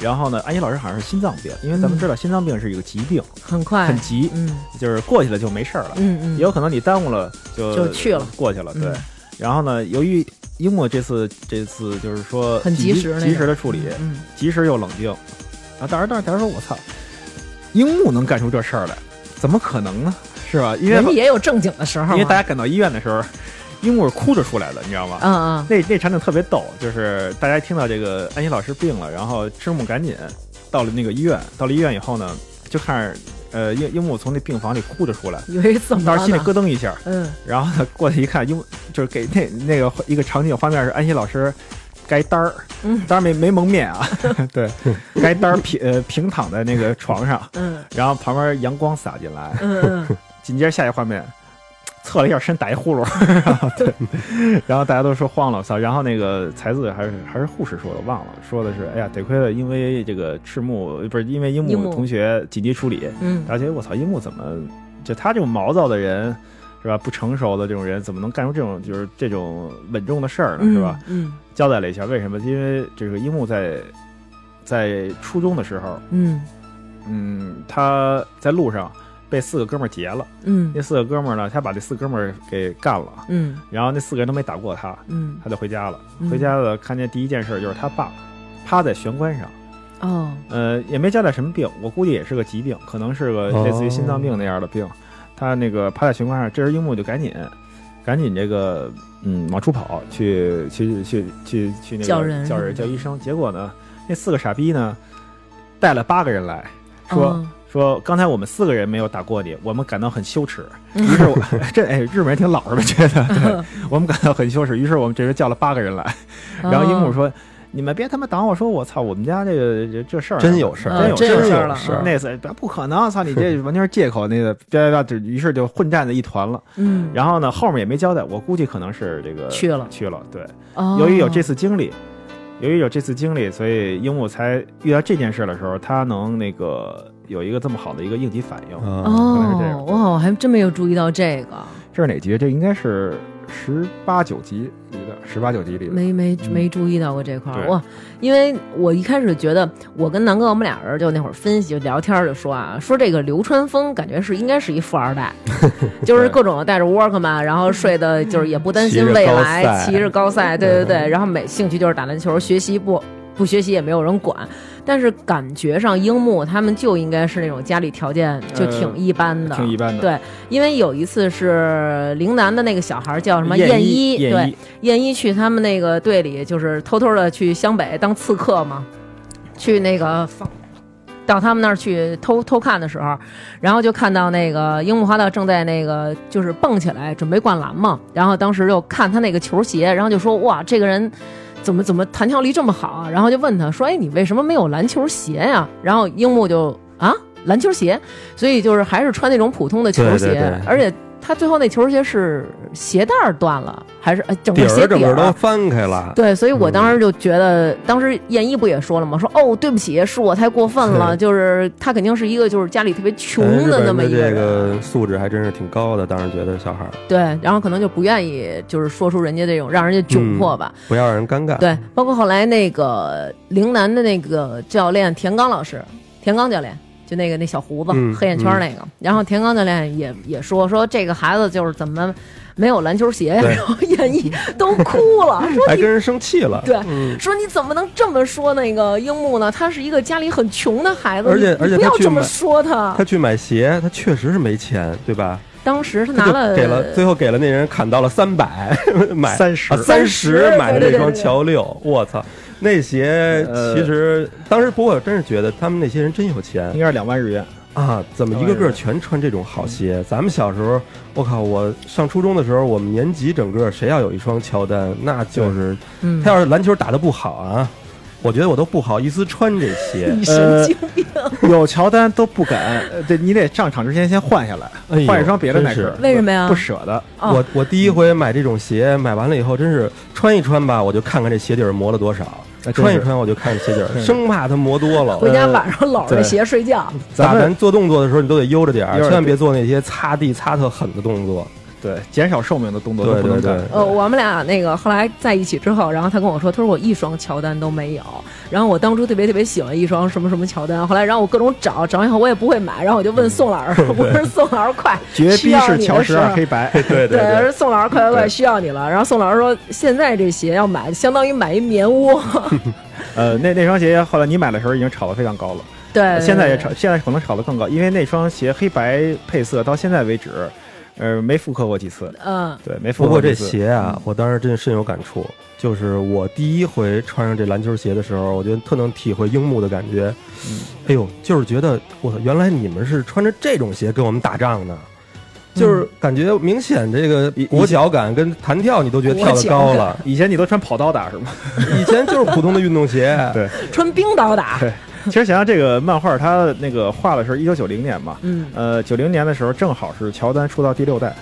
Speaker 3: 然后呢，安西老师好像是心脏病，因为咱们知道心脏病是一个疾病，
Speaker 1: 很快
Speaker 3: 很急，
Speaker 1: 嗯
Speaker 3: 就是过去了就没事儿了。
Speaker 1: 嗯嗯
Speaker 3: 也有可能你耽误了就呃
Speaker 1: 就去了
Speaker 3: 过去了，对。
Speaker 1: 嗯
Speaker 3: 然后呢，由于樱木这次这次就是说
Speaker 1: 很及
Speaker 3: 及
Speaker 1: 时那种
Speaker 3: 及时的处理，
Speaker 1: 嗯
Speaker 3: 及时又冷静。啊，当时当时当时说，我操，樱木能干出这事儿来，怎么可能呢？是吧？因为
Speaker 1: 人家也有正经的时候嘛， 啊
Speaker 3: 因为大家赶到医院的时候，樱木是哭着出来的，你知道吗？
Speaker 1: 嗯嗯
Speaker 3: 那那场景特别逗，就是大家听到这个安西老师病了，然后赤木赶紧到了那个医院，到了医院以后呢，就看着呃樱樱木从那病房里哭着出来，
Speaker 1: 以为怎么
Speaker 3: 当
Speaker 1: 了
Speaker 3: 时心里
Speaker 1: 呢？
Speaker 3: 咯噔一下，
Speaker 1: 嗯
Speaker 3: 然后呢，过去一看，因为就是给那那个一个场景画面是安西老师盖单儿，
Speaker 1: 嗯
Speaker 3: 当然没没蒙 面啊，对，盖单儿平呃平躺在那个床上，
Speaker 1: 嗯
Speaker 3: 然后旁边阳光洒进来，
Speaker 1: 嗯嗯。
Speaker 3: 紧接着下一画面，侧了一下身打一呼噜，然后对，然后大家都说慌了，我操！然后那个才子还是还是护士说的，忘了说的是，哎呀，得亏了，因为这个赤木不是因为樱
Speaker 1: 樱木
Speaker 3: 木同学紧急处理，
Speaker 1: 嗯
Speaker 3: 而且我操，樱木怎么就他这种毛躁的人，是吧？不成熟的这种人，怎么能干出这种就是这种稳重的事儿呢？ 是吧？？
Speaker 1: 嗯
Speaker 3: 交代了一下为什么，因为这个樱木在在初中的时候，
Speaker 1: 嗯
Speaker 3: 嗯，他在路上被四个哥们儿劫了，
Speaker 1: 嗯
Speaker 3: 那四个哥们儿呢，他把这四哥们儿给干了，啊
Speaker 1: 嗯
Speaker 3: 然后那四个人都没打过他，
Speaker 1: 嗯
Speaker 3: 他就回家了。
Speaker 1: 嗯
Speaker 3: 回家了，看见第一件事就是他爸趴在玄关上。
Speaker 1: 哦，
Speaker 3: 呃，也没交代什么病，我估计也是个疾病，可能是个类似于心脏病那样的病。
Speaker 1: 哦
Speaker 3: 他那个趴在悬挂上，这时樱木就赶紧，赶紧这个，嗯，往出跑，去去去去去那个
Speaker 1: 叫人
Speaker 3: 叫
Speaker 1: 是
Speaker 3: 人
Speaker 1: 吧
Speaker 3: 叫医生。结果呢，那四个傻逼呢，带了八个人来说。
Speaker 1: 哦
Speaker 3: 说刚才我们四个人没有打过你，我们感到很羞耻。于是我这哎，日本人挺老实的，觉得 对我们感到很羞耻。于是我们这边叫了八个人来，
Speaker 1: 哦，
Speaker 3: 然后樱木说：“你们别他妈挡我！”说：“我操，我们家这个这这事儿
Speaker 2: 真有事
Speaker 1: 儿嗯
Speaker 3: 有
Speaker 1: 真
Speaker 3: 儿
Speaker 1: 有事儿了
Speaker 3: 有儿那次不可能，操你这完全是借口，那个叭叭叭，就于是就混战的一团了。
Speaker 1: 嗯，
Speaker 3: 然后呢，后面也没交代，我估计可能是这个
Speaker 1: 去了
Speaker 3: 去了。对，
Speaker 1: 后
Speaker 3: 由于有这次经历，由于有这次经历，所以樱木才遇到这件事的时候，他能那个有一个这么好的一个应急反应。
Speaker 2: 啊，
Speaker 3: 可能是这
Speaker 1: 哦
Speaker 3: 样，
Speaker 1: 哇，我还真没有注意到这个，
Speaker 3: 这是哪集？这应该是十八九集里的，十八九集里的。
Speaker 1: 没没
Speaker 3: 嗯
Speaker 1: 没注意到过这块儿
Speaker 3: 对
Speaker 1: 哇！因为我一开始觉得，我跟南哥我们俩人就那会儿分析就聊天儿就说啊，说这个流川枫感觉是应该是一富二 代，就是各种带着 workman，然 后睡的就是也不担心未来，
Speaker 2: 骑
Speaker 1: 骑
Speaker 2: 着
Speaker 1: 嗯着高赛，对对对，然后每兴趣就是打篮球，学习不不学习也没有人管。但是感觉上，樱木他们就应该是那种家里条件就呃挺一般的，
Speaker 3: 挺一般的。
Speaker 1: 对，因为有一次是陵南的那个小孩叫什么
Speaker 3: 燕
Speaker 1: 一，
Speaker 3: 燕
Speaker 1: 对
Speaker 3: 一，
Speaker 1: 燕一去他们那个队里，就是偷偷的去湘北当刺客嘛，去那个放到他们那儿去偷偷看的时候，然后就看到那个樱木花道正在那个就是蹦起来准备灌篮嘛，然后当时就看他那个球鞋，然后就说哇，这个人怎么怎么弹跳力这么好啊？然后就问他说：“哎，你为什么没有篮球鞋呀、然后樱木就啊，篮球鞋，所以就是还是穿那种普通的球鞋，
Speaker 2: 对对对
Speaker 1: 而且他最后那球鞋是鞋带儿断了，还是呃整
Speaker 2: 底
Speaker 1: 个
Speaker 2: 儿
Speaker 1: 鞋
Speaker 2: 整
Speaker 1: 底
Speaker 2: 个
Speaker 1: 儿
Speaker 2: 都翻开了，
Speaker 1: 对，所以我当时就觉得，当时燕一不也说了吗？说哦，对不起，是我太过分了，
Speaker 2: 对
Speaker 1: 就是他肯定是一个就是家里特别穷
Speaker 2: 哎日
Speaker 1: 的
Speaker 2: 本
Speaker 1: 那么
Speaker 2: 人
Speaker 1: 一个
Speaker 2: 这
Speaker 1: 人，
Speaker 2: 个素质还真是挺高的，当时觉得小孩儿
Speaker 1: 对，然后可能就不愿意就是说出人家这种让人家窘迫吧。
Speaker 2: 不要让人尴尬。
Speaker 1: 对，包括后来那个陵南的那个教练田刚老师，田刚教练。就那个那小胡子、
Speaker 2: 嗯
Speaker 1: 黑眼圈那个，然后田刚教练也也说说这个孩子就是怎么没有篮球鞋呀，
Speaker 2: 对
Speaker 1: 然后燕一都哭 了，说
Speaker 2: 还跟人生气了，
Speaker 1: 对
Speaker 2: 嗯，
Speaker 1: 说你怎么能这么说那个樱木呢？他是一个家里很穷的孩子，
Speaker 2: 而且
Speaker 1: 你
Speaker 2: 而且
Speaker 1: 你不
Speaker 2: 他
Speaker 1: 要
Speaker 2: 去
Speaker 1: 这么
Speaker 2: 买
Speaker 1: 说他
Speaker 2: 他。去买鞋，他确实是没钱，对吧？
Speaker 1: 当时他拿
Speaker 2: 他就给了，
Speaker 1: 了
Speaker 2: 最后给了那人砍到了三百，买啊
Speaker 3: 30
Speaker 2: 三十
Speaker 1: 30
Speaker 2: 买的
Speaker 1: 对
Speaker 2: 那
Speaker 1: 对
Speaker 2: 双
Speaker 1: 对
Speaker 2: 乔六，我操，那鞋
Speaker 3: 呃
Speaker 2: 其实当时不过我真是觉得他们那些人真有
Speaker 3: 应
Speaker 2: 钱
Speaker 3: 该是两万日元。
Speaker 2: 啊，怎么一个个全穿这种好鞋？咱们小时候，我靠，我上初中的时候，我们年级整个谁要有一双乔丹，那就是
Speaker 1: 嗯
Speaker 2: 他要是篮球打得不好啊，我觉得我都不好意思穿这 鞋。
Speaker 1: 你
Speaker 2: 呃
Speaker 1: 神经病，
Speaker 3: 呃有乔丹都不敢，呃对你得上场之前先换下来
Speaker 2: 哎呦，
Speaker 3: 换一双别的耐
Speaker 2: 真
Speaker 3: 克
Speaker 2: 是。
Speaker 1: 为什么呀
Speaker 3: 不舍得。
Speaker 1: 哦
Speaker 2: 我我第一回买这种鞋，买完了以后，真是穿一穿吧，我就看看这鞋底儿磨了多少；
Speaker 3: 哎真是
Speaker 2: 穿一穿，我就看这鞋底儿，
Speaker 3: 是
Speaker 2: 生怕它磨多了。
Speaker 1: 回家晚上搂着
Speaker 3: 对
Speaker 1: 鞋睡觉。
Speaker 2: 咋
Speaker 3: 咱
Speaker 2: 咱
Speaker 3: 们
Speaker 2: 做动作的时候，你都得悠着点儿，
Speaker 3: 悠着
Speaker 2: 千
Speaker 3: 点
Speaker 2: 万别做那些擦地擦特狠的动作。
Speaker 3: 对减少寿命的动作
Speaker 2: 对
Speaker 3: 都不能
Speaker 2: 对
Speaker 3: 干
Speaker 2: 对。
Speaker 1: 呃，我们俩那个后来在一起之后，然后他跟我说，他说我一双乔丹都没有。然后我当初特别特别喜欢一双什么什么乔丹，后来然后我各种找，找以后我也不会买，然后我就问宋老师，我说宋老师快，
Speaker 3: 嗯 绝
Speaker 1: 需
Speaker 3: 逼
Speaker 1: 要
Speaker 3: 是
Speaker 1: 你的
Speaker 3: 乔十
Speaker 1: 时
Speaker 3: 二
Speaker 1: 候
Speaker 3: 黑白，
Speaker 2: 对
Speaker 1: 对，我说宋老师快快快，
Speaker 2: 对
Speaker 1: 需要你了。然后宋老师说，现在这鞋要买，相当于买一棉窝。
Speaker 3: 呃，那那双鞋后来你买的时候已经炒得非常高了，
Speaker 1: 对，
Speaker 3: 现在也
Speaker 1: 对
Speaker 3: 炒，现在可能炒得更高，因为那双鞋黑白配色到现在为止，呃，没复刻过几次，
Speaker 1: 嗯，
Speaker 3: 对，没复
Speaker 2: 不
Speaker 3: 刻
Speaker 2: 过这
Speaker 3: 几次。
Speaker 2: 鞋啊，我当时真深有感触。就是我第一回穿上这篮球鞋的时候，我觉得特能体会樱木的感觉。
Speaker 3: 嗯
Speaker 2: 哎呦，就是觉得我操，原来你们是穿着这种鞋跟我们打仗呢，
Speaker 1: 嗯
Speaker 2: 就是感觉明显这个裹脚感跟弹跳你都觉得跳得高了。
Speaker 3: 以前你都穿跑道打是吗？
Speaker 2: 以前就是普通的运动鞋，
Speaker 3: 对
Speaker 1: 穿冰刀打，
Speaker 3: 对。其实想想这个漫画，它那个画的是一九九零年嘛，
Speaker 1: 嗯，
Speaker 3: 呃，九零年的时候正好是乔丹出道第六代。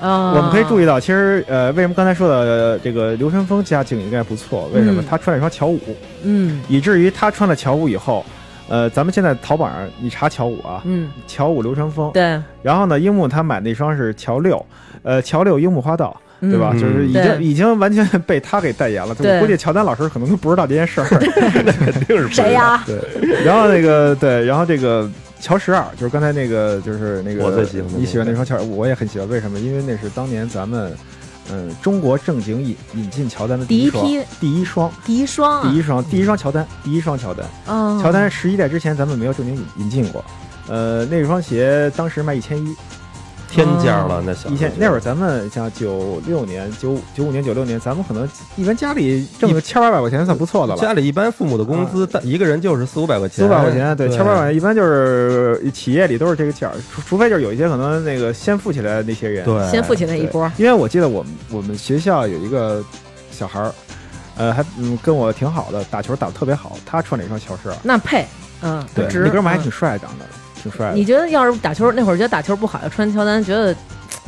Speaker 1: 啊，
Speaker 3: 我们可以注意到，其实呃，为什么刚才说的呃这个流川枫家境应该不错？为什么
Speaker 1: 嗯
Speaker 3: 他穿了一双乔五？
Speaker 1: 嗯
Speaker 3: 以至于他穿了乔五以后，呃，咱们现在淘宝上你查乔五啊，
Speaker 1: 嗯，
Speaker 3: 乔五流川枫，
Speaker 1: 对，
Speaker 3: 然后呢，樱木他买那双是乔六，呃，乔六樱木花道，
Speaker 1: 嗯
Speaker 3: 对吧？
Speaker 2: 嗯
Speaker 3: 就是已经
Speaker 1: 对
Speaker 3: 已经完全被他给代言了，
Speaker 1: 对
Speaker 3: 我估计乔丹老师可能都不知道这件 事儿。
Speaker 1: 谁呀？
Speaker 3: 然后那个对，然后这个乔十二，就是刚才那个，就是那个
Speaker 2: 我最喜欢的那个
Speaker 3: 你喜欢那双乔，我也很喜欢，为什么？因为那是当年咱们。嗯，中国正经引引进乔丹的第双，
Speaker 1: 第一批
Speaker 3: 第一双，
Speaker 1: 第一双啊，
Speaker 3: 第一双，第一双乔丹，第一双乔丹，
Speaker 1: 啊，
Speaker 3: 乔丹十一代之前咱们没有正经引引进过，呃，那双鞋当时卖一千一，
Speaker 2: 天价了那小
Speaker 3: 一千那会儿咱们像九六年、九五九五年、九六年，咱们可能一般家里挣个千八百块钱算不错的了，
Speaker 2: 家里一般父母的工资，但一个人就是四五百块钱，
Speaker 3: 嗯四百块钱，对，千八百块
Speaker 2: 钱。
Speaker 3: 钱一般就是企业里都是这个价儿，除除非就是有一些可能那个先富起来的那些人，
Speaker 2: 对，
Speaker 1: 先富起那一波，
Speaker 3: 因为我记得我们我们学校有一个小孩儿，呃，还嗯跟我挺好的，打球打得特别好，他穿了一双乔十二，
Speaker 1: 那配，嗯，
Speaker 3: 对，
Speaker 1: 值。
Speaker 3: 那哥们儿还挺
Speaker 1: 嗯
Speaker 3: 帅，长得挺帅的。
Speaker 1: 你觉得要是打球那会儿觉得打球不好，要穿乔丹觉得嘖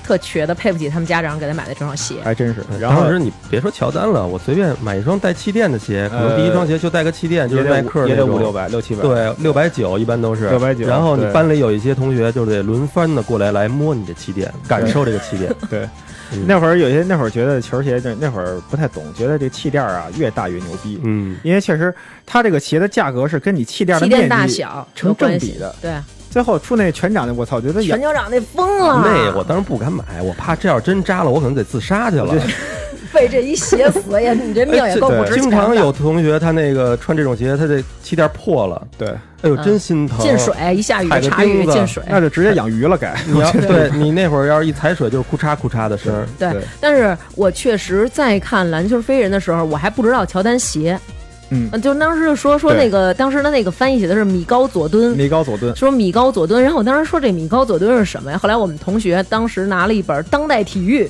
Speaker 1: 特瘸的，配不起他们家长给他买的这双鞋。
Speaker 3: 还真是，然后
Speaker 2: 当时你别说乔丹了，我随便买一双带气垫的鞋，可能
Speaker 3: 呃
Speaker 2: 第一双鞋就带个气垫，就
Speaker 3: 也
Speaker 2: 是
Speaker 3: 得
Speaker 2: 耐
Speaker 3: 五
Speaker 2: 克
Speaker 3: 也
Speaker 2: 那
Speaker 3: 得五六
Speaker 2: 种。
Speaker 3: 百、六七百。
Speaker 2: 对，六百九一般都是
Speaker 3: 690
Speaker 2: 然后你
Speaker 3: 对
Speaker 2: 班里有一些同学就得轮番的过来来摸你的气垫，感受这个气 垫。
Speaker 3: 对
Speaker 2: 嗯，
Speaker 3: 那会儿有些那会儿觉得球鞋就那会儿不太懂，觉得这气垫儿啊越大越牛逼，
Speaker 2: 嗯，
Speaker 3: 因为确实它这个鞋的价格是跟你气垫儿的
Speaker 1: 气
Speaker 3: 面
Speaker 1: 垫
Speaker 3: 积
Speaker 1: 大小有
Speaker 3: 成正
Speaker 1: 关系
Speaker 3: 比的。
Speaker 1: 对，
Speaker 3: 最后出那全掌的，我操，觉得
Speaker 1: 全
Speaker 3: 眼
Speaker 1: 球长那疯了，
Speaker 2: 那我当时不敢买，我怕这要真扎了，我可能得自杀去了。哎
Speaker 1: 被这一鞋死也，你这命
Speaker 3: 哎
Speaker 1: 也够不值钱
Speaker 2: 经
Speaker 1: 的。
Speaker 2: 常有同学他那个穿这种鞋，他这气垫破了，
Speaker 3: 对，
Speaker 2: 哎呦，
Speaker 1: 嗯
Speaker 2: 真心疼。
Speaker 1: 进
Speaker 3: 呃
Speaker 1: 水，一下雨
Speaker 2: 踩个
Speaker 1: 茶雨
Speaker 2: 钉子
Speaker 1: 进水。
Speaker 3: 那就直接养鱼了，该。
Speaker 2: 你要对你那会儿要是一踩水就是库嚓库嚓的声儿，
Speaker 1: 对
Speaker 3: 对，
Speaker 1: 但是我确实在看《篮球飞人》的时候，我还不知道乔丹鞋，
Speaker 3: 嗯，
Speaker 1: 呃就当时就说说那个当时的那个翻译写的是米高佐敦，
Speaker 3: 米高佐敦，
Speaker 1: 说米高佐敦，然后我当时说这米高佐敦是什么呀？后来我们同学当时拿了一本《当代体育》，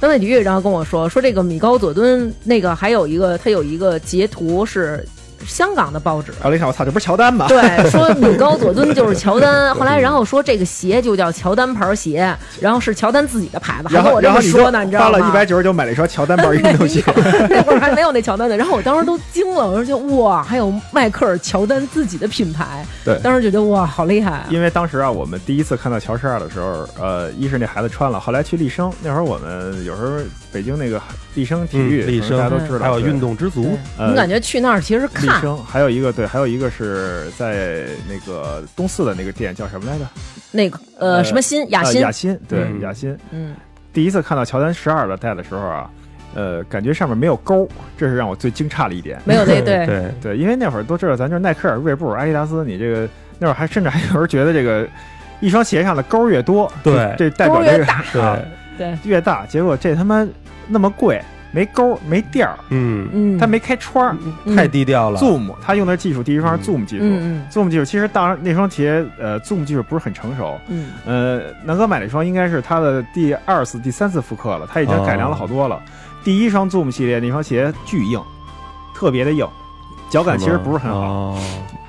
Speaker 1: 当代体育，然后跟我说说这个米高佐敦那个还有一个他有一个截图是香港的报纸。
Speaker 3: 然后一看，我操，这不是 乔丹吧？
Speaker 1: 对，说米高佐敦就是乔 丹，后来然后说这个鞋就叫乔丹牌鞋，然后是乔丹自己的牌子，还
Speaker 3: 然
Speaker 1: 跟
Speaker 3: 后
Speaker 1: 我这
Speaker 3: 然
Speaker 1: 么
Speaker 3: 后你
Speaker 1: 说呢，你知
Speaker 3: 花
Speaker 1: 道吗？哎
Speaker 3: 了一百九十九买了一双乔丹牌运 动鞋，
Speaker 1: 那会儿还没有那乔丹的，然后我当时都惊了，我说就哇，还有迈克尔乔丹自己的品牌，
Speaker 3: 对
Speaker 1: 当时觉得哇，好厉害啊！
Speaker 3: 因为当时啊，我们第一次看到乔十二的时候，呃，一是那孩子穿了，后来去丽生，那会儿我们有时候北京那个丽生体育，
Speaker 2: 嗯丽生
Speaker 3: 大家都知道，
Speaker 2: 还有
Speaker 3: 对
Speaker 2: 运动之足
Speaker 1: 对，
Speaker 3: 呃
Speaker 1: 你感觉去那儿其实
Speaker 3: 丽
Speaker 1: 看
Speaker 3: 生，还有一个对，还有一个是在那个东四的那个店叫什么来着？
Speaker 1: 那个呃
Speaker 3: 呃
Speaker 1: 什么新雅
Speaker 3: 呃
Speaker 1: 欣
Speaker 3: 雅，欣，对，
Speaker 2: 嗯
Speaker 3: 雅欣。
Speaker 1: 嗯，
Speaker 3: 第一次看到乔丹十二的带的时候啊，呃，感觉上面没有勾，这是让我最惊诧的一点。
Speaker 1: 没有那对
Speaker 2: 对，
Speaker 3: 对，因为那会儿都知道，咱就是耐克、锐步、阿迪达斯，你这个那会儿还甚至还有人觉得这个一双鞋上的勾越多，
Speaker 2: 对
Speaker 3: 这这代表
Speaker 1: 勾
Speaker 3: 这
Speaker 1: 越
Speaker 3: 个
Speaker 1: 大
Speaker 3: 啊
Speaker 2: 对，
Speaker 1: 对，
Speaker 3: 越大，结果这他妈那么贵，没勾没垫儿，
Speaker 2: 嗯，
Speaker 1: 嗯，
Speaker 3: 它没开窗儿。
Speaker 1: 嗯
Speaker 2: 太低调了。
Speaker 3: Zoom，它用的技术第一双是
Speaker 2: 嗯
Speaker 3: Zoom 技术。
Speaker 1: 嗯
Speaker 3: Zoom 技术其实当然那双鞋，呃，Zoom 技术不是很成熟。
Speaker 1: 嗯
Speaker 3: 呃，南哥买了一双应该是他的第二次、第三次复刻了，他已经
Speaker 2: 哦
Speaker 3: 改良了好多了。第一双 Zoom 系列那双鞋巨硬，特别的硬，脚感其实不是很好，
Speaker 2: 好。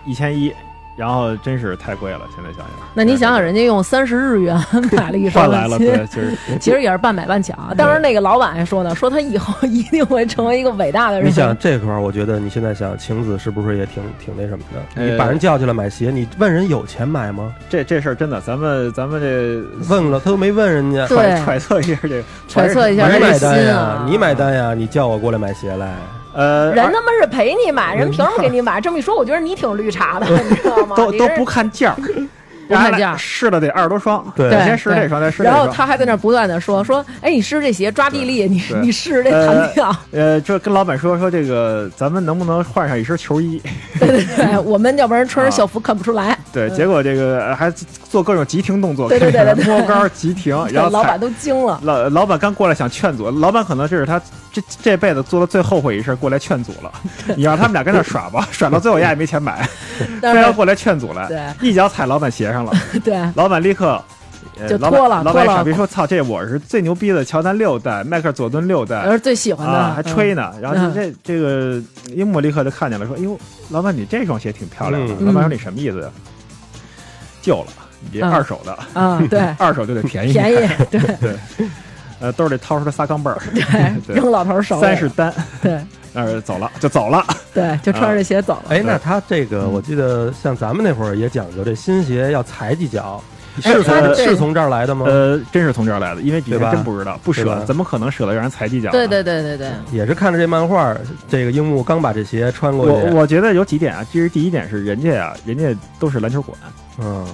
Speaker 3: 一千一。然后真是太贵了，现在想想
Speaker 1: 嗯，。那你想想，人家用三十日 元买了一
Speaker 3: 换
Speaker 1: 双
Speaker 3: 来了，
Speaker 1: 新
Speaker 3: 对，就是
Speaker 1: 其实也是半买半抢。当时那个老板还说呢，说他以后一定会成为一个伟大的人。
Speaker 2: 你想这块儿，我觉得你现在想晴子是不是也挺挺那什么的？
Speaker 3: 呃
Speaker 2: 你把人叫起来买鞋，你问人有钱买吗？
Speaker 3: 这这事儿真的，咱们咱们这
Speaker 2: 问了他都没问人家，
Speaker 1: 对
Speaker 3: 揣揣测一下这个，
Speaker 1: 揣测一下
Speaker 2: 你
Speaker 1: 这
Speaker 2: 买
Speaker 1: 个心
Speaker 2: 单呀
Speaker 1: 啊，，
Speaker 2: 你买单呀，你叫我过来买鞋来，
Speaker 3: 呃，
Speaker 1: 人
Speaker 3: 而
Speaker 1: 他妈是陪你
Speaker 3: 呃
Speaker 1: 买，人凭什么给你买？这么一说，我觉得你挺绿茶的，你知道吗？
Speaker 3: 嗯都
Speaker 1: 你
Speaker 3: 都
Speaker 1: 这
Speaker 3: 不看价儿，
Speaker 1: 不看价儿
Speaker 3: 试了得二十多双，
Speaker 2: 对
Speaker 3: 你先试这双，再试这
Speaker 1: 然后
Speaker 3: 双。嗯
Speaker 1: 他还在那儿不断的说说，哎，你试这鞋抓地力，你
Speaker 3: 对
Speaker 1: 你试这弹跳，
Speaker 3: 呃，这跟老板说说这个，咱们能不能换上一身球衣？
Speaker 1: 对对对，我们要不然穿着校服看不出来。
Speaker 3: 对，结果这个呃还做各种急停动作，
Speaker 1: 对对对对
Speaker 3: 跟着摸杆儿急停，然后
Speaker 1: 老
Speaker 3: 踩
Speaker 1: 板都惊了，
Speaker 3: 老老板刚过来想劝阻，老板可能这是他这这辈子做的最后悔一事，过来劝阻 了。你让他们俩跟那耍吧， 耍到最后丫也没钱买，
Speaker 1: 但
Speaker 3: 非要
Speaker 1: 是
Speaker 3: 过来劝阻来，
Speaker 1: 对
Speaker 3: 一脚踩老板鞋上了，
Speaker 1: 对
Speaker 3: 老板立刻。呃
Speaker 1: 就
Speaker 3: 老
Speaker 1: 脱
Speaker 3: 板
Speaker 1: 了
Speaker 3: 老板
Speaker 1: 脱了
Speaker 3: 傻逼说：“操，这我是最牛逼的乔丹六代，迈克尔佐敦六代，
Speaker 1: 我是最喜欢的，
Speaker 3: 啊，还吹呢。然后
Speaker 1: 呃嗯
Speaker 3: 这这个樱木立刻就看见了，说：“哎呦，老板，你这双鞋挺漂亮的。
Speaker 2: 嗯
Speaker 3: 老板说：“你什么意思呀？”旧了，你这
Speaker 1: 嗯
Speaker 3: 二手 的，，
Speaker 1: 嗯啊，对
Speaker 3: 二手就得便宜。
Speaker 1: 便宜，对
Speaker 3: 呃，兜里掏出来仨钢镚儿， 对
Speaker 1: 扔老头手里，
Speaker 3: 三十单，
Speaker 1: 对
Speaker 3: 呃，走了就走了。
Speaker 1: 对，就穿着
Speaker 3: 啊
Speaker 1: 这鞋走了。
Speaker 2: 哎，那他这个，
Speaker 3: 嗯
Speaker 2: 我记得像咱们那会儿也讲究，这新鞋要踩几脚，是
Speaker 1: 哎
Speaker 2: 从
Speaker 1: 对
Speaker 2: 是从这儿来的吗？
Speaker 3: 呃，真是从这儿来的，因为以
Speaker 2: 嗯对吧
Speaker 3: 前真不知道，不
Speaker 2: 对
Speaker 3: 舍
Speaker 2: 吧，
Speaker 3: 怎么可能舍得让人踩几脚呢？
Speaker 1: 对对对对对，
Speaker 2: 也是看着这漫画，这个樱木刚把这鞋穿过
Speaker 3: 我
Speaker 2: 去，
Speaker 3: 我觉得有几点啊，其实第一点是人家啊，人家都是篮球馆，
Speaker 2: 嗯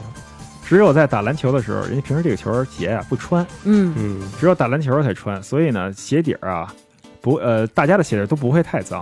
Speaker 3: 只有在打篮球的时候，人家平时这个球鞋啊不穿，
Speaker 1: 嗯
Speaker 2: 嗯，
Speaker 3: 只有打篮球才穿，所以呢，鞋底儿啊，不呃，大家的鞋底儿都不会太 脏，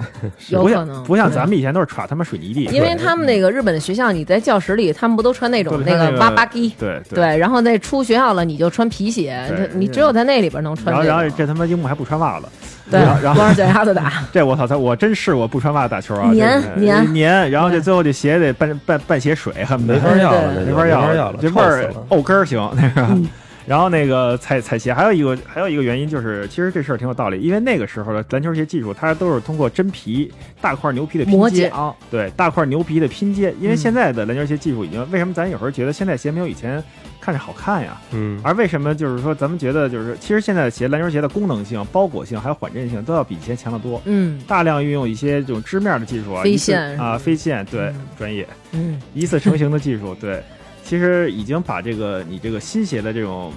Speaker 1: 有
Speaker 3: 不
Speaker 1: 可
Speaker 3: 像
Speaker 1: 能
Speaker 3: 不像
Speaker 1: 对
Speaker 3: 咱们以前都是歘他妈水泥地，
Speaker 1: 因为他们那个日本的学校，你在教室里，他们不都穿那种
Speaker 3: 都
Speaker 1: 那
Speaker 3: 穿那
Speaker 1: 个
Speaker 3: 个
Speaker 1: 哇吧基。
Speaker 3: 对对。
Speaker 1: 对，然后那出学校了，你就穿皮鞋，
Speaker 3: 对
Speaker 1: 你你只有在那里边能穿
Speaker 3: 然后，
Speaker 1: 这
Speaker 3: 然后
Speaker 1: 个。
Speaker 3: 这他妈樱木还不穿袜子，
Speaker 1: 对，
Speaker 3: 然后然后
Speaker 1: 光着脚丫子打。
Speaker 3: 这我操他！我真试过不穿袜子打球啊，
Speaker 1: 粘
Speaker 3: 这个
Speaker 1: 粘
Speaker 3: 粘， 然后这最后这鞋得半半半鞋水，恨不
Speaker 2: 没
Speaker 3: 得
Speaker 2: 法要了，
Speaker 1: 对
Speaker 2: 那
Speaker 3: 没
Speaker 2: 就
Speaker 3: 法
Speaker 2: 呃没
Speaker 3: 要
Speaker 2: 法要了，
Speaker 3: 这味儿
Speaker 2: 臭死了
Speaker 3: 沤根儿行那
Speaker 1: 嗯
Speaker 3: 个。 然后那个踩踩鞋，还有一个还有一个原因就是，其实这事儿挺有道理，因为那个时候的篮球鞋技术，它都是通过真皮大块牛皮的拼
Speaker 1: 磨
Speaker 3: 接，
Speaker 1: 脚，
Speaker 3: 对，大块牛皮的拼接，因为现在的篮球鞋技术已经，为什么咱有时候觉得现在鞋没有以前看着好看呀？
Speaker 2: 嗯，
Speaker 3: 而为什么就是说咱们觉得就是，其实现在的鞋，篮球鞋的功能性、包裹性还有缓震性都要比以前强得多。
Speaker 1: 嗯
Speaker 3: 大量运用一些这种织面的技术啊，
Speaker 1: 飞
Speaker 3: 一次
Speaker 1: 线
Speaker 3: 啊，飞线对
Speaker 1: 嗯，
Speaker 3: 专业
Speaker 1: 嗯，
Speaker 3: 一次成型的技术， 对，其实已经把这个你这个新鞋的这种。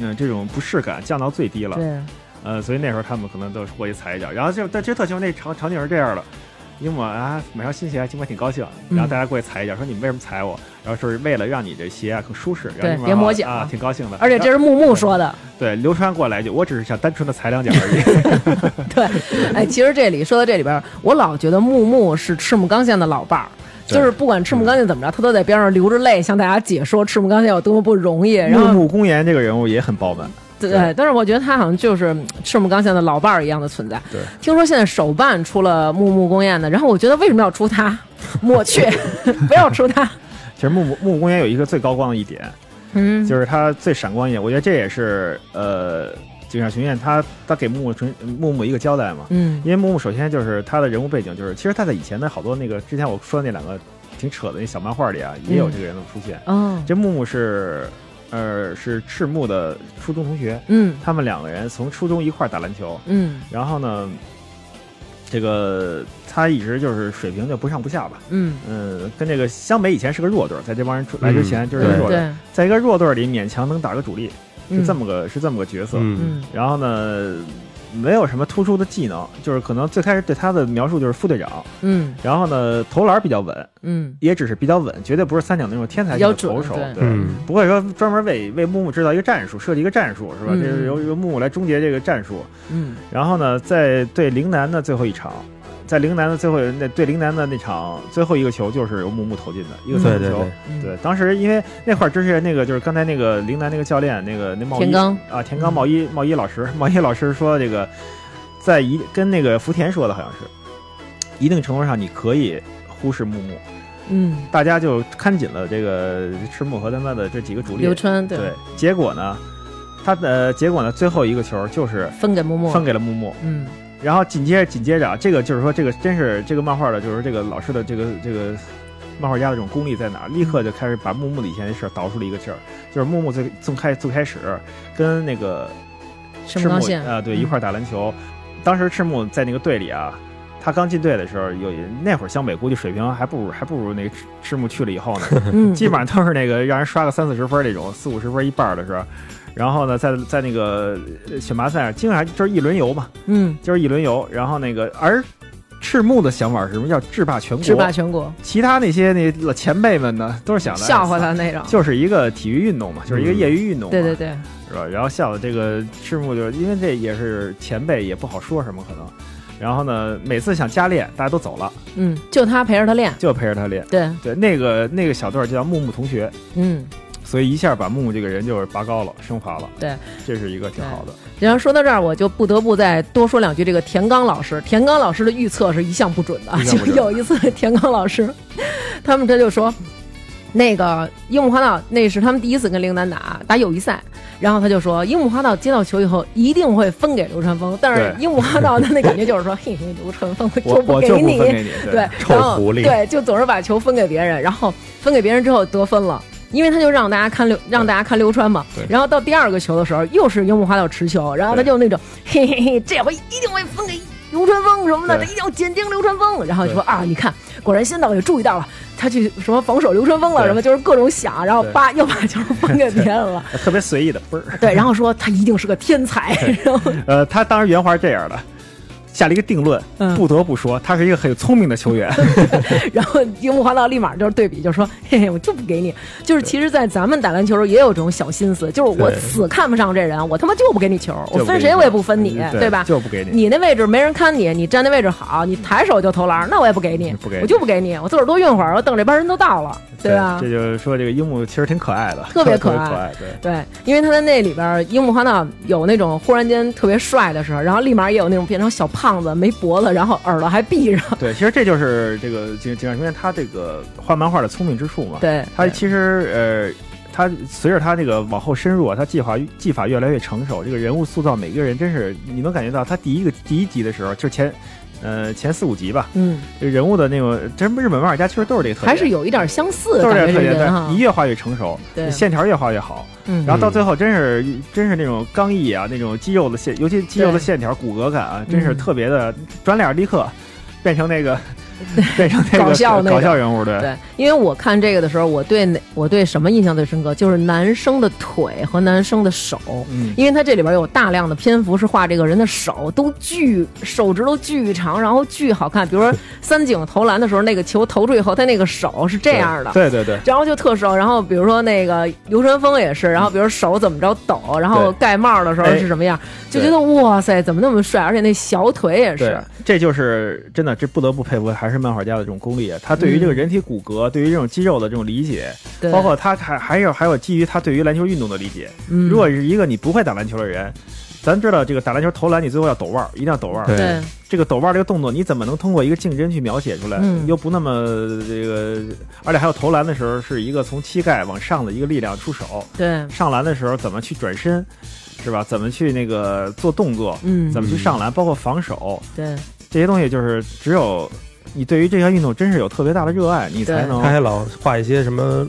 Speaker 3: 嗯，这种不适感降到最低了，
Speaker 1: 对，
Speaker 3: 呃，所以那时候他们可能都是过去踩一脚，然后就但其实特喜欢那场场景是这样的，因为我啊买双新鞋还今天挺高兴，
Speaker 1: 嗯
Speaker 3: 然后大家过去踩一脚，说你们为什么踩我？然后说是为了让你这鞋啊更舒适，然后
Speaker 1: 对
Speaker 3: 你们
Speaker 1: 别磨
Speaker 3: 啊
Speaker 1: 脚
Speaker 3: 啊，挺高兴的。
Speaker 1: 而且这是木木说的，
Speaker 3: 对流川过来一句，我只是想单纯的踩两脚而已。
Speaker 1: 对，哎，其实这里说到这里边儿，我老觉得木木是赤木刚宪的老伴儿。就是不管赤木刚宪怎么着，他都在边上流着泪向大家解说赤木刚宪有多么不容易。然
Speaker 3: 木
Speaker 1: 后，
Speaker 3: 木公园这个人物也很饱满，
Speaker 1: 对
Speaker 3: 对，
Speaker 1: 但是我觉得他好像就是嗯赤木刚宪的老伴儿一样的存在。
Speaker 3: 对，
Speaker 1: 听说现在手办出了木木公彦的，然后我觉得为什么要出他？抹 去，不要出他。
Speaker 3: 其实木木木公园有一个最高光的一点，
Speaker 1: 嗯，
Speaker 3: 就是他最闪光一点，我觉得这也是呃井上雄彦他他给木木纯木木一个交代嘛，
Speaker 1: 嗯
Speaker 3: 因为木木首先就是他的人物背景，就是其实他在以前的好多那个之前我说的那两个挺扯的那小漫画里啊，也有这个人物出现。
Speaker 1: 哦，
Speaker 3: 这木木是呃是赤木的初中同学，
Speaker 1: 嗯
Speaker 3: 他们两个人从初中一块儿打篮球，
Speaker 1: 嗯
Speaker 3: 然后呢，这个他一直就是水平就不上不下吧。
Speaker 1: 嗯，
Speaker 3: 嗯，跟这个湘北以前是个弱队，在这帮人出来之前就是
Speaker 2: 嗯
Speaker 3: 个弱队，
Speaker 1: 对，
Speaker 3: 在一个弱队里勉强能打个主力，
Speaker 1: 嗯
Speaker 3: 是这么个是这么个角色。
Speaker 2: 嗯
Speaker 1: 嗯
Speaker 3: 然后呢，没有什么突出的技能，就是可能最开始对他的描述就是副队长，
Speaker 1: 嗯
Speaker 3: 然后呢投篮比较稳，
Speaker 1: 嗯，
Speaker 3: 也只是比较稳，绝对不是三井那种天才型的投
Speaker 1: 比较，
Speaker 3: 手
Speaker 1: 准
Speaker 3: 对。
Speaker 2: 嗯
Speaker 3: 不会说专门为为木木制造一个战术，设计一个战术是吧？
Speaker 1: 嗯
Speaker 3: 这是由由木木来终结这个战术。
Speaker 1: 嗯
Speaker 3: 然后呢，在对陵南的最后一场，在陵南的最后那对陵南的那场最后一个球就是由木木投进的一个
Speaker 2: 对
Speaker 3: 三分
Speaker 2: 对
Speaker 3: 球。
Speaker 2: 对，
Speaker 1: 嗯，
Speaker 3: 对，当时因为那块儿之前那个就是刚才那个陵南那个教练，那个那茂一
Speaker 1: 田刚嗯
Speaker 3: 啊，田刚茂一茂一老师，茂一老师说这个，在一跟那个福田说的好像是，一定程度上你可以忽视木木，
Speaker 1: 嗯，
Speaker 3: 大家就看紧了这个赤木和他们的这几个主力。
Speaker 1: 刘川对
Speaker 3: 对，结果呢，他的结果呢，最后一个球就是
Speaker 1: 分给木木，
Speaker 3: 分给了木木，
Speaker 1: 嗯
Speaker 3: 然后紧接着紧接着啊，这个就是说这个真是这个漫画的，就是这个老师的这个这个漫画家的这种功力在哪儿，立刻就开始把木木的以前的事儿导出了一个劲儿，就是木木最最开最开始跟那个
Speaker 1: 赤
Speaker 3: 赤
Speaker 1: 木刚
Speaker 3: 木啊、
Speaker 1: 宪
Speaker 3: 对一块儿打篮球，当时赤木在那个队里啊。他刚进队的时候，有那会儿湘北估计水平还不如还不如那个赤赤木去了以后呢，
Speaker 1: 嗯，
Speaker 3: 基本上都是那个让人刷个三四十分儿那种，四五十分儿一半儿的时候，然后呢，在在那个呃选拔赛经常就是一轮游嘛，
Speaker 1: 嗯，
Speaker 3: 就是一轮游，然后那个而赤木的想法是什么叫制霸全国，
Speaker 1: 制霸全国，
Speaker 3: 其他那些那老前辈们呢都是想的
Speaker 1: 笑话，他那种，
Speaker 3: 就是一个体育运动嘛，就是一个业余运动嘛，
Speaker 1: 对对对，
Speaker 3: 是吧？然后笑的这个赤木就是因为这也是前辈，也不好说什么可能。然后呢，每次想加练，大家都走了，
Speaker 1: 嗯，就他陪着他练，
Speaker 3: 就陪着他练。
Speaker 1: 对，
Speaker 3: 对，那个那个小队儿就叫木木同学，
Speaker 1: 嗯，
Speaker 3: 所以一下把木木这个人就是拔高了，升华了。
Speaker 1: 对，
Speaker 3: 这是一个挺好的。
Speaker 1: 然后说到这儿，我就不得不再多说两句。这个田刚老师，田刚老师的预测是一向不准的啊。
Speaker 3: 一
Speaker 1: 就
Speaker 3: 向不准
Speaker 1: 有一次，田刚老师，他们这就说，那个樱木花道那是他们第一次跟陵南打打友谊赛，然后他就说，樱木花道接到球以后一定会分给流川枫，但是
Speaker 3: 对
Speaker 1: 樱木花道他那感觉就是说，嘿，流川枫我
Speaker 3: 我
Speaker 1: 不
Speaker 3: 我
Speaker 1: 给
Speaker 3: 就不
Speaker 1: 你，
Speaker 3: 分给你，
Speaker 1: 对，
Speaker 2: 臭
Speaker 1: 然后
Speaker 2: 狐狸
Speaker 1: 对，就总是把球分给别人，然后分给别人之后得分了。因为他就让大家看流，让大家看流川嘛
Speaker 3: 对。
Speaker 1: 然后到第二个球的时候，又是樱木花道持球，然后他
Speaker 3: 对
Speaker 1: 就那种，嘿嘿嘿，这回一定会分给流川枫什么的，这
Speaker 3: 对
Speaker 1: 一定要减轻流川枫。然后就说
Speaker 3: 对
Speaker 1: 啊，你看，果然仙道也注意到了，他去什么防守流川枫了，
Speaker 3: 对
Speaker 1: 什么就是各种想，然后
Speaker 3: 对
Speaker 1: 叭又把球分给别人了。
Speaker 3: 特别随意的嘣儿。
Speaker 1: 对，然后说他一定是个天才，然后
Speaker 3: 呃，他当时原话是这样的，下了一个定论，
Speaker 1: 嗯
Speaker 3: 不得不说他是一个很聪明的球 员。
Speaker 1: 然后樱木花道立马就是对比，就说：“嘿嘿，我就不给你。”就是其实，在咱们打篮球时候也有这种小心思，就是我
Speaker 2: 对
Speaker 1: 死看不上这人，我他妈就不给你球，我
Speaker 3: 就不给
Speaker 1: 分
Speaker 3: 你
Speaker 1: 谁
Speaker 3: 球
Speaker 1: 我也不分你，
Speaker 3: 对
Speaker 1: 对吧？
Speaker 3: 就不给你
Speaker 1: 你那位置没人看你，你站那位置好，你抬手就投篮，那我也不给你，
Speaker 3: 不给你
Speaker 1: 我就不给你，我自个儿多运会儿，我等这帮人都到了，吧？
Speaker 3: 这就是说这个樱木其实挺可爱的，
Speaker 1: 啊特别可
Speaker 3: 可
Speaker 1: 爱
Speaker 3: 爱。对，
Speaker 1: 对，因为他在那里边儿，樱木花道有那种忽然间特别帅的时候，然后立马也有那种变成小胖子没脖子，然后耳朵还闭着，
Speaker 3: 对，其实这就是这个井井上雄彦他这个画漫画的聪明之处嘛。，
Speaker 1: 对，
Speaker 3: 他其实呃。他随着他这个往后深入啊，他技法技法越来越成熟，这个人物塑造每个人真是你能感觉到，他第一个第一集的时候，就是前，呃前四五集吧，
Speaker 1: 嗯，
Speaker 3: 这人物的那种，这日本漫画家其实都是这个特点，
Speaker 1: 还是有一点相似，
Speaker 3: 都是
Speaker 1: 感
Speaker 3: 这个
Speaker 1: 觉
Speaker 3: 特
Speaker 1: 这
Speaker 3: 点，
Speaker 1: 人哈
Speaker 3: 对，你，越画越成熟，
Speaker 1: 对
Speaker 3: 你线条越画越好，
Speaker 1: 嗯
Speaker 3: 然后到最后真是真是那种刚毅啊，那种肌肉
Speaker 1: 嗯
Speaker 3: 的线，尤其肌肉的线条、骨骼感啊，真是特别的，转脸立刻变成那个变成那个
Speaker 1: 搞笑那个
Speaker 3: 搞笑人物，对，
Speaker 1: 对，因为我看这个的时候，我对哪我对什么印象最深刻？就是男生的腿和男生的手，
Speaker 3: 嗯
Speaker 1: 因为他这里边有大量的篇幅是画这个人的手，都巨手指都巨长，然后巨好看。比如说三井投篮的时候，那个球投出以后，他那个手是这样的。
Speaker 3: 对对对，
Speaker 1: 然后就特熟，然后比如说那个流川枫也是，然后比如手怎么着抖，然后
Speaker 3: 对
Speaker 1: 盖帽的时候
Speaker 3: 哎
Speaker 1: 是什么样，就觉
Speaker 3: 对
Speaker 1: 得哇塞，怎么那么帅，而且那小腿也
Speaker 3: 对
Speaker 1: 是，，
Speaker 3: 这就是真的，这不得不佩服还是漫画家的这种功力。啊他对于这个人体骨骼，对于这种肌肉的这种理解，
Speaker 1: 嗯对
Speaker 3: 包括他还还有还有基于他对于篮球运动的理解。
Speaker 1: 嗯
Speaker 3: 如果是一个你不会打篮球的人，咱知道这个打篮球投篮，你最后要抖腕儿，一定要抖腕儿。
Speaker 2: 对
Speaker 1: 对
Speaker 3: 这个抖腕儿这个动作，你怎么能通过一个竞争去描写出来？
Speaker 1: 嗯
Speaker 3: 又不那么这个，而且还有投篮的时候是一个从膝盖往上的一个力量出手，
Speaker 1: 对，
Speaker 3: 上篮的时候怎么去转身，是吧？怎么去那个做动作？
Speaker 1: 嗯
Speaker 3: 怎么去上篮？包括防守，
Speaker 1: 对。
Speaker 3: 这些东西就是只有你对于这项运动真是有特别大的热爱，你才
Speaker 1: 对
Speaker 3: 能
Speaker 2: 他还老画一些什么，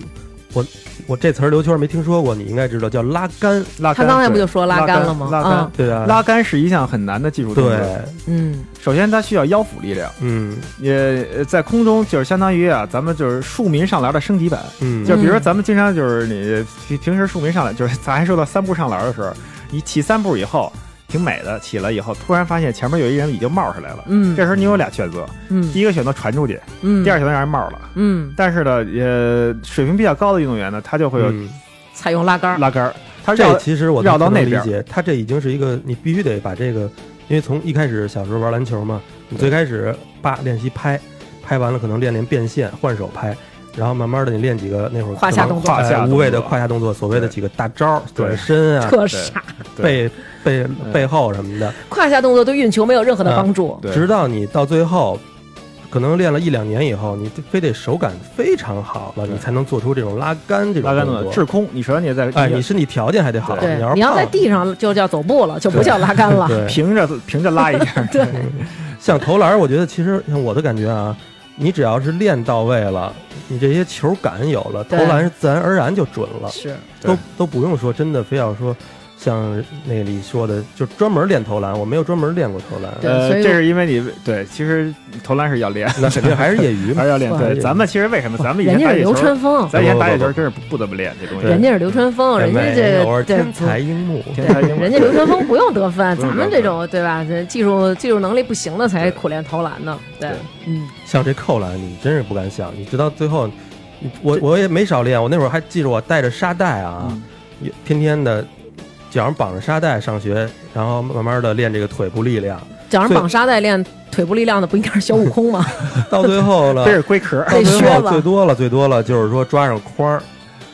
Speaker 2: 我我这词儿刘圈没听说过，你应该知道，叫拉杆，
Speaker 3: 拉
Speaker 1: 他
Speaker 3: 杆。
Speaker 1: 刚才不
Speaker 3: 对
Speaker 1: 就说
Speaker 3: 拉
Speaker 1: 杆
Speaker 3: 杆
Speaker 1: 了吗？
Speaker 3: 拉杆
Speaker 2: 对啊，
Speaker 3: 拉杆是一项很难的技术动作
Speaker 2: 对，，
Speaker 1: 嗯，
Speaker 3: 首先它需要腰腹力量，
Speaker 2: 嗯
Speaker 3: 也呃在空中就是相当于啊，咱们就是庶民上篮的升级版。
Speaker 2: 嗯，
Speaker 3: 就比如说
Speaker 1: 嗯
Speaker 3: 咱们经常就是你平平时庶民上篮，就是咱还说到三步上篮的时候，你起三步以后挺美的，起了以后突然发现前面有一人已经冒出来了，
Speaker 1: 嗯
Speaker 3: 这时候你有俩选择，
Speaker 1: 嗯
Speaker 3: 第一个选择传出去，
Speaker 1: 嗯，
Speaker 3: 第二选择让人冒了。
Speaker 1: 嗯，
Speaker 3: 但是呢，呃，水平比较高的运动员呢，他就会有
Speaker 2: 嗯
Speaker 1: 采用拉杆儿，
Speaker 3: 拉杆儿，他绕
Speaker 2: 这其实我
Speaker 3: 绕到
Speaker 2: 不能
Speaker 3: 那边
Speaker 2: 理解，他这已经是一个你必须得把这个，因为从一开始小时候玩篮球嘛，你最开始叭练习拍，拍完了可能练练变线、换手拍，然后慢慢的你练几个那会儿
Speaker 1: 胯下
Speaker 2: 可能
Speaker 1: 动作
Speaker 2: 哎
Speaker 3: 胯下动作
Speaker 2: 无谓的胯下动作，所谓的
Speaker 3: 对
Speaker 2: 几个大招儿
Speaker 3: 对
Speaker 2: 转身啊、
Speaker 1: 特傻，
Speaker 3: 对
Speaker 2: 背背
Speaker 3: 嗯
Speaker 2: 背后什么的，
Speaker 1: 胯下动作对运球没有任何的帮助。
Speaker 3: 对
Speaker 2: 直到你到最后。可能练了一两年以后，你非得手感非常好了，
Speaker 3: 对
Speaker 2: 你才能做出这种拉杆这种
Speaker 3: 拉杆动
Speaker 2: 动作。
Speaker 3: 作滞空，你首先你在
Speaker 2: 哎，你身体条件还得好。
Speaker 3: 对
Speaker 1: 对
Speaker 2: 要，
Speaker 1: 你
Speaker 2: 你
Speaker 1: 要在地上就叫走步了，就不叫拉杆了。
Speaker 2: 对
Speaker 3: 平着平着拉一下，
Speaker 1: 对，
Speaker 2: 像投篮儿，我觉得其实像我的感觉啊，你只要是练到位了，你这些球感有了，投
Speaker 1: 对
Speaker 2: 篮是自然而然就准了，
Speaker 1: 是，
Speaker 3: 对
Speaker 2: 都都不用说真的非要说像那里说的，就专门练投篮，我没有专门练过投篮，
Speaker 1: 对
Speaker 3: 呃
Speaker 1: 所，以
Speaker 3: 这
Speaker 1: 我
Speaker 3: 是因为你对，其实投篮是要练，
Speaker 2: 那肯定还是业余
Speaker 3: 还
Speaker 2: 嘛
Speaker 3: 是。要练。
Speaker 2: 还是
Speaker 3: 对，
Speaker 2: 有
Speaker 3: 咱们其实为什么咱们以
Speaker 1: 人
Speaker 3: 前
Speaker 1: 家
Speaker 3: 打
Speaker 1: 是
Speaker 3: 野
Speaker 1: 流
Speaker 3: 球，
Speaker 1: 川枫，
Speaker 3: 咱以前
Speaker 2: 不不
Speaker 3: 打野
Speaker 2: 不
Speaker 3: 球
Speaker 2: 不
Speaker 3: 真是不得不练这东西。
Speaker 2: 对
Speaker 1: 人家是流川枫，人家这
Speaker 2: 我是
Speaker 1: 对
Speaker 2: 天才樱木，
Speaker 3: 天才英
Speaker 1: 人
Speaker 3: 文
Speaker 1: 家流川枫不用得分，
Speaker 3: 不用
Speaker 1: 咱
Speaker 3: 得
Speaker 1: 们这
Speaker 3: 分
Speaker 1: 种对吧？这技术技术能力不行的才
Speaker 3: 对
Speaker 1: 苦练投篮呢。对
Speaker 3: 对，
Speaker 1: 嗯，
Speaker 2: 像这扣篮，你真是不敢想，你直到最后，你我我也没少练，我那会儿还记着我带着沙袋啊，
Speaker 3: 嗯
Speaker 2: 也天天的脚上绑着沙袋上学，然后慢慢的练这个腿部力量。
Speaker 1: 脚上
Speaker 2: 最
Speaker 1: 绑沙袋练腿部力量的不应该是小悟空吗？
Speaker 2: 到最后了，
Speaker 3: 这是龟壳，
Speaker 2: 到
Speaker 1: 被削
Speaker 2: 最后
Speaker 1: 了
Speaker 2: 最多了，最多了就是说抓上框儿。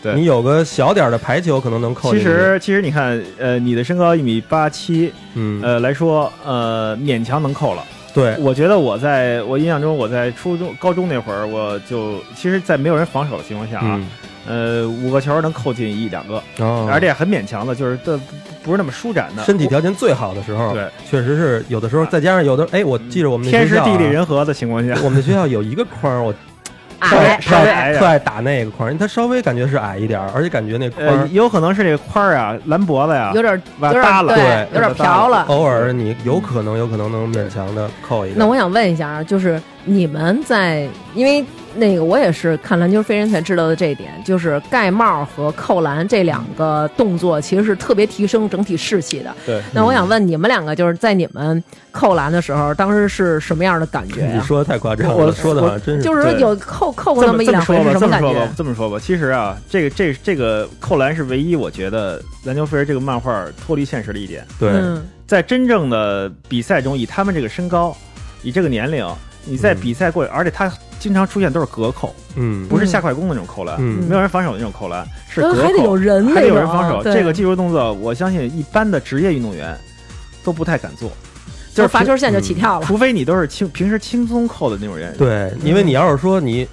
Speaker 3: 对
Speaker 2: 你有个小点儿的排球可能能扣
Speaker 3: 其
Speaker 2: 进去。
Speaker 3: 实其实你看，呃，你的身高一米八七，
Speaker 2: 嗯，
Speaker 3: 呃来说，呃勉强能扣了。
Speaker 2: 对，
Speaker 3: 我觉得我在我印象中，我在初中、高中那会儿，我就其实，在没有人防守的情况下啊，
Speaker 2: 嗯，
Speaker 3: 呃，五个球能扣进一两个，
Speaker 2: 然后
Speaker 3: 而且很勉强的，就是这不是那么舒展的。
Speaker 2: 身体条件最好的时候，
Speaker 3: 对，啊嗯
Speaker 2: 确实是有的时候，再加上有的，哎，我记着我们那
Speaker 3: 天时
Speaker 2: 学校啊
Speaker 3: 地利，人和的情况下，
Speaker 2: 我们的学校有一个框儿， 我特
Speaker 1: 矮
Speaker 2: 特
Speaker 3: 稍微矮
Speaker 2: 爱
Speaker 3: 一点
Speaker 2: 特爱打那个框儿，因为它稍微感觉是矮一点儿，而且感觉那框
Speaker 3: 呃，
Speaker 2: 儿
Speaker 3: 有可能是这个宽儿啊、蓝脖子呀、
Speaker 1: 有点
Speaker 3: 往
Speaker 1: 有点
Speaker 3: 耷拉
Speaker 1: 对，
Speaker 2: 对
Speaker 1: 有点瓢
Speaker 3: 哦
Speaker 1: 了。
Speaker 2: 偶尔你有可能有可能能勉强的扣一个。
Speaker 1: 那我想问一下啊，就是你们在，因为那个我也是看《篮球飞人》才知道的这一点，就是盖帽和扣篮这两个动作其实是特别提升整体士气的。
Speaker 3: 对，
Speaker 1: 那我想问你们两个，就是在你们扣篮的时候，当时是什么样的感觉
Speaker 2: 你
Speaker 1: 呀、
Speaker 2: 说的太夸张
Speaker 3: 我
Speaker 2: 了，说的好像真是
Speaker 1: 就是说有扣扣过
Speaker 3: 这
Speaker 1: 那
Speaker 3: 么
Speaker 1: 一
Speaker 3: 这么
Speaker 1: 两回
Speaker 3: 说
Speaker 1: 是什
Speaker 3: 吧，这
Speaker 1: 么
Speaker 3: 么
Speaker 1: 感
Speaker 3: 说吧
Speaker 1: 觉，？
Speaker 3: 这么说吧。其实啊，这个这个这个扣篮是唯一我觉得《篮球飞人》这个漫画脱离现实的一点。
Speaker 2: 对，
Speaker 1: 嗯，
Speaker 3: 在真正的比赛中，以他们这个身高，以这个年龄，你在
Speaker 2: 嗯
Speaker 3: 比赛过，而且他经常出现都是隔扣，
Speaker 2: 嗯
Speaker 3: 不是下快攻那种扣篮，
Speaker 2: 嗯
Speaker 3: 没有人防守那种扣篮，是
Speaker 1: 但
Speaker 3: 隔
Speaker 1: 是
Speaker 3: 扣，
Speaker 1: 还得有人
Speaker 3: 还
Speaker 1: 那
Speaker 3: 得
Speaker 1: 种啊
Speaker 3: 有人防守。
Speaker 1: 对
Speaker 3: 这个技术动作，我相信一般的职业运动员都不太敢做，就
Speaker 1: 从
Speaker 3: 是
Speaker 1: 罚球线就
Speaker 2: 嗯
Speaker 1: 起跳了。
Speaker 3: 除非你都是轻平时轻松扣的那种人。
Speaker 2: 对，因为你要是说你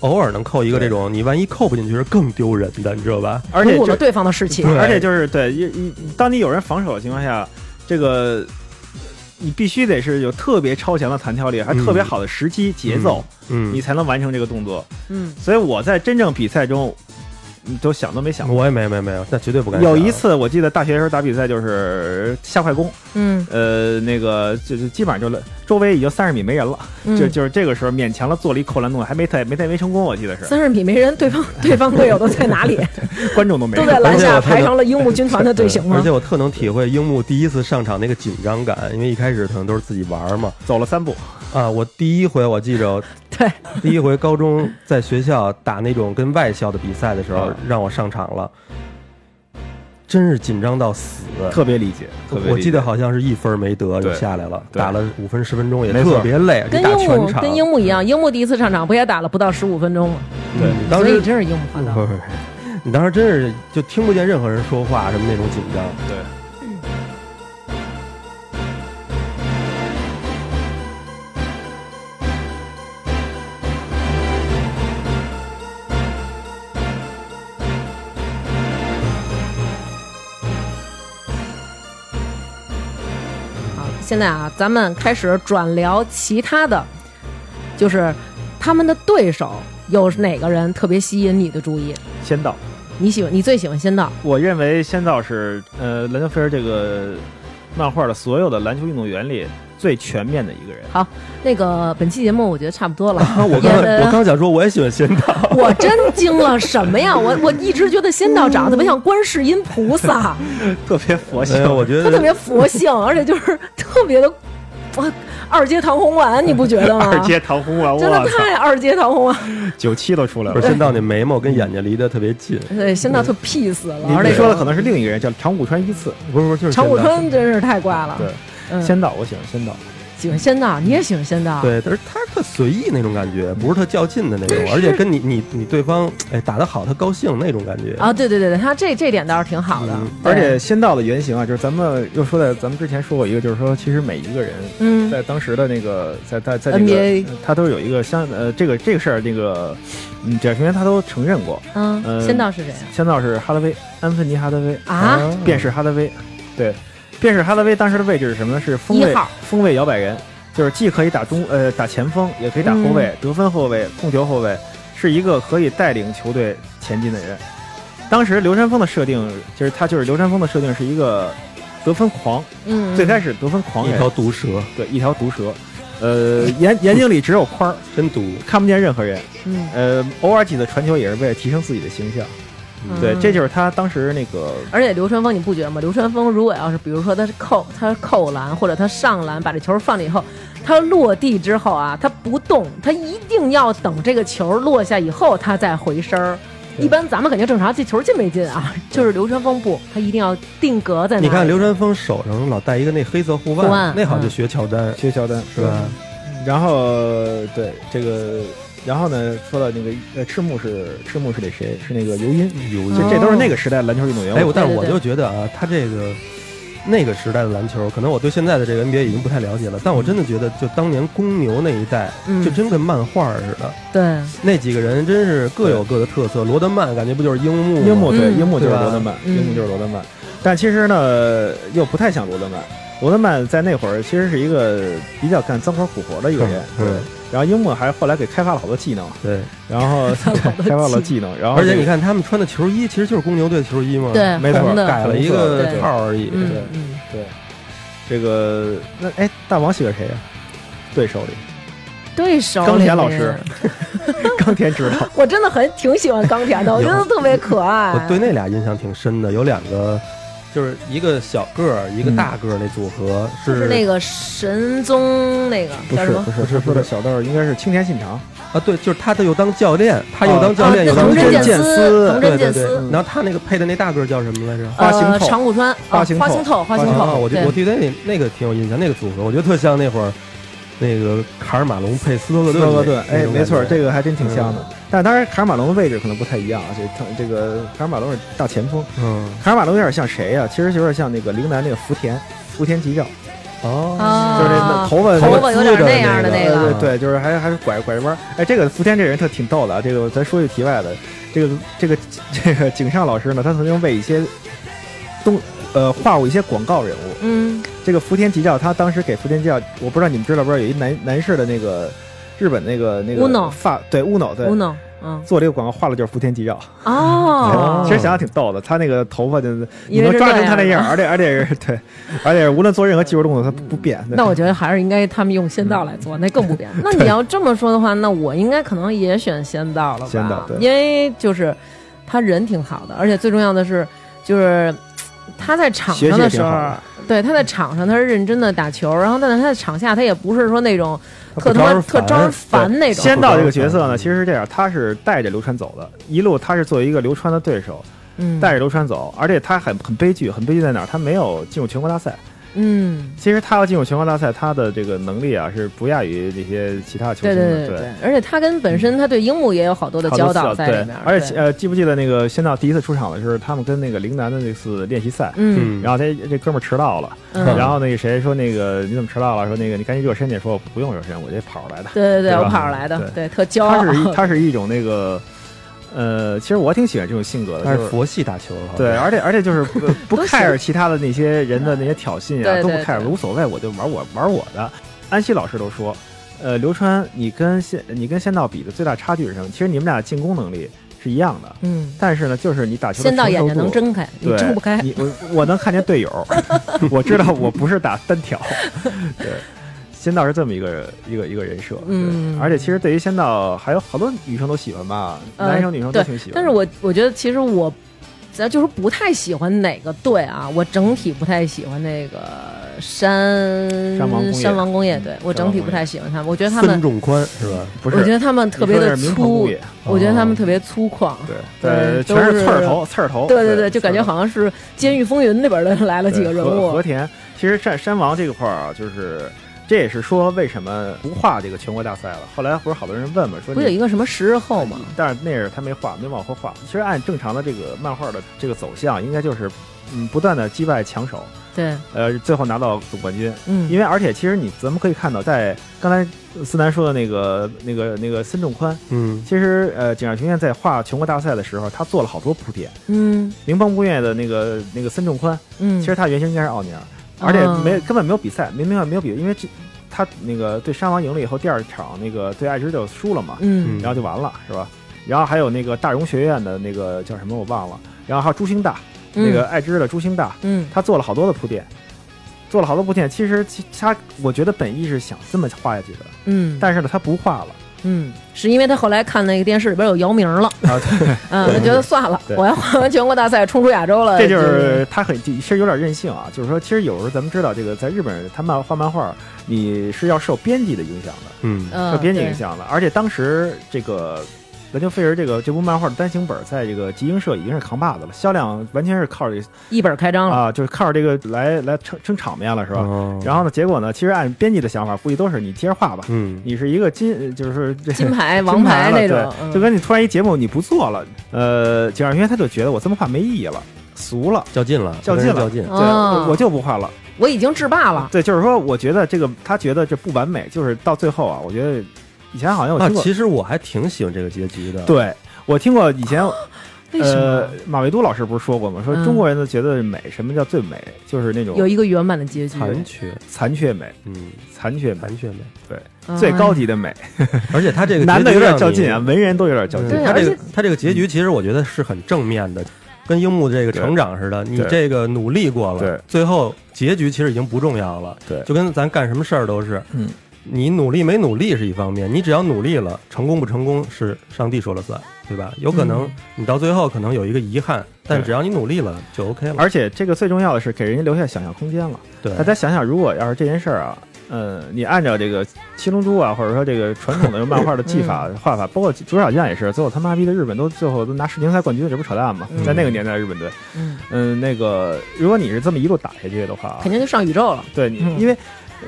Speaker 2: 偶尔能扣一个这种，你万一扣不进去是更丢人的，你知道吧？
Speaker 3: 而且
Speaker 1: 鼓舞
Speaker 3: 就
Speaker 1: 了对方的士气，
Speaker 2: 对
Speaker 3: 而且就是对，一一当你有人防守的情况下，这个你必须得是有特别超强的弹跳力，还特别好的时机、节奏，
Speaker 2: 嗯，
Speaker 3: 你才能完成这个动作。
Speaker 1: 嗯
Speaker 3: 所以我在真正比赛中，都想都没想过。
Speaker 2: 我也没没没有，那绝对不敢想。
Speaker 3: 有一次我记得大学时候打比赛就是下快攻，
Speaker 1: 嗯
Speaker 3: 呃，那个就是基本上就是周围已经三十米没人了，
Speaker 1: 嗯，
Speaker 3: 就就是这个时候勉强的做了一扣篮动，还没太没太没成功，我记得是
Speaker 1: 三十米没人，对方对方队友都在哪里？
Speaker 3: 观众都没
Speaker 1: 都
Speaker 3: 人。
Speaker 1: 在篮下
Speaker 2: 而且我
Speaker 1: 排成了樱木军团的队形
Speaker 2: 而
Speaker 1: 吗
Speaker 2: 且？我特能体会樱木第一次上场那个紧张感，因为一开始可能都是自己玩儿嘛。
Speaker 3: 走了三步，
Speaker 2: 啊，我第一回我记着，
Speaker 1: 对，
Speaker 2: 第一回高中在学校打那种跟外校的比赛的时候
Speaker 3: 啊，
Speaker 2: 让我上场了，真是紧张到死。
Speaker 3: 特别理解，特别理解
Speaker 2: 我记得好像是一分没得就
Speaker 3: 对
Speaker 2: 下来了，
Speaker 3: 对
Speaker 2: 打了五分十分钟也
Speaker 3: 没错
Speaker 2: 特别累，
Speaker 1: 跟
Speaker 2: 就打
Speaker 1: 樱木
Speaker 2: 全场。
Speaker 1: 跟樱木一样，樱木第一次上场不也打了不到十五分钟吗？
Speaker 3: 对
Speaker 2: 嗯当
Speaker 1: 所以
Speaker 2: 时嗯
Speaker 1: 真是樱木 花
Speaker 2: 不
Speaker 1: 道。
Speaker 2: 是不是，哎你当时真是就听不见任何人说话，什么那种紧张。
Speaker 3: 对。
Speaker 1: 好，现在啊，咱们开始转聊其他的，就是他们的对手有哪个人特别吸引你的注意？
Speaker 3: 仙道，
Speaker 1: 你喜欢你最喜欢仙道？
Speaker 3: 我认为仙道是呃篮球飞儿这个漫画的所有的篮球运动员里最全面的一个人。
Speaker 1: 那个本期节目我觉得差不多了，
Speaker 2: 我
Speaker 1: 也呃
Speaker 2: 刚我刚想说，我也喜欢仙 道，
Speaker 1: 我真惊了，什么呀？我我一直觉得仙道长得特别像观世音菩萨，
Speaker 3: 特别佛
Speaker 2: 哎
Speaker 3: 性，
Speaker 2: 呀，我觉
Speaker 1: 他特
Speaker 2: 得
Speaker 1: 别佛性，而且就是特别的，哇，二阶唐红丸，你不觉得吗？
Speaker 3: 二阶唐红 丸，
Speaker 1: 真
Speaker 3: 我
Speaker 1: 的
Speaker 3: 操，
Speaker 1: 太二阶唐红丸，
Speaker 3: 九七都出来
Speaker 2: 不
Speaker 3: 了
Speaker 2: 是。仙道那眉毛跟眼睛离得特别近，
Speaker 1: 对，仙道特 peace 了，
Speaker 3: 你
Speaker 1: 而
Speaker 3: 你
Speaker 1: 且
Speaker 3: 说的可能是嗯另一个人，叫长谷川一次。
Speaker 2: 不是不是就是
Speaker 1: 长谷
Speaker 2: 仙道
Speaker 1: 川真是太怪了。
Speaker 3: 对，
Speaker 1: 嗯，
Speaker 3: 仙道，我喜欢仙道。
Speaker 1: 喜欢仙道，你也喜欢仙道？，
Speaker 2: 对，但是他特随意那种感觉，不是特较劲的那种，而且跟你你你对方哎打得好，他高兴那种感觉。
Speaker 1: 啊，对对对对，他这这点倒是挺好的
Speaker 2: 嗯，
Speaker 1: 对
Speaker 3: 而且仙道的原型啊，就是咱们又说在咱们之前说过一个，就是说其实每一个人
Speaker 1: 嗯
Speaker 3: 在当时的那个在在在这个
Speaker 1: NBA
Speaker 3: 他都有一个相呃这个这个事儿那个嗯解说员他都承认过，
Speaker 1: 嗯，
Speaker 3: 呃
Speaker 1: 仙道是谁啊？
Speaker 3: 仙道是哈德威，安芬尼哈德威嗯
Speaker 1: 啊，
Speaker 2: 嗯
Speaker 3: 便是哈德威，对，便是哈德威当时的位置是什么呢？是锋
Speaker 1: 一
Speaker 3: 位
Speaker 1: 号，
Speaker 3: 锋位摇摆人，就是既可以打中呃打前锋，也可以打后卫、
Speaker 1: 嗯
Speaker 3: 得分后卫、控球后卫，是一个可以带领球队前进的人。当时刘山峰的设定就是他就是刘山峰的设定是一个得分狂，
Speaker 1: 嗯，
Speaker 3: 最开始得分狂
Speaker 2: 一
Speaker 3: 人，
Speaker 2: 条毒蛇，
Speaker 3: 对一条毒蛇，呃 眼眼睛里只有框儿，
Speaker 2: 真毒。
Speaker 3: 看不见任何人，
Speaker 1: 嗯，
Speaker 3: 呃偶尔几次传球也是为了提升自己的形象。
Speaker 1: 嗯
Speaker 3: 对，这就是他当时那个
Speaker 1: 而且流川枫，你不觉得吗？流川枫如果要是比如说他是扣他扣篮或者他上篮，把这球放了以后，他落地之后啊，他不动，他一定要等这个球落下以后他再回身儿。一般咱们感觉正常，这球进没进啊？就是流川枫不，他一定要定格在那。
Speaker 2: 你看刘传峰手上老戴一个那黑色护腕，
Speaker 1: 护腕
Speaker 2: 那好像就
Speaker 1: 嗯
Speaker 2: 学乔丹，
Speaker 3: 薛乔丹
Speaker 2: 是吧？
Speaker 3: 然后对这个，然后呢，说到那个呃，赤木是赤木是那谁？是那个尤因，
Speaker 2: 有
Speaker 3: 这这都是那个时代篮球运动员。
Speaker 2: 哎，我但是
Speaker 1: 对对
Speaker 2: 我
Speaker 1: 对
Speaker 2: 就觉得啊，他这个那个时代的篮球，可能我对现在的这个 NBA 已经不太了解了，但我真的觉得，就当年公牛那一代，
Speaker 1: 嗯
Speaker 2: 就真跟漫画儿似的，
Speaker 1: 对，
Speaker 2: 那几个人真是各有各的特色。罗德曼感觉不就是樱木吗？
Speaker 3: 樱木对
Speaker 1: 嗯
Speaker 3: 樱木就是
Speaker 2: 对吧
Speaker 3: 罗德曼，
Speaker 1: 嗯
Speaker 3: 樱木就是罗德曼。但其实呢，又不太像罗德曼。罗德曼在那会儿其实是一个比较干脏活苦活的一个人，
Speaker 2: 嗯
Speaker 3: 对
Speaker 2: 嗯。
Speaker 3: 然后樱木还后来给开发了好多技能，
Speaker 2: 对，
Speaker 3: 然后对开发 了技能，然后
Speaker 2: 而且你
Speaker 3: 看，
Speaker 2: 看他们穿的球衣，其实就是公牛队的球衣嘛，
Speaker 1: 对
Speaker 3: 没错
Speaker 1: 红的
Speaker 2: 改了一个
Speaker 1: 对
Speaker 2: 号而已。
Speaker 1: 嗯
Speaker 3: 对
Speaker 1: 嗯，
Speaker 3: 对这个那哎，大王喜欢谁呀？对手里
Speaker 1: 对手
Speaker 3: 冈田
Speaker 1: 里
Speaker 3: 老
Speaker 1: 面
Speaker 3: 师，冈田指导。
Speaker 1: 我真的很挺喜欢冈田的，我觉得特别可 爱。
Speaker 2: 我对那俩印象挺深的，有两个，就是一个小个儿，一个大个儿，那组合
Speaker 1: 嗯就是
Speaker 2: 是
Speaker 1: 那个神宗那个
Speaker 3: 不
Speaker 1: 叫
Speaker 3: 是
Speaker 1: 什么
Speaker 3: 不？是，他说的小豆应该是青田信长，
Speaker 2: 啊，对，就是他，他又当教练，他又当
Speaker 3: 哦
Speaker 2: 教练，
Speaker 1: 啊对
Speaker 2: 又当
Speaker 1: 藤
Speaker 3: 藤
Speaker 1: 真
Speaker 3: 真
Speaker 1: 健
Speaker 3: 健
Speaker 1: 司，
Speaker 3: 司
Speaker 1: 藤真
Speaker 2: 对
Speaker 1: 健
Speaker 2: 对
Speaker 1: 司
Speaker 2: 对，，然后他那个配的那大个叫什么来着？
Speaker 3: 花形
Speaker 1: 呃，
Speaker 3: 透
Speaker 1: 长谷川啊
Speaker 3: 花，形
Speaker 1: 花
Speaker 3: 透
Speaker 1: 形透，花形
Speaker 2: 啊，
Speaker 1: 透，
Speaker 2: 我就
Speaker 1: 对
Speaker 2: 我记得那那个挺有印象，那个组合，我觉得特像那会儿那个卡尔马龙配斯托克
Speaker 3: 斯
Speaker 2: 顿那，
Speaker 3: 托克顿，哎，
Speaker 2: 那种
Speaker 3: 没错，
Speaker 2: 感觉
Speaker 3: 这个还真挺像的。但当然，卡尔马龙的位置可能不太一样啊，这他这个卡尔马龙是大前锋，
Speaker 2: 嗯
Speaker 3: 卡尔马龙有点像谁啊呀？其实有点像那个陵南那个福田，福田吉兆，
Speaker 2: 哦，
Speaker 3: 就是那
Speaker 1: 啊，
Speaker 3: 头发
Speaker 1: 头
Speaker 2: 头
Speaker 1: 发
Speaker 2: 发
Speaker 1: 有
Speaker 2: 有
Speaker 1: 点那
Speaker 2: 点那
Speaker 1: 样
Speaker 2: 样
Speaker 1: 的
Speaker 2: 的
Speaker 1: 那
Speaker 2: 那
Speaker 1: 个
Speaker 2: 个
Speaker 3: 呃，对，就是还还是拐拐着弯儿。哎，这个福田这人特挺逗的啊，这个咱说句题外的，这个这个这个井上老师呢，他曾经为一些东呃画过一些广告人物，
Speaker 1: 嗯，
Speaker 3: 这个福田吉兆，他当时给福田吉兆，我不知道你们知道不知道，有一男男士的那个日本那个那个
Speaker 1: Uno
Speaker 3: 发对 Uno 对
Speaker 1: 无能，嗯
Speaker 3: 做这个广告画的就是福田吉绕，
Speaker 1: 哦，
Speaker 3: 其实想想挺逗的，他那个头发就你
Speaker 1: 因为
Speaker 3: 能
Speaker 1: 是
Speaker 3: 抓
Speaker 1: 这
Speaker 3: 成他
Speaker 1: 样
Speaker 3: 那样，而且而且是对，而且无论做任何技术动作，他不不变。对
Speaker 1: 那我觉得还是应该他们用仙道来做，那更不变。 那你要这么说的话，那我应该可能也选仙道了吧？
Speaker 3: 仙道对
Speaker 1: 因为就是他人挺好的，而且最重要的是，就是他在场上的时候
Speaker 3: 学习也挺好，
Speaker 1: 对他在场上他是认真的打球，然后但是他在场下他也不是说那种
Speaker 2: 他
Speaker 1: 特
Speaker 2: 不
Speaker 1: 他妈
Speaker 2: 招人
Speaker 1: 特
Speaker 2: 烦
Speaker 1: 招人烦那种。
Speaker 3: 仙道这个角色呢，其实是这样，他是带着流川走的，一路他是作为一个流川的对手，
Speaker 1: 嗯，
Speaker 3: 带着流川走，而且他很很悲剧，很悲剧在哪儿？他没有进入全国大赛。
Speaker 1: 嗯，
Speaker 3: 其实他要进入全国大赛，他的这个能力啊是不亚于这些其他球
Speaker 1: 对
Speaker 3: 星的。
Speaker 1: 对对对，而且他跟本身他对樱木也有好多的
Speaker 3: 好
Speaker 1: 教
Speaker 3: 多次
Speaker 1: 导
Speaker 3: 啊
Speaker 1: 在
Speaker 3: 对
Speaker 1: 里面，
Speaker 3: 而
Speaker 1: 对
Speaker 3: 且呃，记不记得那个仙道第一次出场的时候，他们跟那个陵南的那次练习赛，
Speaker 1: 嗯
Speaker 2: 嗯，
Speaker 3: 然后这这哥们儿迟到了，
Speaker 1: 嗯，
Speaker 3: 然后那个谁说那个你怎么迟到了？说那个你赶紧热身去，说我不用热身，我这跑着来的。
Speaker 1: 对对
Speaker 3: 对
Speaker 1: 我
Speaker 3: 吧
Speaker 1: 跑上来的，对，特骄傲
Speaker 3: 他。是一他是一种那个，呃，其实我挺喜欢这种性格的，
Speaker 2: 他
Speaker 3: 就是
Speaker 2: 是佛系打球，好像
Speaker 3: 啊对，而且而且就是 不不
Speaker 1: 都行
Speaker 3: care 其他的那些人的那些挑衅
Speaker 1: 对
Speaker 3: 啊，都不
Speaker 1: 对
Speaker 3: care，
Speaker 1: 对
Speaker 3: 无所谓，我就玩我玩我的。安西老师都说，呃，刘川，你跟仙你跟仙道比的最大差距是什么？其实你们俩进攻能力是一样的，
Speaker 1: 嗯，
Speaker 3: 但是呢，就是你打球的
Speaker 1: 先到眼
Speaker 3: 成
Speaker 1: 睛
Speaker 3: 熟度
Speaker 1: 能。睁开，你
Speaker 3: 对，
Speaker 1: 睁不开。
Speaker 3: 你我我能看见 队友，我知道我不是打单挑。对，仙道是这么一个一个一个人设，对
Speaker 1: 嗯
Speaker 3: 而且其实对于仙道，还有好多女生都喜欢吧，
Speaker 1: 呃
Speaker 3: 男生女生都
Speaker 1: 对
Speaker 3: 挺喜欢。
Speaker 1: 但是我我觉得其实我，咱就是不太喜欢哪个队啊，我整体不太喜欢那个山
Speaker 3: 山王工业
Speaker 1: 山王工业队，我
Speaker 3: 山
Speaker 1: 整
Speaker 3: 王
Speaker 1: 体
Speaker 3: 工
Speaker 1: 不
Speaker 3: 业
Speaker 1: 太喜欢他们，我觉得他
Speaker 2: 孙
Speaker 1: 们，
Speaker 2: 仲宽是吧？
Speaker 3: 不是
Speaker 1: 我觉得他们特别的
Speaker 3: 你说那是民族
Speaker 1: 粗
Speaker 3: 工，业
Speaker 1: 我觉得他们
Speaker 2: 哦
Speaker 1: 特别粗犷。
Speaker 3: 对，
Speaker 1: 对
Speaker 3: 呃，
Speaker 1: 都
Speaker 3: 全是
Speaker 1: 是
Speaker 3: 刺儿头，刺儿头。
Speaker 1: 对对对，就感觉
Speaker 3: 刺儿头
Speaker 1: 好像是《监狱风云》那边的来了几个人
Speaker 3: 对和
Speaker 1: 物
Speaker 3: 和。田，其实山山王这个块儿啊，就是这也是说为什么不画这个全国大赛了。后来不是好多人问嘛，说
Speaker 1: 不是有一
Speaker 3: 你。
Speaker 1: 个嗯什么十日后吗？
Speaker 3: 但是那是他没画，没往后画。其实按正常的这个漫画的这个走向，应该就是，嗯，不断的击败强手，
Speaker 1: 对，
Speaker 3: 呃，最后拿到总冠军。
Speaker 1: 嗯
Speaker 3: 因为而且其实你咱们可以看到，在刚才思南说的那个那个那个森重宽，
Speaker 2: 嗯，
Speaker 3: 其实呃，井上雄彦在画全国大赛的时候，他做了好多铺垫。
Speaker 1: 嗯
Speaker 3: 灵邦工业的那个那个森重宽，
Speaker 1: 嗯，啊
Speaker 3: 其实他原型应该是奥尼尔，而且没根本没有比赛，没没有没有比，因为这他那个对山王赢了以后，第二场那个对爱知就输了嘛，
Speaker 1: 嗯
Speaker 3: 然后就完了是吧？然后还有那个大荣学院的那个叫什么我忘了，然后还有朱星大，
Speaker 1: 嗯
Speaker 3: 那个爱知的朱星大，
Speaker 1: 嗯
Speaker 3: 他做了好多的铺垫，做了好多铺垫。其实其他我觉得本意是想这么画下去的，
Speaker 1: 嗯，
Speaker 3: 但是呢他不画了，
Speaker 1: 嗯，是因为他后来看那个电视里边有姚明了，
Speaker 3: 啊对，
Speaker 1: 嗯，他觉得算了，
Speaker 3: 对
Speaker 1: 我要完全国大赛冲出亚洲了，
Speaker 3: 这就是他很其实有点任性啊，就是说，其实有时候咱们知道，这个在日本他漫画漫画，你是要受编辑的影响的，
Speaker 2: 嗯，
Speaker 1: 嗯
Speaker 3: 受编辑影，响的。而且当时这个《篮球飞人》这个这部漫画的单行本，在这个集英社已经是扛把子了，销量完全是靠这个
Speaker 1: 对一本开张了，
Speaker 3: 啊，就是靠这个来来撑撑场面了，是吧？
Speaker 2: 哦
Speaker 3: 然后呢，结果呢，其实按编辑的想法，估计都是你接着画吧，
Speaker 2: 嗯，
Speaker 3: 你是一个金，就是这
Speaker 1: 金牌、王
Speaker 3: 王
Speaker 1: 牌那
Speaker 3: 那
Speaker 1: 种，嗯
Speaker 3: 就跟你突然一节目你不做了，呃，井上学他就觉得我这么画没意义了，俗了。
Speaker 2: 较劲了，
Speaker 3: 较劲了嗯
Speaker 2: 较劲，
Speaker 3: 对，
Speaker 1: 啊
Speaker 3: 我我就不画了。
Speaker 1: 我已经制霸了，
Speaker 3: 对，就是说，我觉得这个他觉得这不完美，就是到最后啊，我觉得以前好像我
Speaker 2: 啊
Speaker 3: 听，过，
Speaker 2: 其实我还挺喜欢这个结局的。，
Speaker 3: 对我听过以前
Speaker 1: 啊为什
Speaker 3: 呃
Speaker 1: 么
Speaker 3: 马未都老师不是说过吗？说
Speaker 1: 嗯
Speaker 3: 中国人都觉得美，什么叫最美？就是那
Speaker 1: 有
Speaker 3: 种
Speaker 1: 一个圆满的结局？
Speaker 2: 残缺，
Speaker 3: 残缺美，
Speaker 2: 嗯，
Speaker 3: 残缺美，
Speaker 2: 残缺美。
Speaker 1: 嗯
Speaker 3: 最高级的美。
Speaker 2: 而且他这个
Speaker 3: 男的有点较
Speaker 2: 结局
Speaker 3: 劲啊，
Speaker 2: 让你
Speaker 3: 文人都有点较劲。
Speaker 1: 对
Speaker 2: 他这
Speaker 1: 而
Speaker 2: 个
Speaker 1: 且
Speaker 2: 他这个结局其实我觉得是很正面的，跟樱木这个成长似的，你
Speaker 3: 对
Speaker 2: 这个努力过了，
Speaker 3: 对
Speaker 2: 最后结局其实已经不重要了，
Speaker 3: 对
Speaker 2: 就跟咱干什么事儿都是，
Speaker 3: 嗯，
Speaker 2: 你努力没努力是一方面，你只要努力了，成功不成功是上帝说了算，对吧？有可
Speaker 1: 嗯
Speaker 2: 能你到最后可能有一个遗憾，但
Speaker 3: 对
Speaker 2: 只要你努力了就 OK 了，
Speaker 3: 而且这个最重要的是给人家留下想象空间了。
Speaker 2: 对
Speaker 1: 啊
Speaker 3: 大，家想想，如果要是这件事儿啊，呃，你按照这个《七龙珠》啊，或者说这个传统的漫画的技法、
Speaker 1: 嗯
Speaker 3: 画法，包括主角将也是，最后他妈逼的日本都最后都拿世锦赛冠军，这不是扯淡吗？
Speaker 1: 嗯
Speaker 3: 在那个年代，日本队，
Speaker 1: 嗯，
Speaker 3: 嗯、那个如果你是这么一路打下去的话
Speaker 1: 肯，定就上宇宙了，
Speaker 3: 对你，
Speaker 1: 嗯
Speaker 3: 因为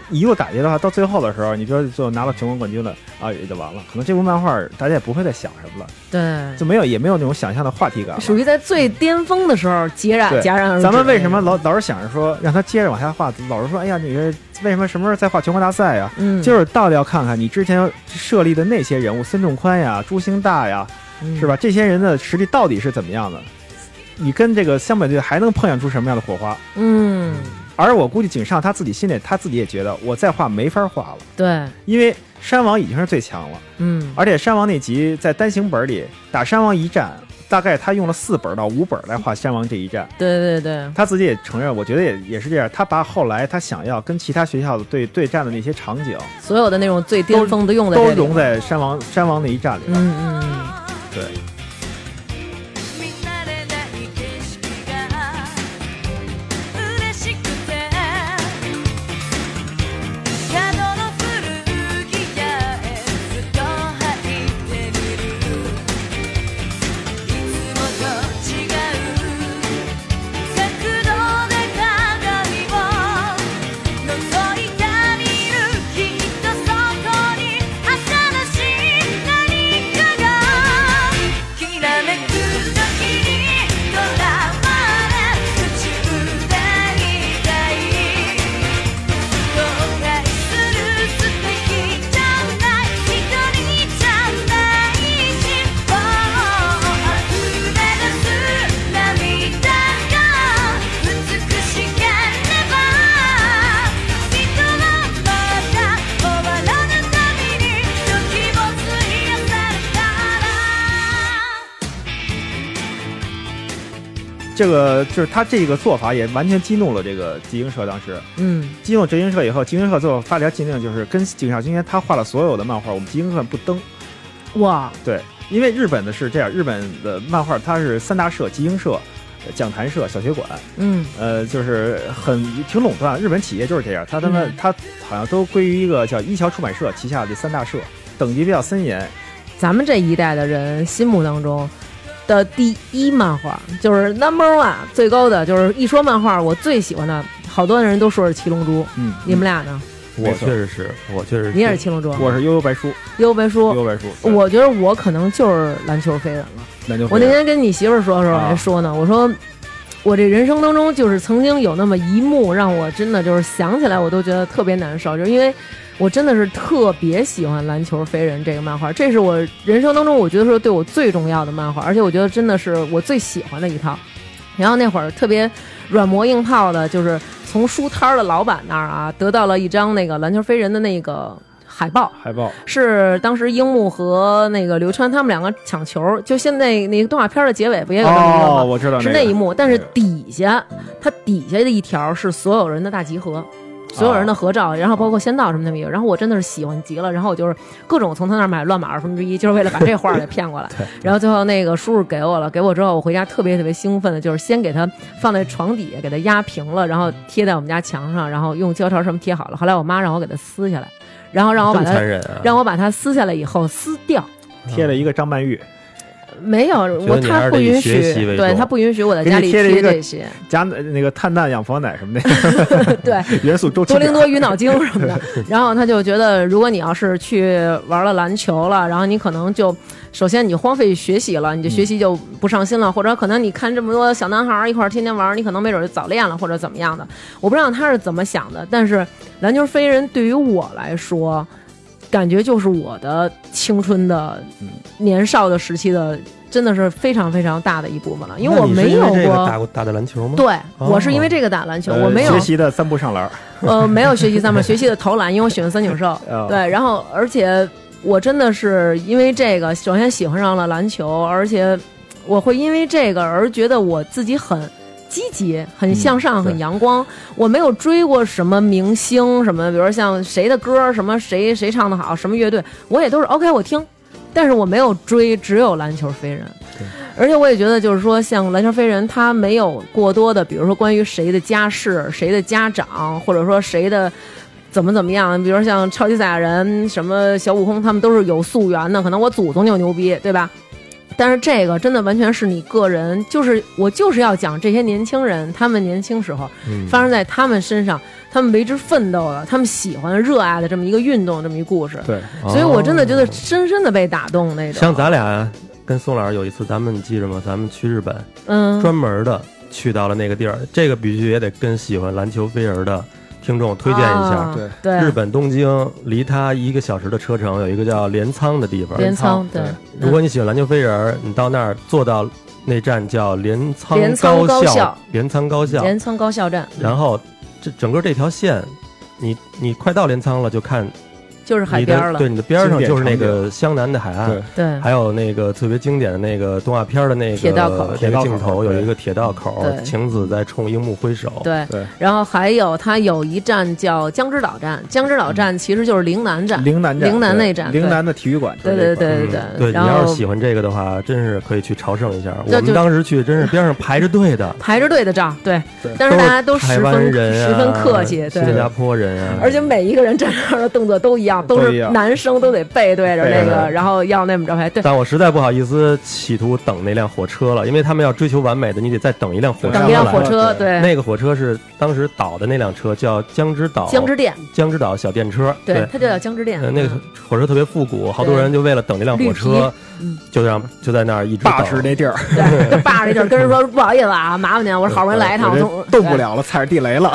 Speaker 3: 你一路打下去的话，到最后的时候，你比如说最后拿到全国冠军了啊，也就完了。可能这部漫画大家也不会再想什么了，
Speaker 1: 对，
Speaker 3: 就没有也没有那种想象的话题感了。
Speaker 1: 属于在最巅峰的时候戛然
Speaker 3: 对
Speaker 1: 戛然而止。
Speaker 3: 咱们为什么老老是想着说让他接着往下画？老是说，哎呀，你这为什么什么时候再画全国大赛啊呀、
Speaker 1: 嗯
Speaker 3: 就是到底要看看你之前设立的那些人物，孙仲宽呀、朱星大呀，
Speaker 1: 嗯
Speaker 3: 是？吧？这些人的实力到底是怎么样的？你跟这个湘北队还能碰撞出什么样的火花？
Speaker 1: 嗯嗯，
Speaker 3: 而我估计井上他自己心里他自己也觉得，我再画没法画了，
Speaker 1: 对，
Speaker 3: 因为山王已经是最强了，
Speaker 1: 嗯，
Speaker 3: 而且山王那集在单行本里打山王一战，大概他用了四本到五本来画山王这一战。
Speaker 1: 对对对，
Speaker 3: 他自己也承认，我觉得也也是这样。他把后来他想要跟其他学校的对对战的那些场景，
Speaker 1: 所有的那种最巅峰的用的
Speaker 3: 都融在山王山王那一战里了。
Speaker 1: 嗯嗯，
Speaker 3: 对，
Speaker 5: 見慣れない景色が嬉しくて角の古着屋へずっと入ってみるいつもと違う角度で鏡を覗いた見るきっとそこに新しい何かがきらめく時に囚われ途中でいたい後悔する素敵じゃない一人じゃないしもう溢れ出す涙が美しければ人はまだ終わらぬたびに時を費やされたら
Speaker 3: 这个就是他这个做法也完全激怒了这个集英社。当时
Speaker 1: 嗯，
Speaker 3: 激怒集英社以后，集英社最后发了条禁令，就是跟井上君彦他画了所有的漫画，我们集英社不登。
Speaker 1: 哇，
Speaker 3: 对，因为日本的是这样，日本的漫画它是三大社：集英社、呃讲谈社、小学馆。
Speaker 1: 嗯，
Speaker 3: 呃，就是很挺垄断，日本企业就是这样，它他们
Speaker 1: 嗯
Speaker 3: 它好像都归于一个叫一桥出版社旗下的三大社，等级比较森严。
Speaker 1: 咱们这一代的人心目当中。的第一漫画就是 number one 最高的，就是一说漫画，我最喜欢的，好多人都说是《七龙珠》，
Speaker 3: 嗯，
Speaker 1: 你们俩呢？
Speaker 2: 我
Speaker 3: 没错
Speaker 2: 确实是，我确实
Speaker 1: 你也是《七龙珠》？啊
Speaker 3: 我是悠悠白书，
Speaker 1: 幽白
Speaker 3: 悠
Speaker 1: 书，
Speaker 3: 悠白书，对
Speaker 1: 我觉得我可能就是篮球飞人了。
Speaker 3: 那就
Speaker 1: 我那天跟你媳妇儿说的时候还说呢，我说我这人生当中就是曾经有那么一幕让我真的就是想起来我都觉得特别难受，就是因为我真的是特别喜欢《篮球飞人》这个漫画，这是我人生当中我觉得说对我最重要的漫画，而且我觉得真的是我最喜欢的一套。然后那会儿特别软磨硬泡的，就是从书摊儿的老板那儿啊得到了一张那个《篮球飞人》的那个海报，
Speaker 3: 海报，
Speaker 1: 是当时樱木和那个刘川他们两个抢球，就现在那个动画片的结尾不也有那么一个
Speaker 3: 哦，
Speaker 1: 吗？
Speaker 3: 我知道
Speaker 1: 是
Speaker 3: 那
Speaker 1: 那一幕，但是
Speaker 3: 那个
Speaker 1: 底下它底下的一条是所有人的大集
Speaker 3: 哦
Speaker 1: 合。所有人的合照，然后包括仙道什么的没有。然后我真的是喜欢极了，然后我就是各种从他那儿买乱码二分之一，就是为了把这画儿给骗过 来。然后最后那个叔叔给我了，给我之后我回家特别特别兴奋的，就是先给它放在床底下，给它压平了，然后贴在我们家墙上，然后用胶条什么贴好了。后来我妈让我给它撕下来，然后让我
Speaker 2: 这
Speaker 1: 把
Speaker 2: 么
Speaker 1: 它
Speaker 2: 残忍啊！
Speaker 1: 让我把它撕下来以后撕掉。
Speaker 3: 贴了一个张曼玉，
Speaker 1: 没有，我
Speaker 2: 你还
Speaker 1: 他
Speaker 2: 是
Speaker 1: 不
Speaker 2: 得以
Speaker 1: 允
Speaker 2: 学习
Speaker 1: 许，
Speaker 2: 为
Speaker 1: 对
Speaker 2: 重
Speaker 1: 他不允许我在
Speaker 3: 给
Speaker 1: 家
Speaker 3: 你
Speaker 1: 里
Speaker 3: 贴了一个
Speaker 1: 这 些，
Speaker 3: 加那个碳氮氧氟奶什么的，
Speaker 1: 对，
Speaker 3: 元素周期
Speaker 1: 多
Speaker 3: 表
Speaker 1: 灵多鱼脑精什 么的。然后他就觉得，如果你要是去玩了篮球了，然后你可能就首先你就荒废学习了，你就学习就不上心了，或者可能你看这么多小男孩儿一块儿天天玩儿，你可能没准儿就早恋了或者怎么样的。我不知道他是怎么想的，但是篮球飞人对于我来说，感觉就是我的青春的
Speaker 3: 嗯
Speaker 1: 年少的时期的。真的是非常非常大的一部分了，因为
Speaker 2: 那
Speaker 1: 我
Speaker 2: 你是
Speaker 1: 没
Speaker 2: 因
Speaker 1: 有过
Speaker 2: 为这个打过打的篮球吗？
Speaker 1: 对，我是
Speaker 2: 哦
Speaker 1: 因为这个打篮球，
Speaker 3: 呃
Speaker 1: 我没有
Speaker 3: 学习的三步上篮儿，
Speaker 1: 呃没有学习三门，学习的投篮，因为我喜欢三井寿。
Speaker 3: 啊
Speaker 1: 对，然后而且我真的是因为这个，首先喜欢上了篮球，而且我会因为这个而觉得我自己很。积极，很向上，
Speaker 3: 对
Speaker 1: 很阳光。我没有追过什么明星，什么，比如像谁的歌，什么谁谁唱的好，什么乐队，我也都是 OK，我听。但是我没有追，只有篮球飞人。而且我也觉得，就是说，像篮球飞人，他没有过多的，比如说关于谁的家世、谁的家长，或者说谁的怎么怎么样。比如说像超级赛亚人、什么小悟空，他们都是有溯源的，可能我祖宗就牛逼，对吧？但是这个真的完全是你个人，就是我就是要讲这些年轻人，他们年轻时候
Speaker 2: 嗯，
Speaker 1: 发生在他们身上，他们为之奋斗的，他们喜欢、热爱的这么一个运动，这么一故事。
Speaker 3: 对，
Speaker 1: 所以我真的觉得
Speaker 2: 哦
Speaker 1: 深深的被打动那种。
Speaker 2: 像咱俩跟宋老师有一次，咱们你记着吗？咱们去日本，
Speaker 1: 嗯，
Speaker 2: 专门的去到了那个地儿，这个必须也得跟喜欢篮球飞人的听众推荐一下。
Speaker 1: 啊
Speaker 3: 对
Speaker 1: 对
Speaker 2: 日本东京离它一个小时的车程有一个叫镰仓的地方，
Speaker 1: 镰嗯仓
Speaker 3: 仓
Speaker 1: 对
Speaker 3: 对。
Speaker 2: 如果你喜欢篮球飞人儿，你到那儿坐到那站叫镰仓
Speaker 1: 镰仓高校
Speaker 2: 镰仓高校
Speaker 1: 镰，仓高校站，
Speaker 2: 然后这整个这条线，你你快到镰仓了，就看
Speaker 1: 就是海
Speaker 2: 你
Speaker 1: 边儿
Speaker 2: 的
Speaker 1: 了
Speaker 2: 对，你的边儿上就是那
Speaker 3: 经典场
Speaker 2: 个湘南的海岸
Speaker 3: 对，，
Speaker 1: 对
Speaker 2: 还有那个特别经典的那个动画片儿的那个
Speaker 1: 铁道口
Speaker 2: 那个镜头，
Speaker 3: 铁道口
Speaker 2: 有一个铁道口
Speaker 1: 对，
Speaker 2: 晴子在冲樱木挥手。，
Speaker 1: 对
Speaker 3: 对
Speaker 1: 然后还有它有一站叫江之岛站，江之岛站其实就是陵南站，
Speaker 3: 陵南站，
Speaker 1: 陵南那站
Speaker 3: 陵南的体育馆，
Speaker 1: 对对对对
Speaker 2: 嗯对你
Speaker 1: 然
Speaker 2: 要是
Speaker 1: 后
Speaker 2: 喜欢这个的话，真是可以去朝圣一下。我
Speaker 1: 对
Speaker 2: 们
Speaker 1: 就，
Speaker 2: 当时去，真是边上排着队的
Speaker 1: 排着队的照，对
Speaker 3: 对，
Speaker 1: 但是大家都
Speaker 2: 都台
Speaker 1: 十
Speaker 2: 湾
Speaker 1: 分
Speaker 2: 人啊、
Speaker 1: 十分客气，对
Speaker 2: 新。加坡人啊，
Speaker 1: 而且每一个人站那儿的动作都一样，都
Speaker 3: 都一
Speaker 1: 是
Speaker 3: 样
Speaker 1: 男生都得背对着那
Speaker 3: 背
Speaker 1: 个，
Speaker 3: 着
Speaker 1: 然后要那么着排。对，
Speaker 2: 但我实在不好意思企图等那辆火车了，因为他们要追求完美的，你得再等一辆火车
Speaker 3: 对
Speaker 1: 等一
Speaker 2: 来
Speaker 1: 辆火车，
Speaker 3: 对
Speaker 1: 对，
Speaker 2: 那个火车是当时倒的那辆车，叫江之岛
Speaker 1: 江之电，
Speaker 2: 江之岛小电车。
Speaker 1: 对，它就叫江之电
Speaker 2: 呃，。那个
Speaker 1: 嗯
Speaker 2: 火车特别复古，好多
Speaker 1: 对嗯
Speaker 2: 人就为了等这辆火车，就让就在那儿一直
Speaker 3: 霸市
Speaker 2: 等。
Speaker 3: 那地儿，
Speaker 1: 对，就霸着一地儿跟人说不好意思啊，麻烦您，我说好不容易来一趟，我
Speaker 3: 这
Speaker 1: 从
Speaker 3: 动不。了了，踩着地 雷了，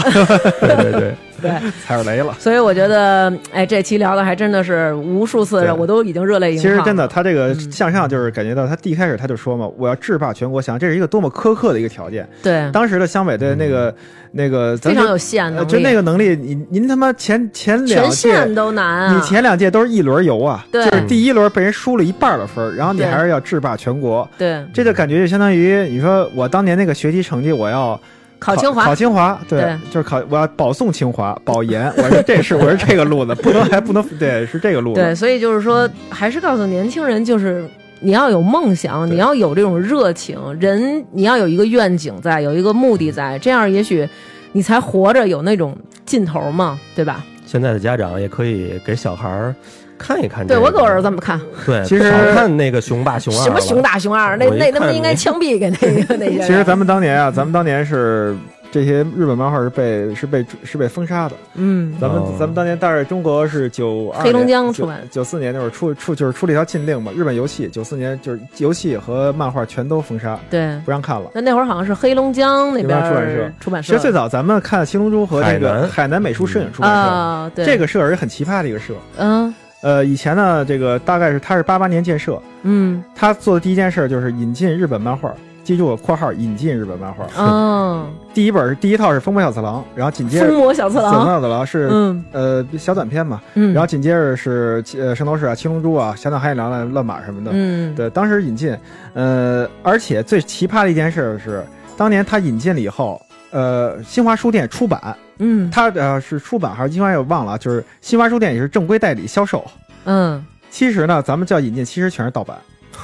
Speaker 2: 对对对，
Speaker 1: 对，对
Speaker 3: 踩着 雷了。
Speaker 1: 所以我觉得，哎，这期聊的还真的是无数次了，
Speaker 3: 对
Speaker 1: 我都已经热泪盈
Speaker 3: 其
Speaker 1: 眶。
Speaker 3: 实真的，，他这个向上就是感觉到，他第一开始他就说嘛，我要制霸全国，想这是一个多么苛刻的一个条件。
Speaker 1: 对，
Speaker 3: 当时的湘北队那个那个咱
Speaker 1: 嗯非常
Speaker 3: 就
Speaker 1: 有限
Speaker 3: 呃
Speaker 1: 能
Speaker 3: 就
Speaker 1: 力，
Speaker 3: 那个能力，您您他妈前前两
Speaker 1: 全
Speaker 3: 届
Speaker 1: 县都难啊。
Speaker 3: 你前两届都是一轮游啊，
Speaker 1: 对
Speaker 3: 就是第一轮被人输了一半的分儿，然后你
Speaker 1: 对
Speaker 3: 还是要制霸全国，
Speaker 1: 对
Speaker 3: 这就感觉就相当于你说我当年那个学习成绩，我要
Speaker 1: 考清华
Speaker 3: 考，清华，对，
Speaker 1: 对
Speaker 3: 就是考我要保送清华，保研，我是这是我是这个路子，不能还不能对是这个路
Speaker 1: 对，
Speaker 3: 子，
Speaker 1: 所以就是说，还是告诉年轻人，就是你要有梦想，
Speaker 3: 对
Speaker 1: 你要有这种热情，人你要有一个愿景在，有一个目的在，这样也许你才活着有那种劲头嘛，对吧？
Speaker 2: 现在的家长也可以给小孩儿看一看这
Speaker 1: 对
Speaker 2: 个。
Speaker 1: 我给我儿子这么看，
Speaker 2: 对，
Speaker 3: 其实
Speaker 2: 少看那个熊爸熊二了，
Speaker 1: 什么 熊大熊二，那
Speaker 2: 我一
Speaker 1: 那他妈
Speaker 2: 看
Speaker 1: 应该
Speaker 2: 没
Speaker 1: 枪毙给那个那些人。
Speaker 3: 其实咱们当年啊，咱们当年是。这些日本漫画是被是被是被封杀的。
Speaker 1: 嗯，
Speaker 3: 咱们、
Speaker 2: 哦
Speaker 3: 咱们当年但是中国是九二
Speaker 1: 黑龙江出版
Speaker 3: 九四年那会儿出出就是出了一条禁令嘛，日本游戏九四年就是游戏和漫画全都封杀，
Speaker 1: 对。
Speaker 3: 不让看了。
Speaker 1: 那那会儿好像是黑龙江那边
Speaker 3: 黑龙江出版社
Speaker 1: 儿出版
Speaker 3: 其实最
Speaker 1: 社
Speaker 3: 早咱们看《七龙珠》和那
Speaker 2: 海
Speaker 3: 个
Speaker 2: 南
Speaker 3: 海南美术摄影出版社，
Speaker 1: 啊，对
Speaker 3: 这个社是很奇葩的一个社。
Speaker 1: 嗯
Speaker 3: 呃，以前呢，这个大概是它是八八年建社，
Speaker 1: 嗯
Speaker 3: 它做的第一件事就是引进日本漫画。记住我括号引进日本漫画，
Speaker 1: 嗯，
Speaker 3: 第一本第一套是《风魔小次郎》，然后紧接着
Speaker 1: 疯
Speaker 3: 《
Speaker 1: 魔小次
Speaker 3: 风魔
Speaker 1: 郎，
Speaker 3: 小次郎》是、
Speaker 1: 嗯
Speaker 3: 呃小短片嘛，
Speaker 1: 嗯，
Speaker 3: 然后紧接着是呃《圣斗士》啊、《七龙珠》啊、《侠盗汉一郎》啊、《乱马》什么的。
Speaker 1: 嗯
Speaker 3: 对，当时引进，呃，而且最奇葩的一件事是，当年他引进了以后，呃，新华书店出版，
Speaker 1: 嗯
Speaker 3: 他呃是出版还是新华也忘了，啊就是新华书店也是正规代理销售。
Speaker 1: 嗯
Speaker 3: 其实呢，咱们叫引进，其实全是盗版。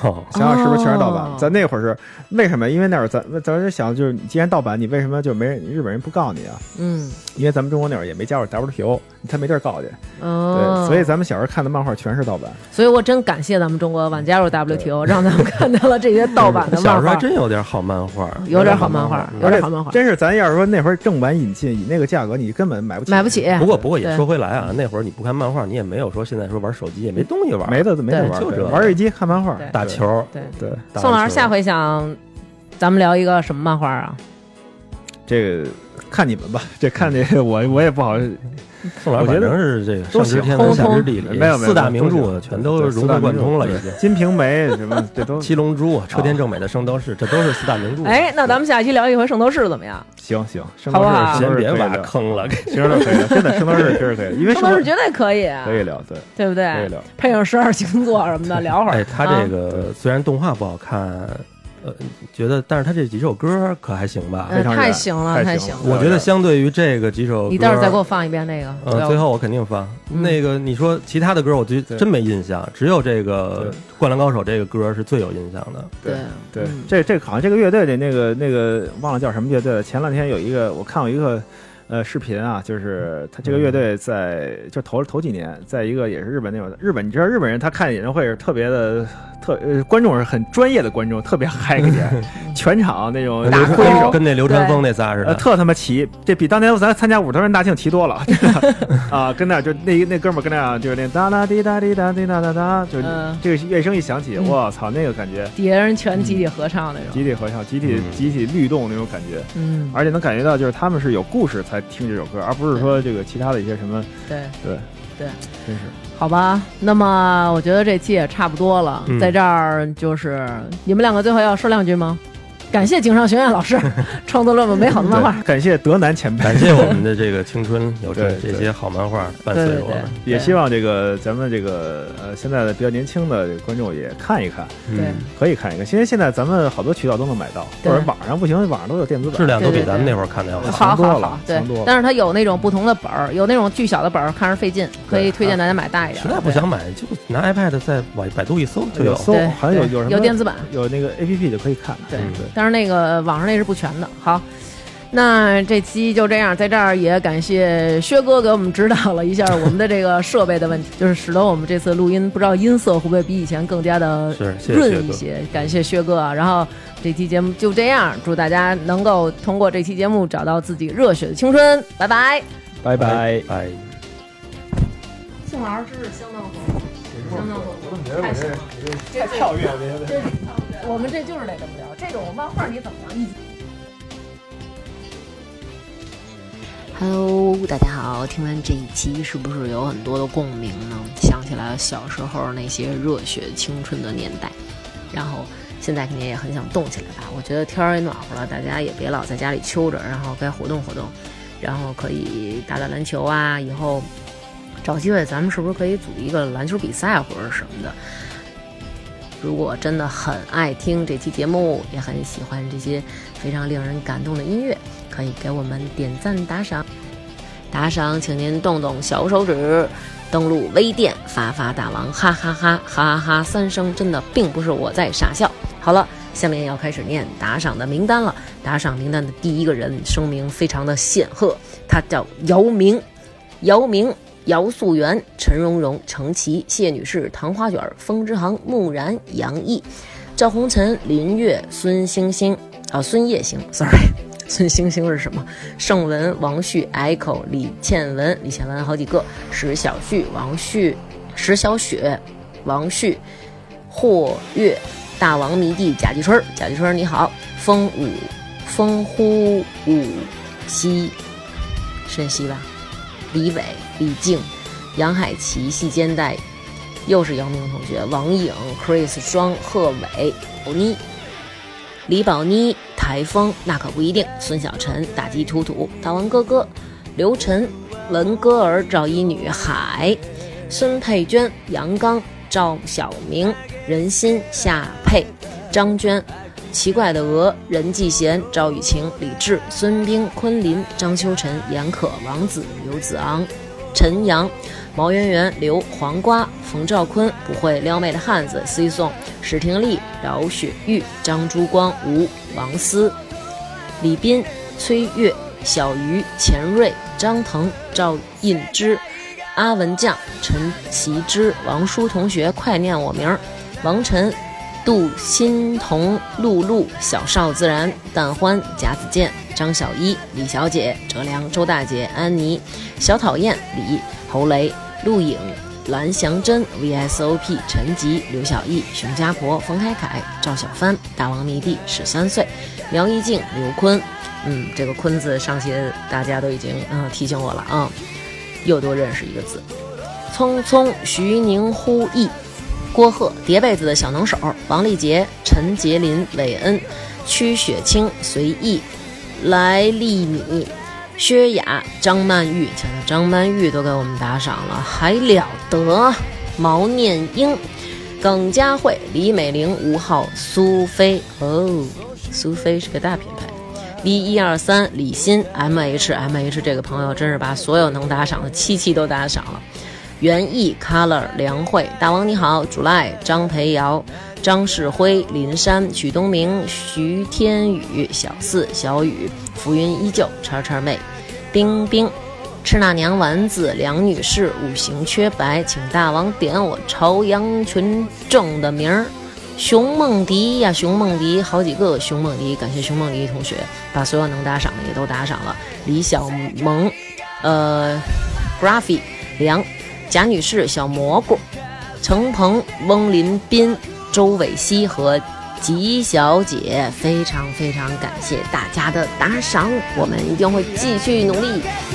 Speaker 2: 哦
Speaker 3: 想想是不是全是盗版？
Speaker 1: 哦
Speaker 3: 咱那会儿是为什么？因为那会儿咱咱是想，就是你既然盗版，你为什么就没人日本人不告你啊？
Speaker 1: 嗯
Speaker 3: 因为咱们中国那会儿也没加入 WTO，他没地儿告去。对，
Speaker 1: 哦，
Speaker 3: 所以咱们小时候看的漫画全是盗版。
Speaker 1: 所以我真感谢咱们中国晚加入 WTO，让咱们看到了这些盗版的
Speaker 2: 小
Speaker 1: 漫
Speaker 2: 时候还
Speaker 1: 画，
Speaker 2: 真有点好漫画，
Speaker 1: 有点好漫画
Speaker 2: 嗯，
Speaker 1: 有点好漫画，
Speaker 3: 真是咱要是说那会儿正版引进，以那个价格，你根本买不起。
Speaker 1: 买不起。
Speaker 2: 不过不过也
Speaker 1: 对
Speaker 2: 说回来啊，那会儿你不看漫画，你也没有说现在说玩手机也没东西玩，
Speaker 3: 没得没得玩儿，
Speaker 2: 就这
Speaker 3: 对玩儿游戏机看漫画
Speaker 1: 对，
Speaker 2: 打球儿。
Speaker 1: 对，
Speaker 3: 对。对，
Speaker 2: 打
Speaker 1: 宋老师
Speaker 2: 球儿
Speaker 1: 下回想，咱们聊一个什么漫画啊？
Speaker 3: 这个看你们吧， 这看这我我也不好。
Speaker 2: 宋老师
Speaker 3: 我觉
Speaker 2: 反
Speaker 3: 得
Speaker 2: 正是这个上
Speaker 3: 都
Speaker 2: 知
Speaker 3: 行
Speaker 2: 天
Speaker 1: 通
Speaker 2: 文下知
Speaker 1: 通
Speaker 2: 地理，
Speaker 3: 没有没有
Speaker 2: 四大
Speaker 3: 没有
Speaker 2: 名
Speaker 3: 都
Speaker 2: 著
Speaker 3: 行
Speaker 2: 全都
Speaker 3: 对
Speaker 2: 融
Speaker 3: 四大
Speaker 2: 会
Speaker 3: 名
Speaker 2: 贯
Speaker 3: 著
Speaker 2: 通了，已经。
Speaker 3: 《金瓶梅》什么，这都
Speaker 2: 《七龙珠》啊，车田正美的《圣斗士》，这都是四大名著。
Speaker 1: 哎，那咱们下期聊一回圣斗士怎么样？
Speaker 3: 行行，圣
Speaker 1: 好啊
Speaker 3: 斗
Speaker 1: 不好
Speaker 3: 士
Speaker 2: 先
Speaker 3: 圣斗士
Speaker 2: 别
Speaker 3: 可以
Speaker 2: 挖
Speaker 3: 聊
Speaker 2: 坑了，
Speaker 3: 圣斗士可以聊，真的圣斗士确实可以，因为
Speaker 1: 圣
Speaker 3: 圣
Speaker 1: 斗
Speaker 3: 斗
Speaker 1: 士
Speaker 3: 士
Speaker 1: 绝对可以啊，
Speaker 3: 可以聊，对。
Speaker 1: 对不
Speaker 3: 可以
Speaker 1: 对
Speaker 3: 聊？
Speaker 1: 配上十二星座什么的聊会
Speaker 2: 哎，
Speaker 1: 儿。
Speaker 2: 他这个虽然动画不好看，呃，觉得，但是他这几首歌可还行吧？
Speaker 1: 嗯
Speaker 3: 非常
Speaker 1: 太
Speaker 3: 燃
Speaker 1: 行了太
Speaker 3: 太
Speaker 1: 行了
Speaker 2: 我觉得相对于这个几首歌，
Speaker 1: 你待会儿再给我放一遍那个。我
Speaker 2: 嗯，
Speaker 1: 要
Speaker 2: 最后我肯定放
Speaker 1: 嗯
Speaker 2: 那个。你说其他的歌，我就
Speaker 3: 对
Speaker 2: 真没印象，只有这个
Speaker 3: 对
Speaker 2: 《灌篮高手》这个歌是最有印象的。
Speaker 1: 对
Speaker 3: 对
Speaker 1: 嗯，
Speaker 3: 这这好像这个乐队的那个那个忘了叫什么乐队了。前两天有一个我看过一个呃视频啊，就是他这
Speaker 2: 嗯
Speaker 3: 个乐队在就头头几年，在一个也是日本那种日本，你知道日本人他看演唱会是特别的特呃观众是很专业的观众，特别嗨个 点，全场那种
Speaker 2: 跟
Speaker 3: 挥手。
Speaker 2: 跟那流川枫那仨似
Speaker 3: 呃，
Speaker 2: 的。
Speaker 3: 特他妈齐，这比当年咱参加五十头人大庆齐多了， 真的啊！跟那儿就那那哥们儿跟那儿就是那哒哒滴哒滴哒滴哒哒哒，就是
Speaker 1: 嗯
Speaker 3: 这个乐声一响起，
Speaker 1: 嗯
Speaker 3: 我操，那个感觉
Speaker 1: 底下人全集体合唱那种。
Speaker 3: 集体合唱、集体、
Speaker 2: 嗯
Speaker 3: 集体律动那种感觉，
Speaker 1: 嗯，
Speaker 3: 而且能感觉到就是他们是有故事才听这首歌，而不是说这个其他的一些什么，
Speaker 1: 对。
Speaker 3: 对
Speaker 1: 对，
Speaker 3: 真是
Speaker 1: 好吧，那么我觉得这期也差不多了，
Speaker 2: 嗯
Speaker 1: 在这儿就是你们两个最后要说两句吗？感谢井上学院老 师创作了我们美好的漫画
Speaker 3: 对。感谢德南前 辈，
Speaker 2: 感谢我们的这个青春，有这
Speaker 3: 对对
Speaker 2: 这些好漫画伴
Speaker 1: 对
Speaker 2: 随
Speaker 1: 对
Speaker 2: 我
Speaker 1: 对
Speaker 2: 们。，
Speaker 3: 也希
Speaker 1: 望
Speaker 3: 望这个咱们这个呃现在的比较年轻的这个观众也看一看，
Speaker 1: 对
Speaker 2: 嗯，
Speaker 3: 可以看一看。因为现在咱们好多渠道都能买到，
Speaker 1: 对
Speaker 3: 或者网上不行，网上都有电子版，
Speaker 2: 质量都
Speaker 1: 对
Speaker 2: 比
Speaker 1: 对
Speaker 2: 咱们
Speaker 1: 对
Speaker 2: 那会儿看的要好。
Speaker 1: 好
Speaker 3: 强多
Speaker 1: 好
Speaker 3: 了
Speaker 1: 好，对
Speaker 3: 强多了，
Speaker 1: 但是它有那种不同的本儿，有那种巨小的本儿，看着费劲，可以
Speaker 3: 对啊
Speaker 1: 推荐大家买大一点
Speaker 2: 实
Speaker 1: 儿。
Speaker 2: 在不
Speaker 1: 对
Speaker 2: 想买，就拿 iPad 在百百度一搜就
Speaker 3: 有
Speaker 2: 有。
Speaker 3: 搜
Speaker 1: 对，
Speaker 3: 好像有
Speaker 1: 对
Speaker 3: 有什么
Speaker 1: 有电子版，
Speaker 3: 有那个 A P P 就可以看。
Speaker 1: 对
Speaker 3: 嗯对，
Speaker 1: 但是那个网上那是不全的。好，那这期就这样，在这儿也感谢薛哥给我们指导了一下我们的这个设备的问题， 就是使得我们这次录音不知道音色会不会比以前更加的
Speaker 2: 是，谢谢薛
Speaker 1: 润一
Speaker 2: 哥。
Speaker 1: 些。感谢薛哥啊，然后这期节目就这样，祝大家能够通过这期节目找到自己热血的青春，拜拜。
Speaker 3: 拜拜。
Speaker 2: 拜。
Speaker 1: 宋老师真是相当火，相当火，太行了，太跳跃了，这我们这就是得这么聊，这种漫画你怎么聊？一
Speaker 6: Hello，大家好！听完这一期，是不是有很多的共鸣呢？想起来小时候那些热血青春的年代，然后现在肯定也很想动起来吧？我觉得天儿也暖和了，大家也别老在家里揪着，然后该活动活动，然后可以打打篮球啊。以后找机会，咱们是不是可以组一个篮球比赛或者什么的？如果真的很爱听这期节目，也很喜欢这些非常令人感动的音乐，可以给我们点赞打赏。打赏，请您动动小手指，登录微店发发大王，哈哈哈哈哈哈三声，真的并不是我在傻笑。好了，下面要开始念打赏的名单了。打赏名单的第一个人声名非常的显赫，他叫姚明，姚明。姚素媛、陈蓉蓉、程琦、谢女士、唐花卷、风之航、木然、杨毅、赵红尘、林月、孙星星啊，孙叶星，sorry，孙 星星是什么？盛文、王旭、Echo、李倩文、李倩文好几个，石小旭、王旭、石小雪、王旭、霍月、大王迷弟贾继春儿，贾继春儿你好，风舞、风呼舞西，深西吧，李伟、李静、杨海琪、细肩带，又是姚明同学，王颖、Chris 庄、贺伟、欧尼。李宝妮、台风那可不一定，孙小晨、打击图图、大王哥哥、刘晨、文歌儿、赵一女、海、孙佩娟、杨刚、赵小明、任欣、夏佩、张娟、奇怪的鹅、任继贤、赵雨晴、李志、孙冰、昆林、张秋晨、严可、王子、刘子昂、陈阳、毛圆圆、刘黄瓜、冯兆坤、不会撩妹的汉子、C 宋、史廷丽、饶雪玉、张珠光、吴王思、李斌、崔月、小鱼、钱瑞、张腾、赵印之、阿文酱、陈其之、王叔同学，快念我名儿，王晨、杜欣彤、露露、小邵自然、蛋欢、贾子健、张小一、李小姐、哲良、周大姐、安妮、小讨厌、李、侯雷、陆颖、蓝翔真、VSOP、陈吉、刘小艺、熊家婆、冯凯凯、赵小帆、大王迷弟、十三岁、苗一静、刘坤。嗯，这个“坤”字，上期大家都已经嗯、呃提醒我了啊、又多认识一个字。匆匆，徐宁呼毅，郭鹤，叠被子的小能手，王丽杰、陈杰林、韦恩、曲雪清、随意、莱利米、薛雅、张曼玉，瞧瞧张曼玉都给我们打赏了，还了得！毛念英、耿佳慧、李美玲、吴昊、苏菲，哦，苏菲是个大品牌。V 一二三李欣 M H M H 这个朋友真是把所有能打赏的七期都打赏了。袁毅、Color、梁慧、大王你好、July、张培瑶、张世辉、林山、许东明、徐天宇、小四、小雨、浮云依旧、叉叉妹、冰冰、吃那娘丸子、梁女士、五行缺白，请大王点我朝阳群众的名儿。熊梦迪呀，熊梦迪，好几个熊梦迪，感谢熊梦迪同学把所有能打赏的也都打赏了。李小萌，呃，Graphy 梁，贾女士，小蘑菇，程鹏、翁林斌、周伟希和吉小姐，非常非常感谢大家的打赏，我们一定会继续努力。
Speaker 5: 「君の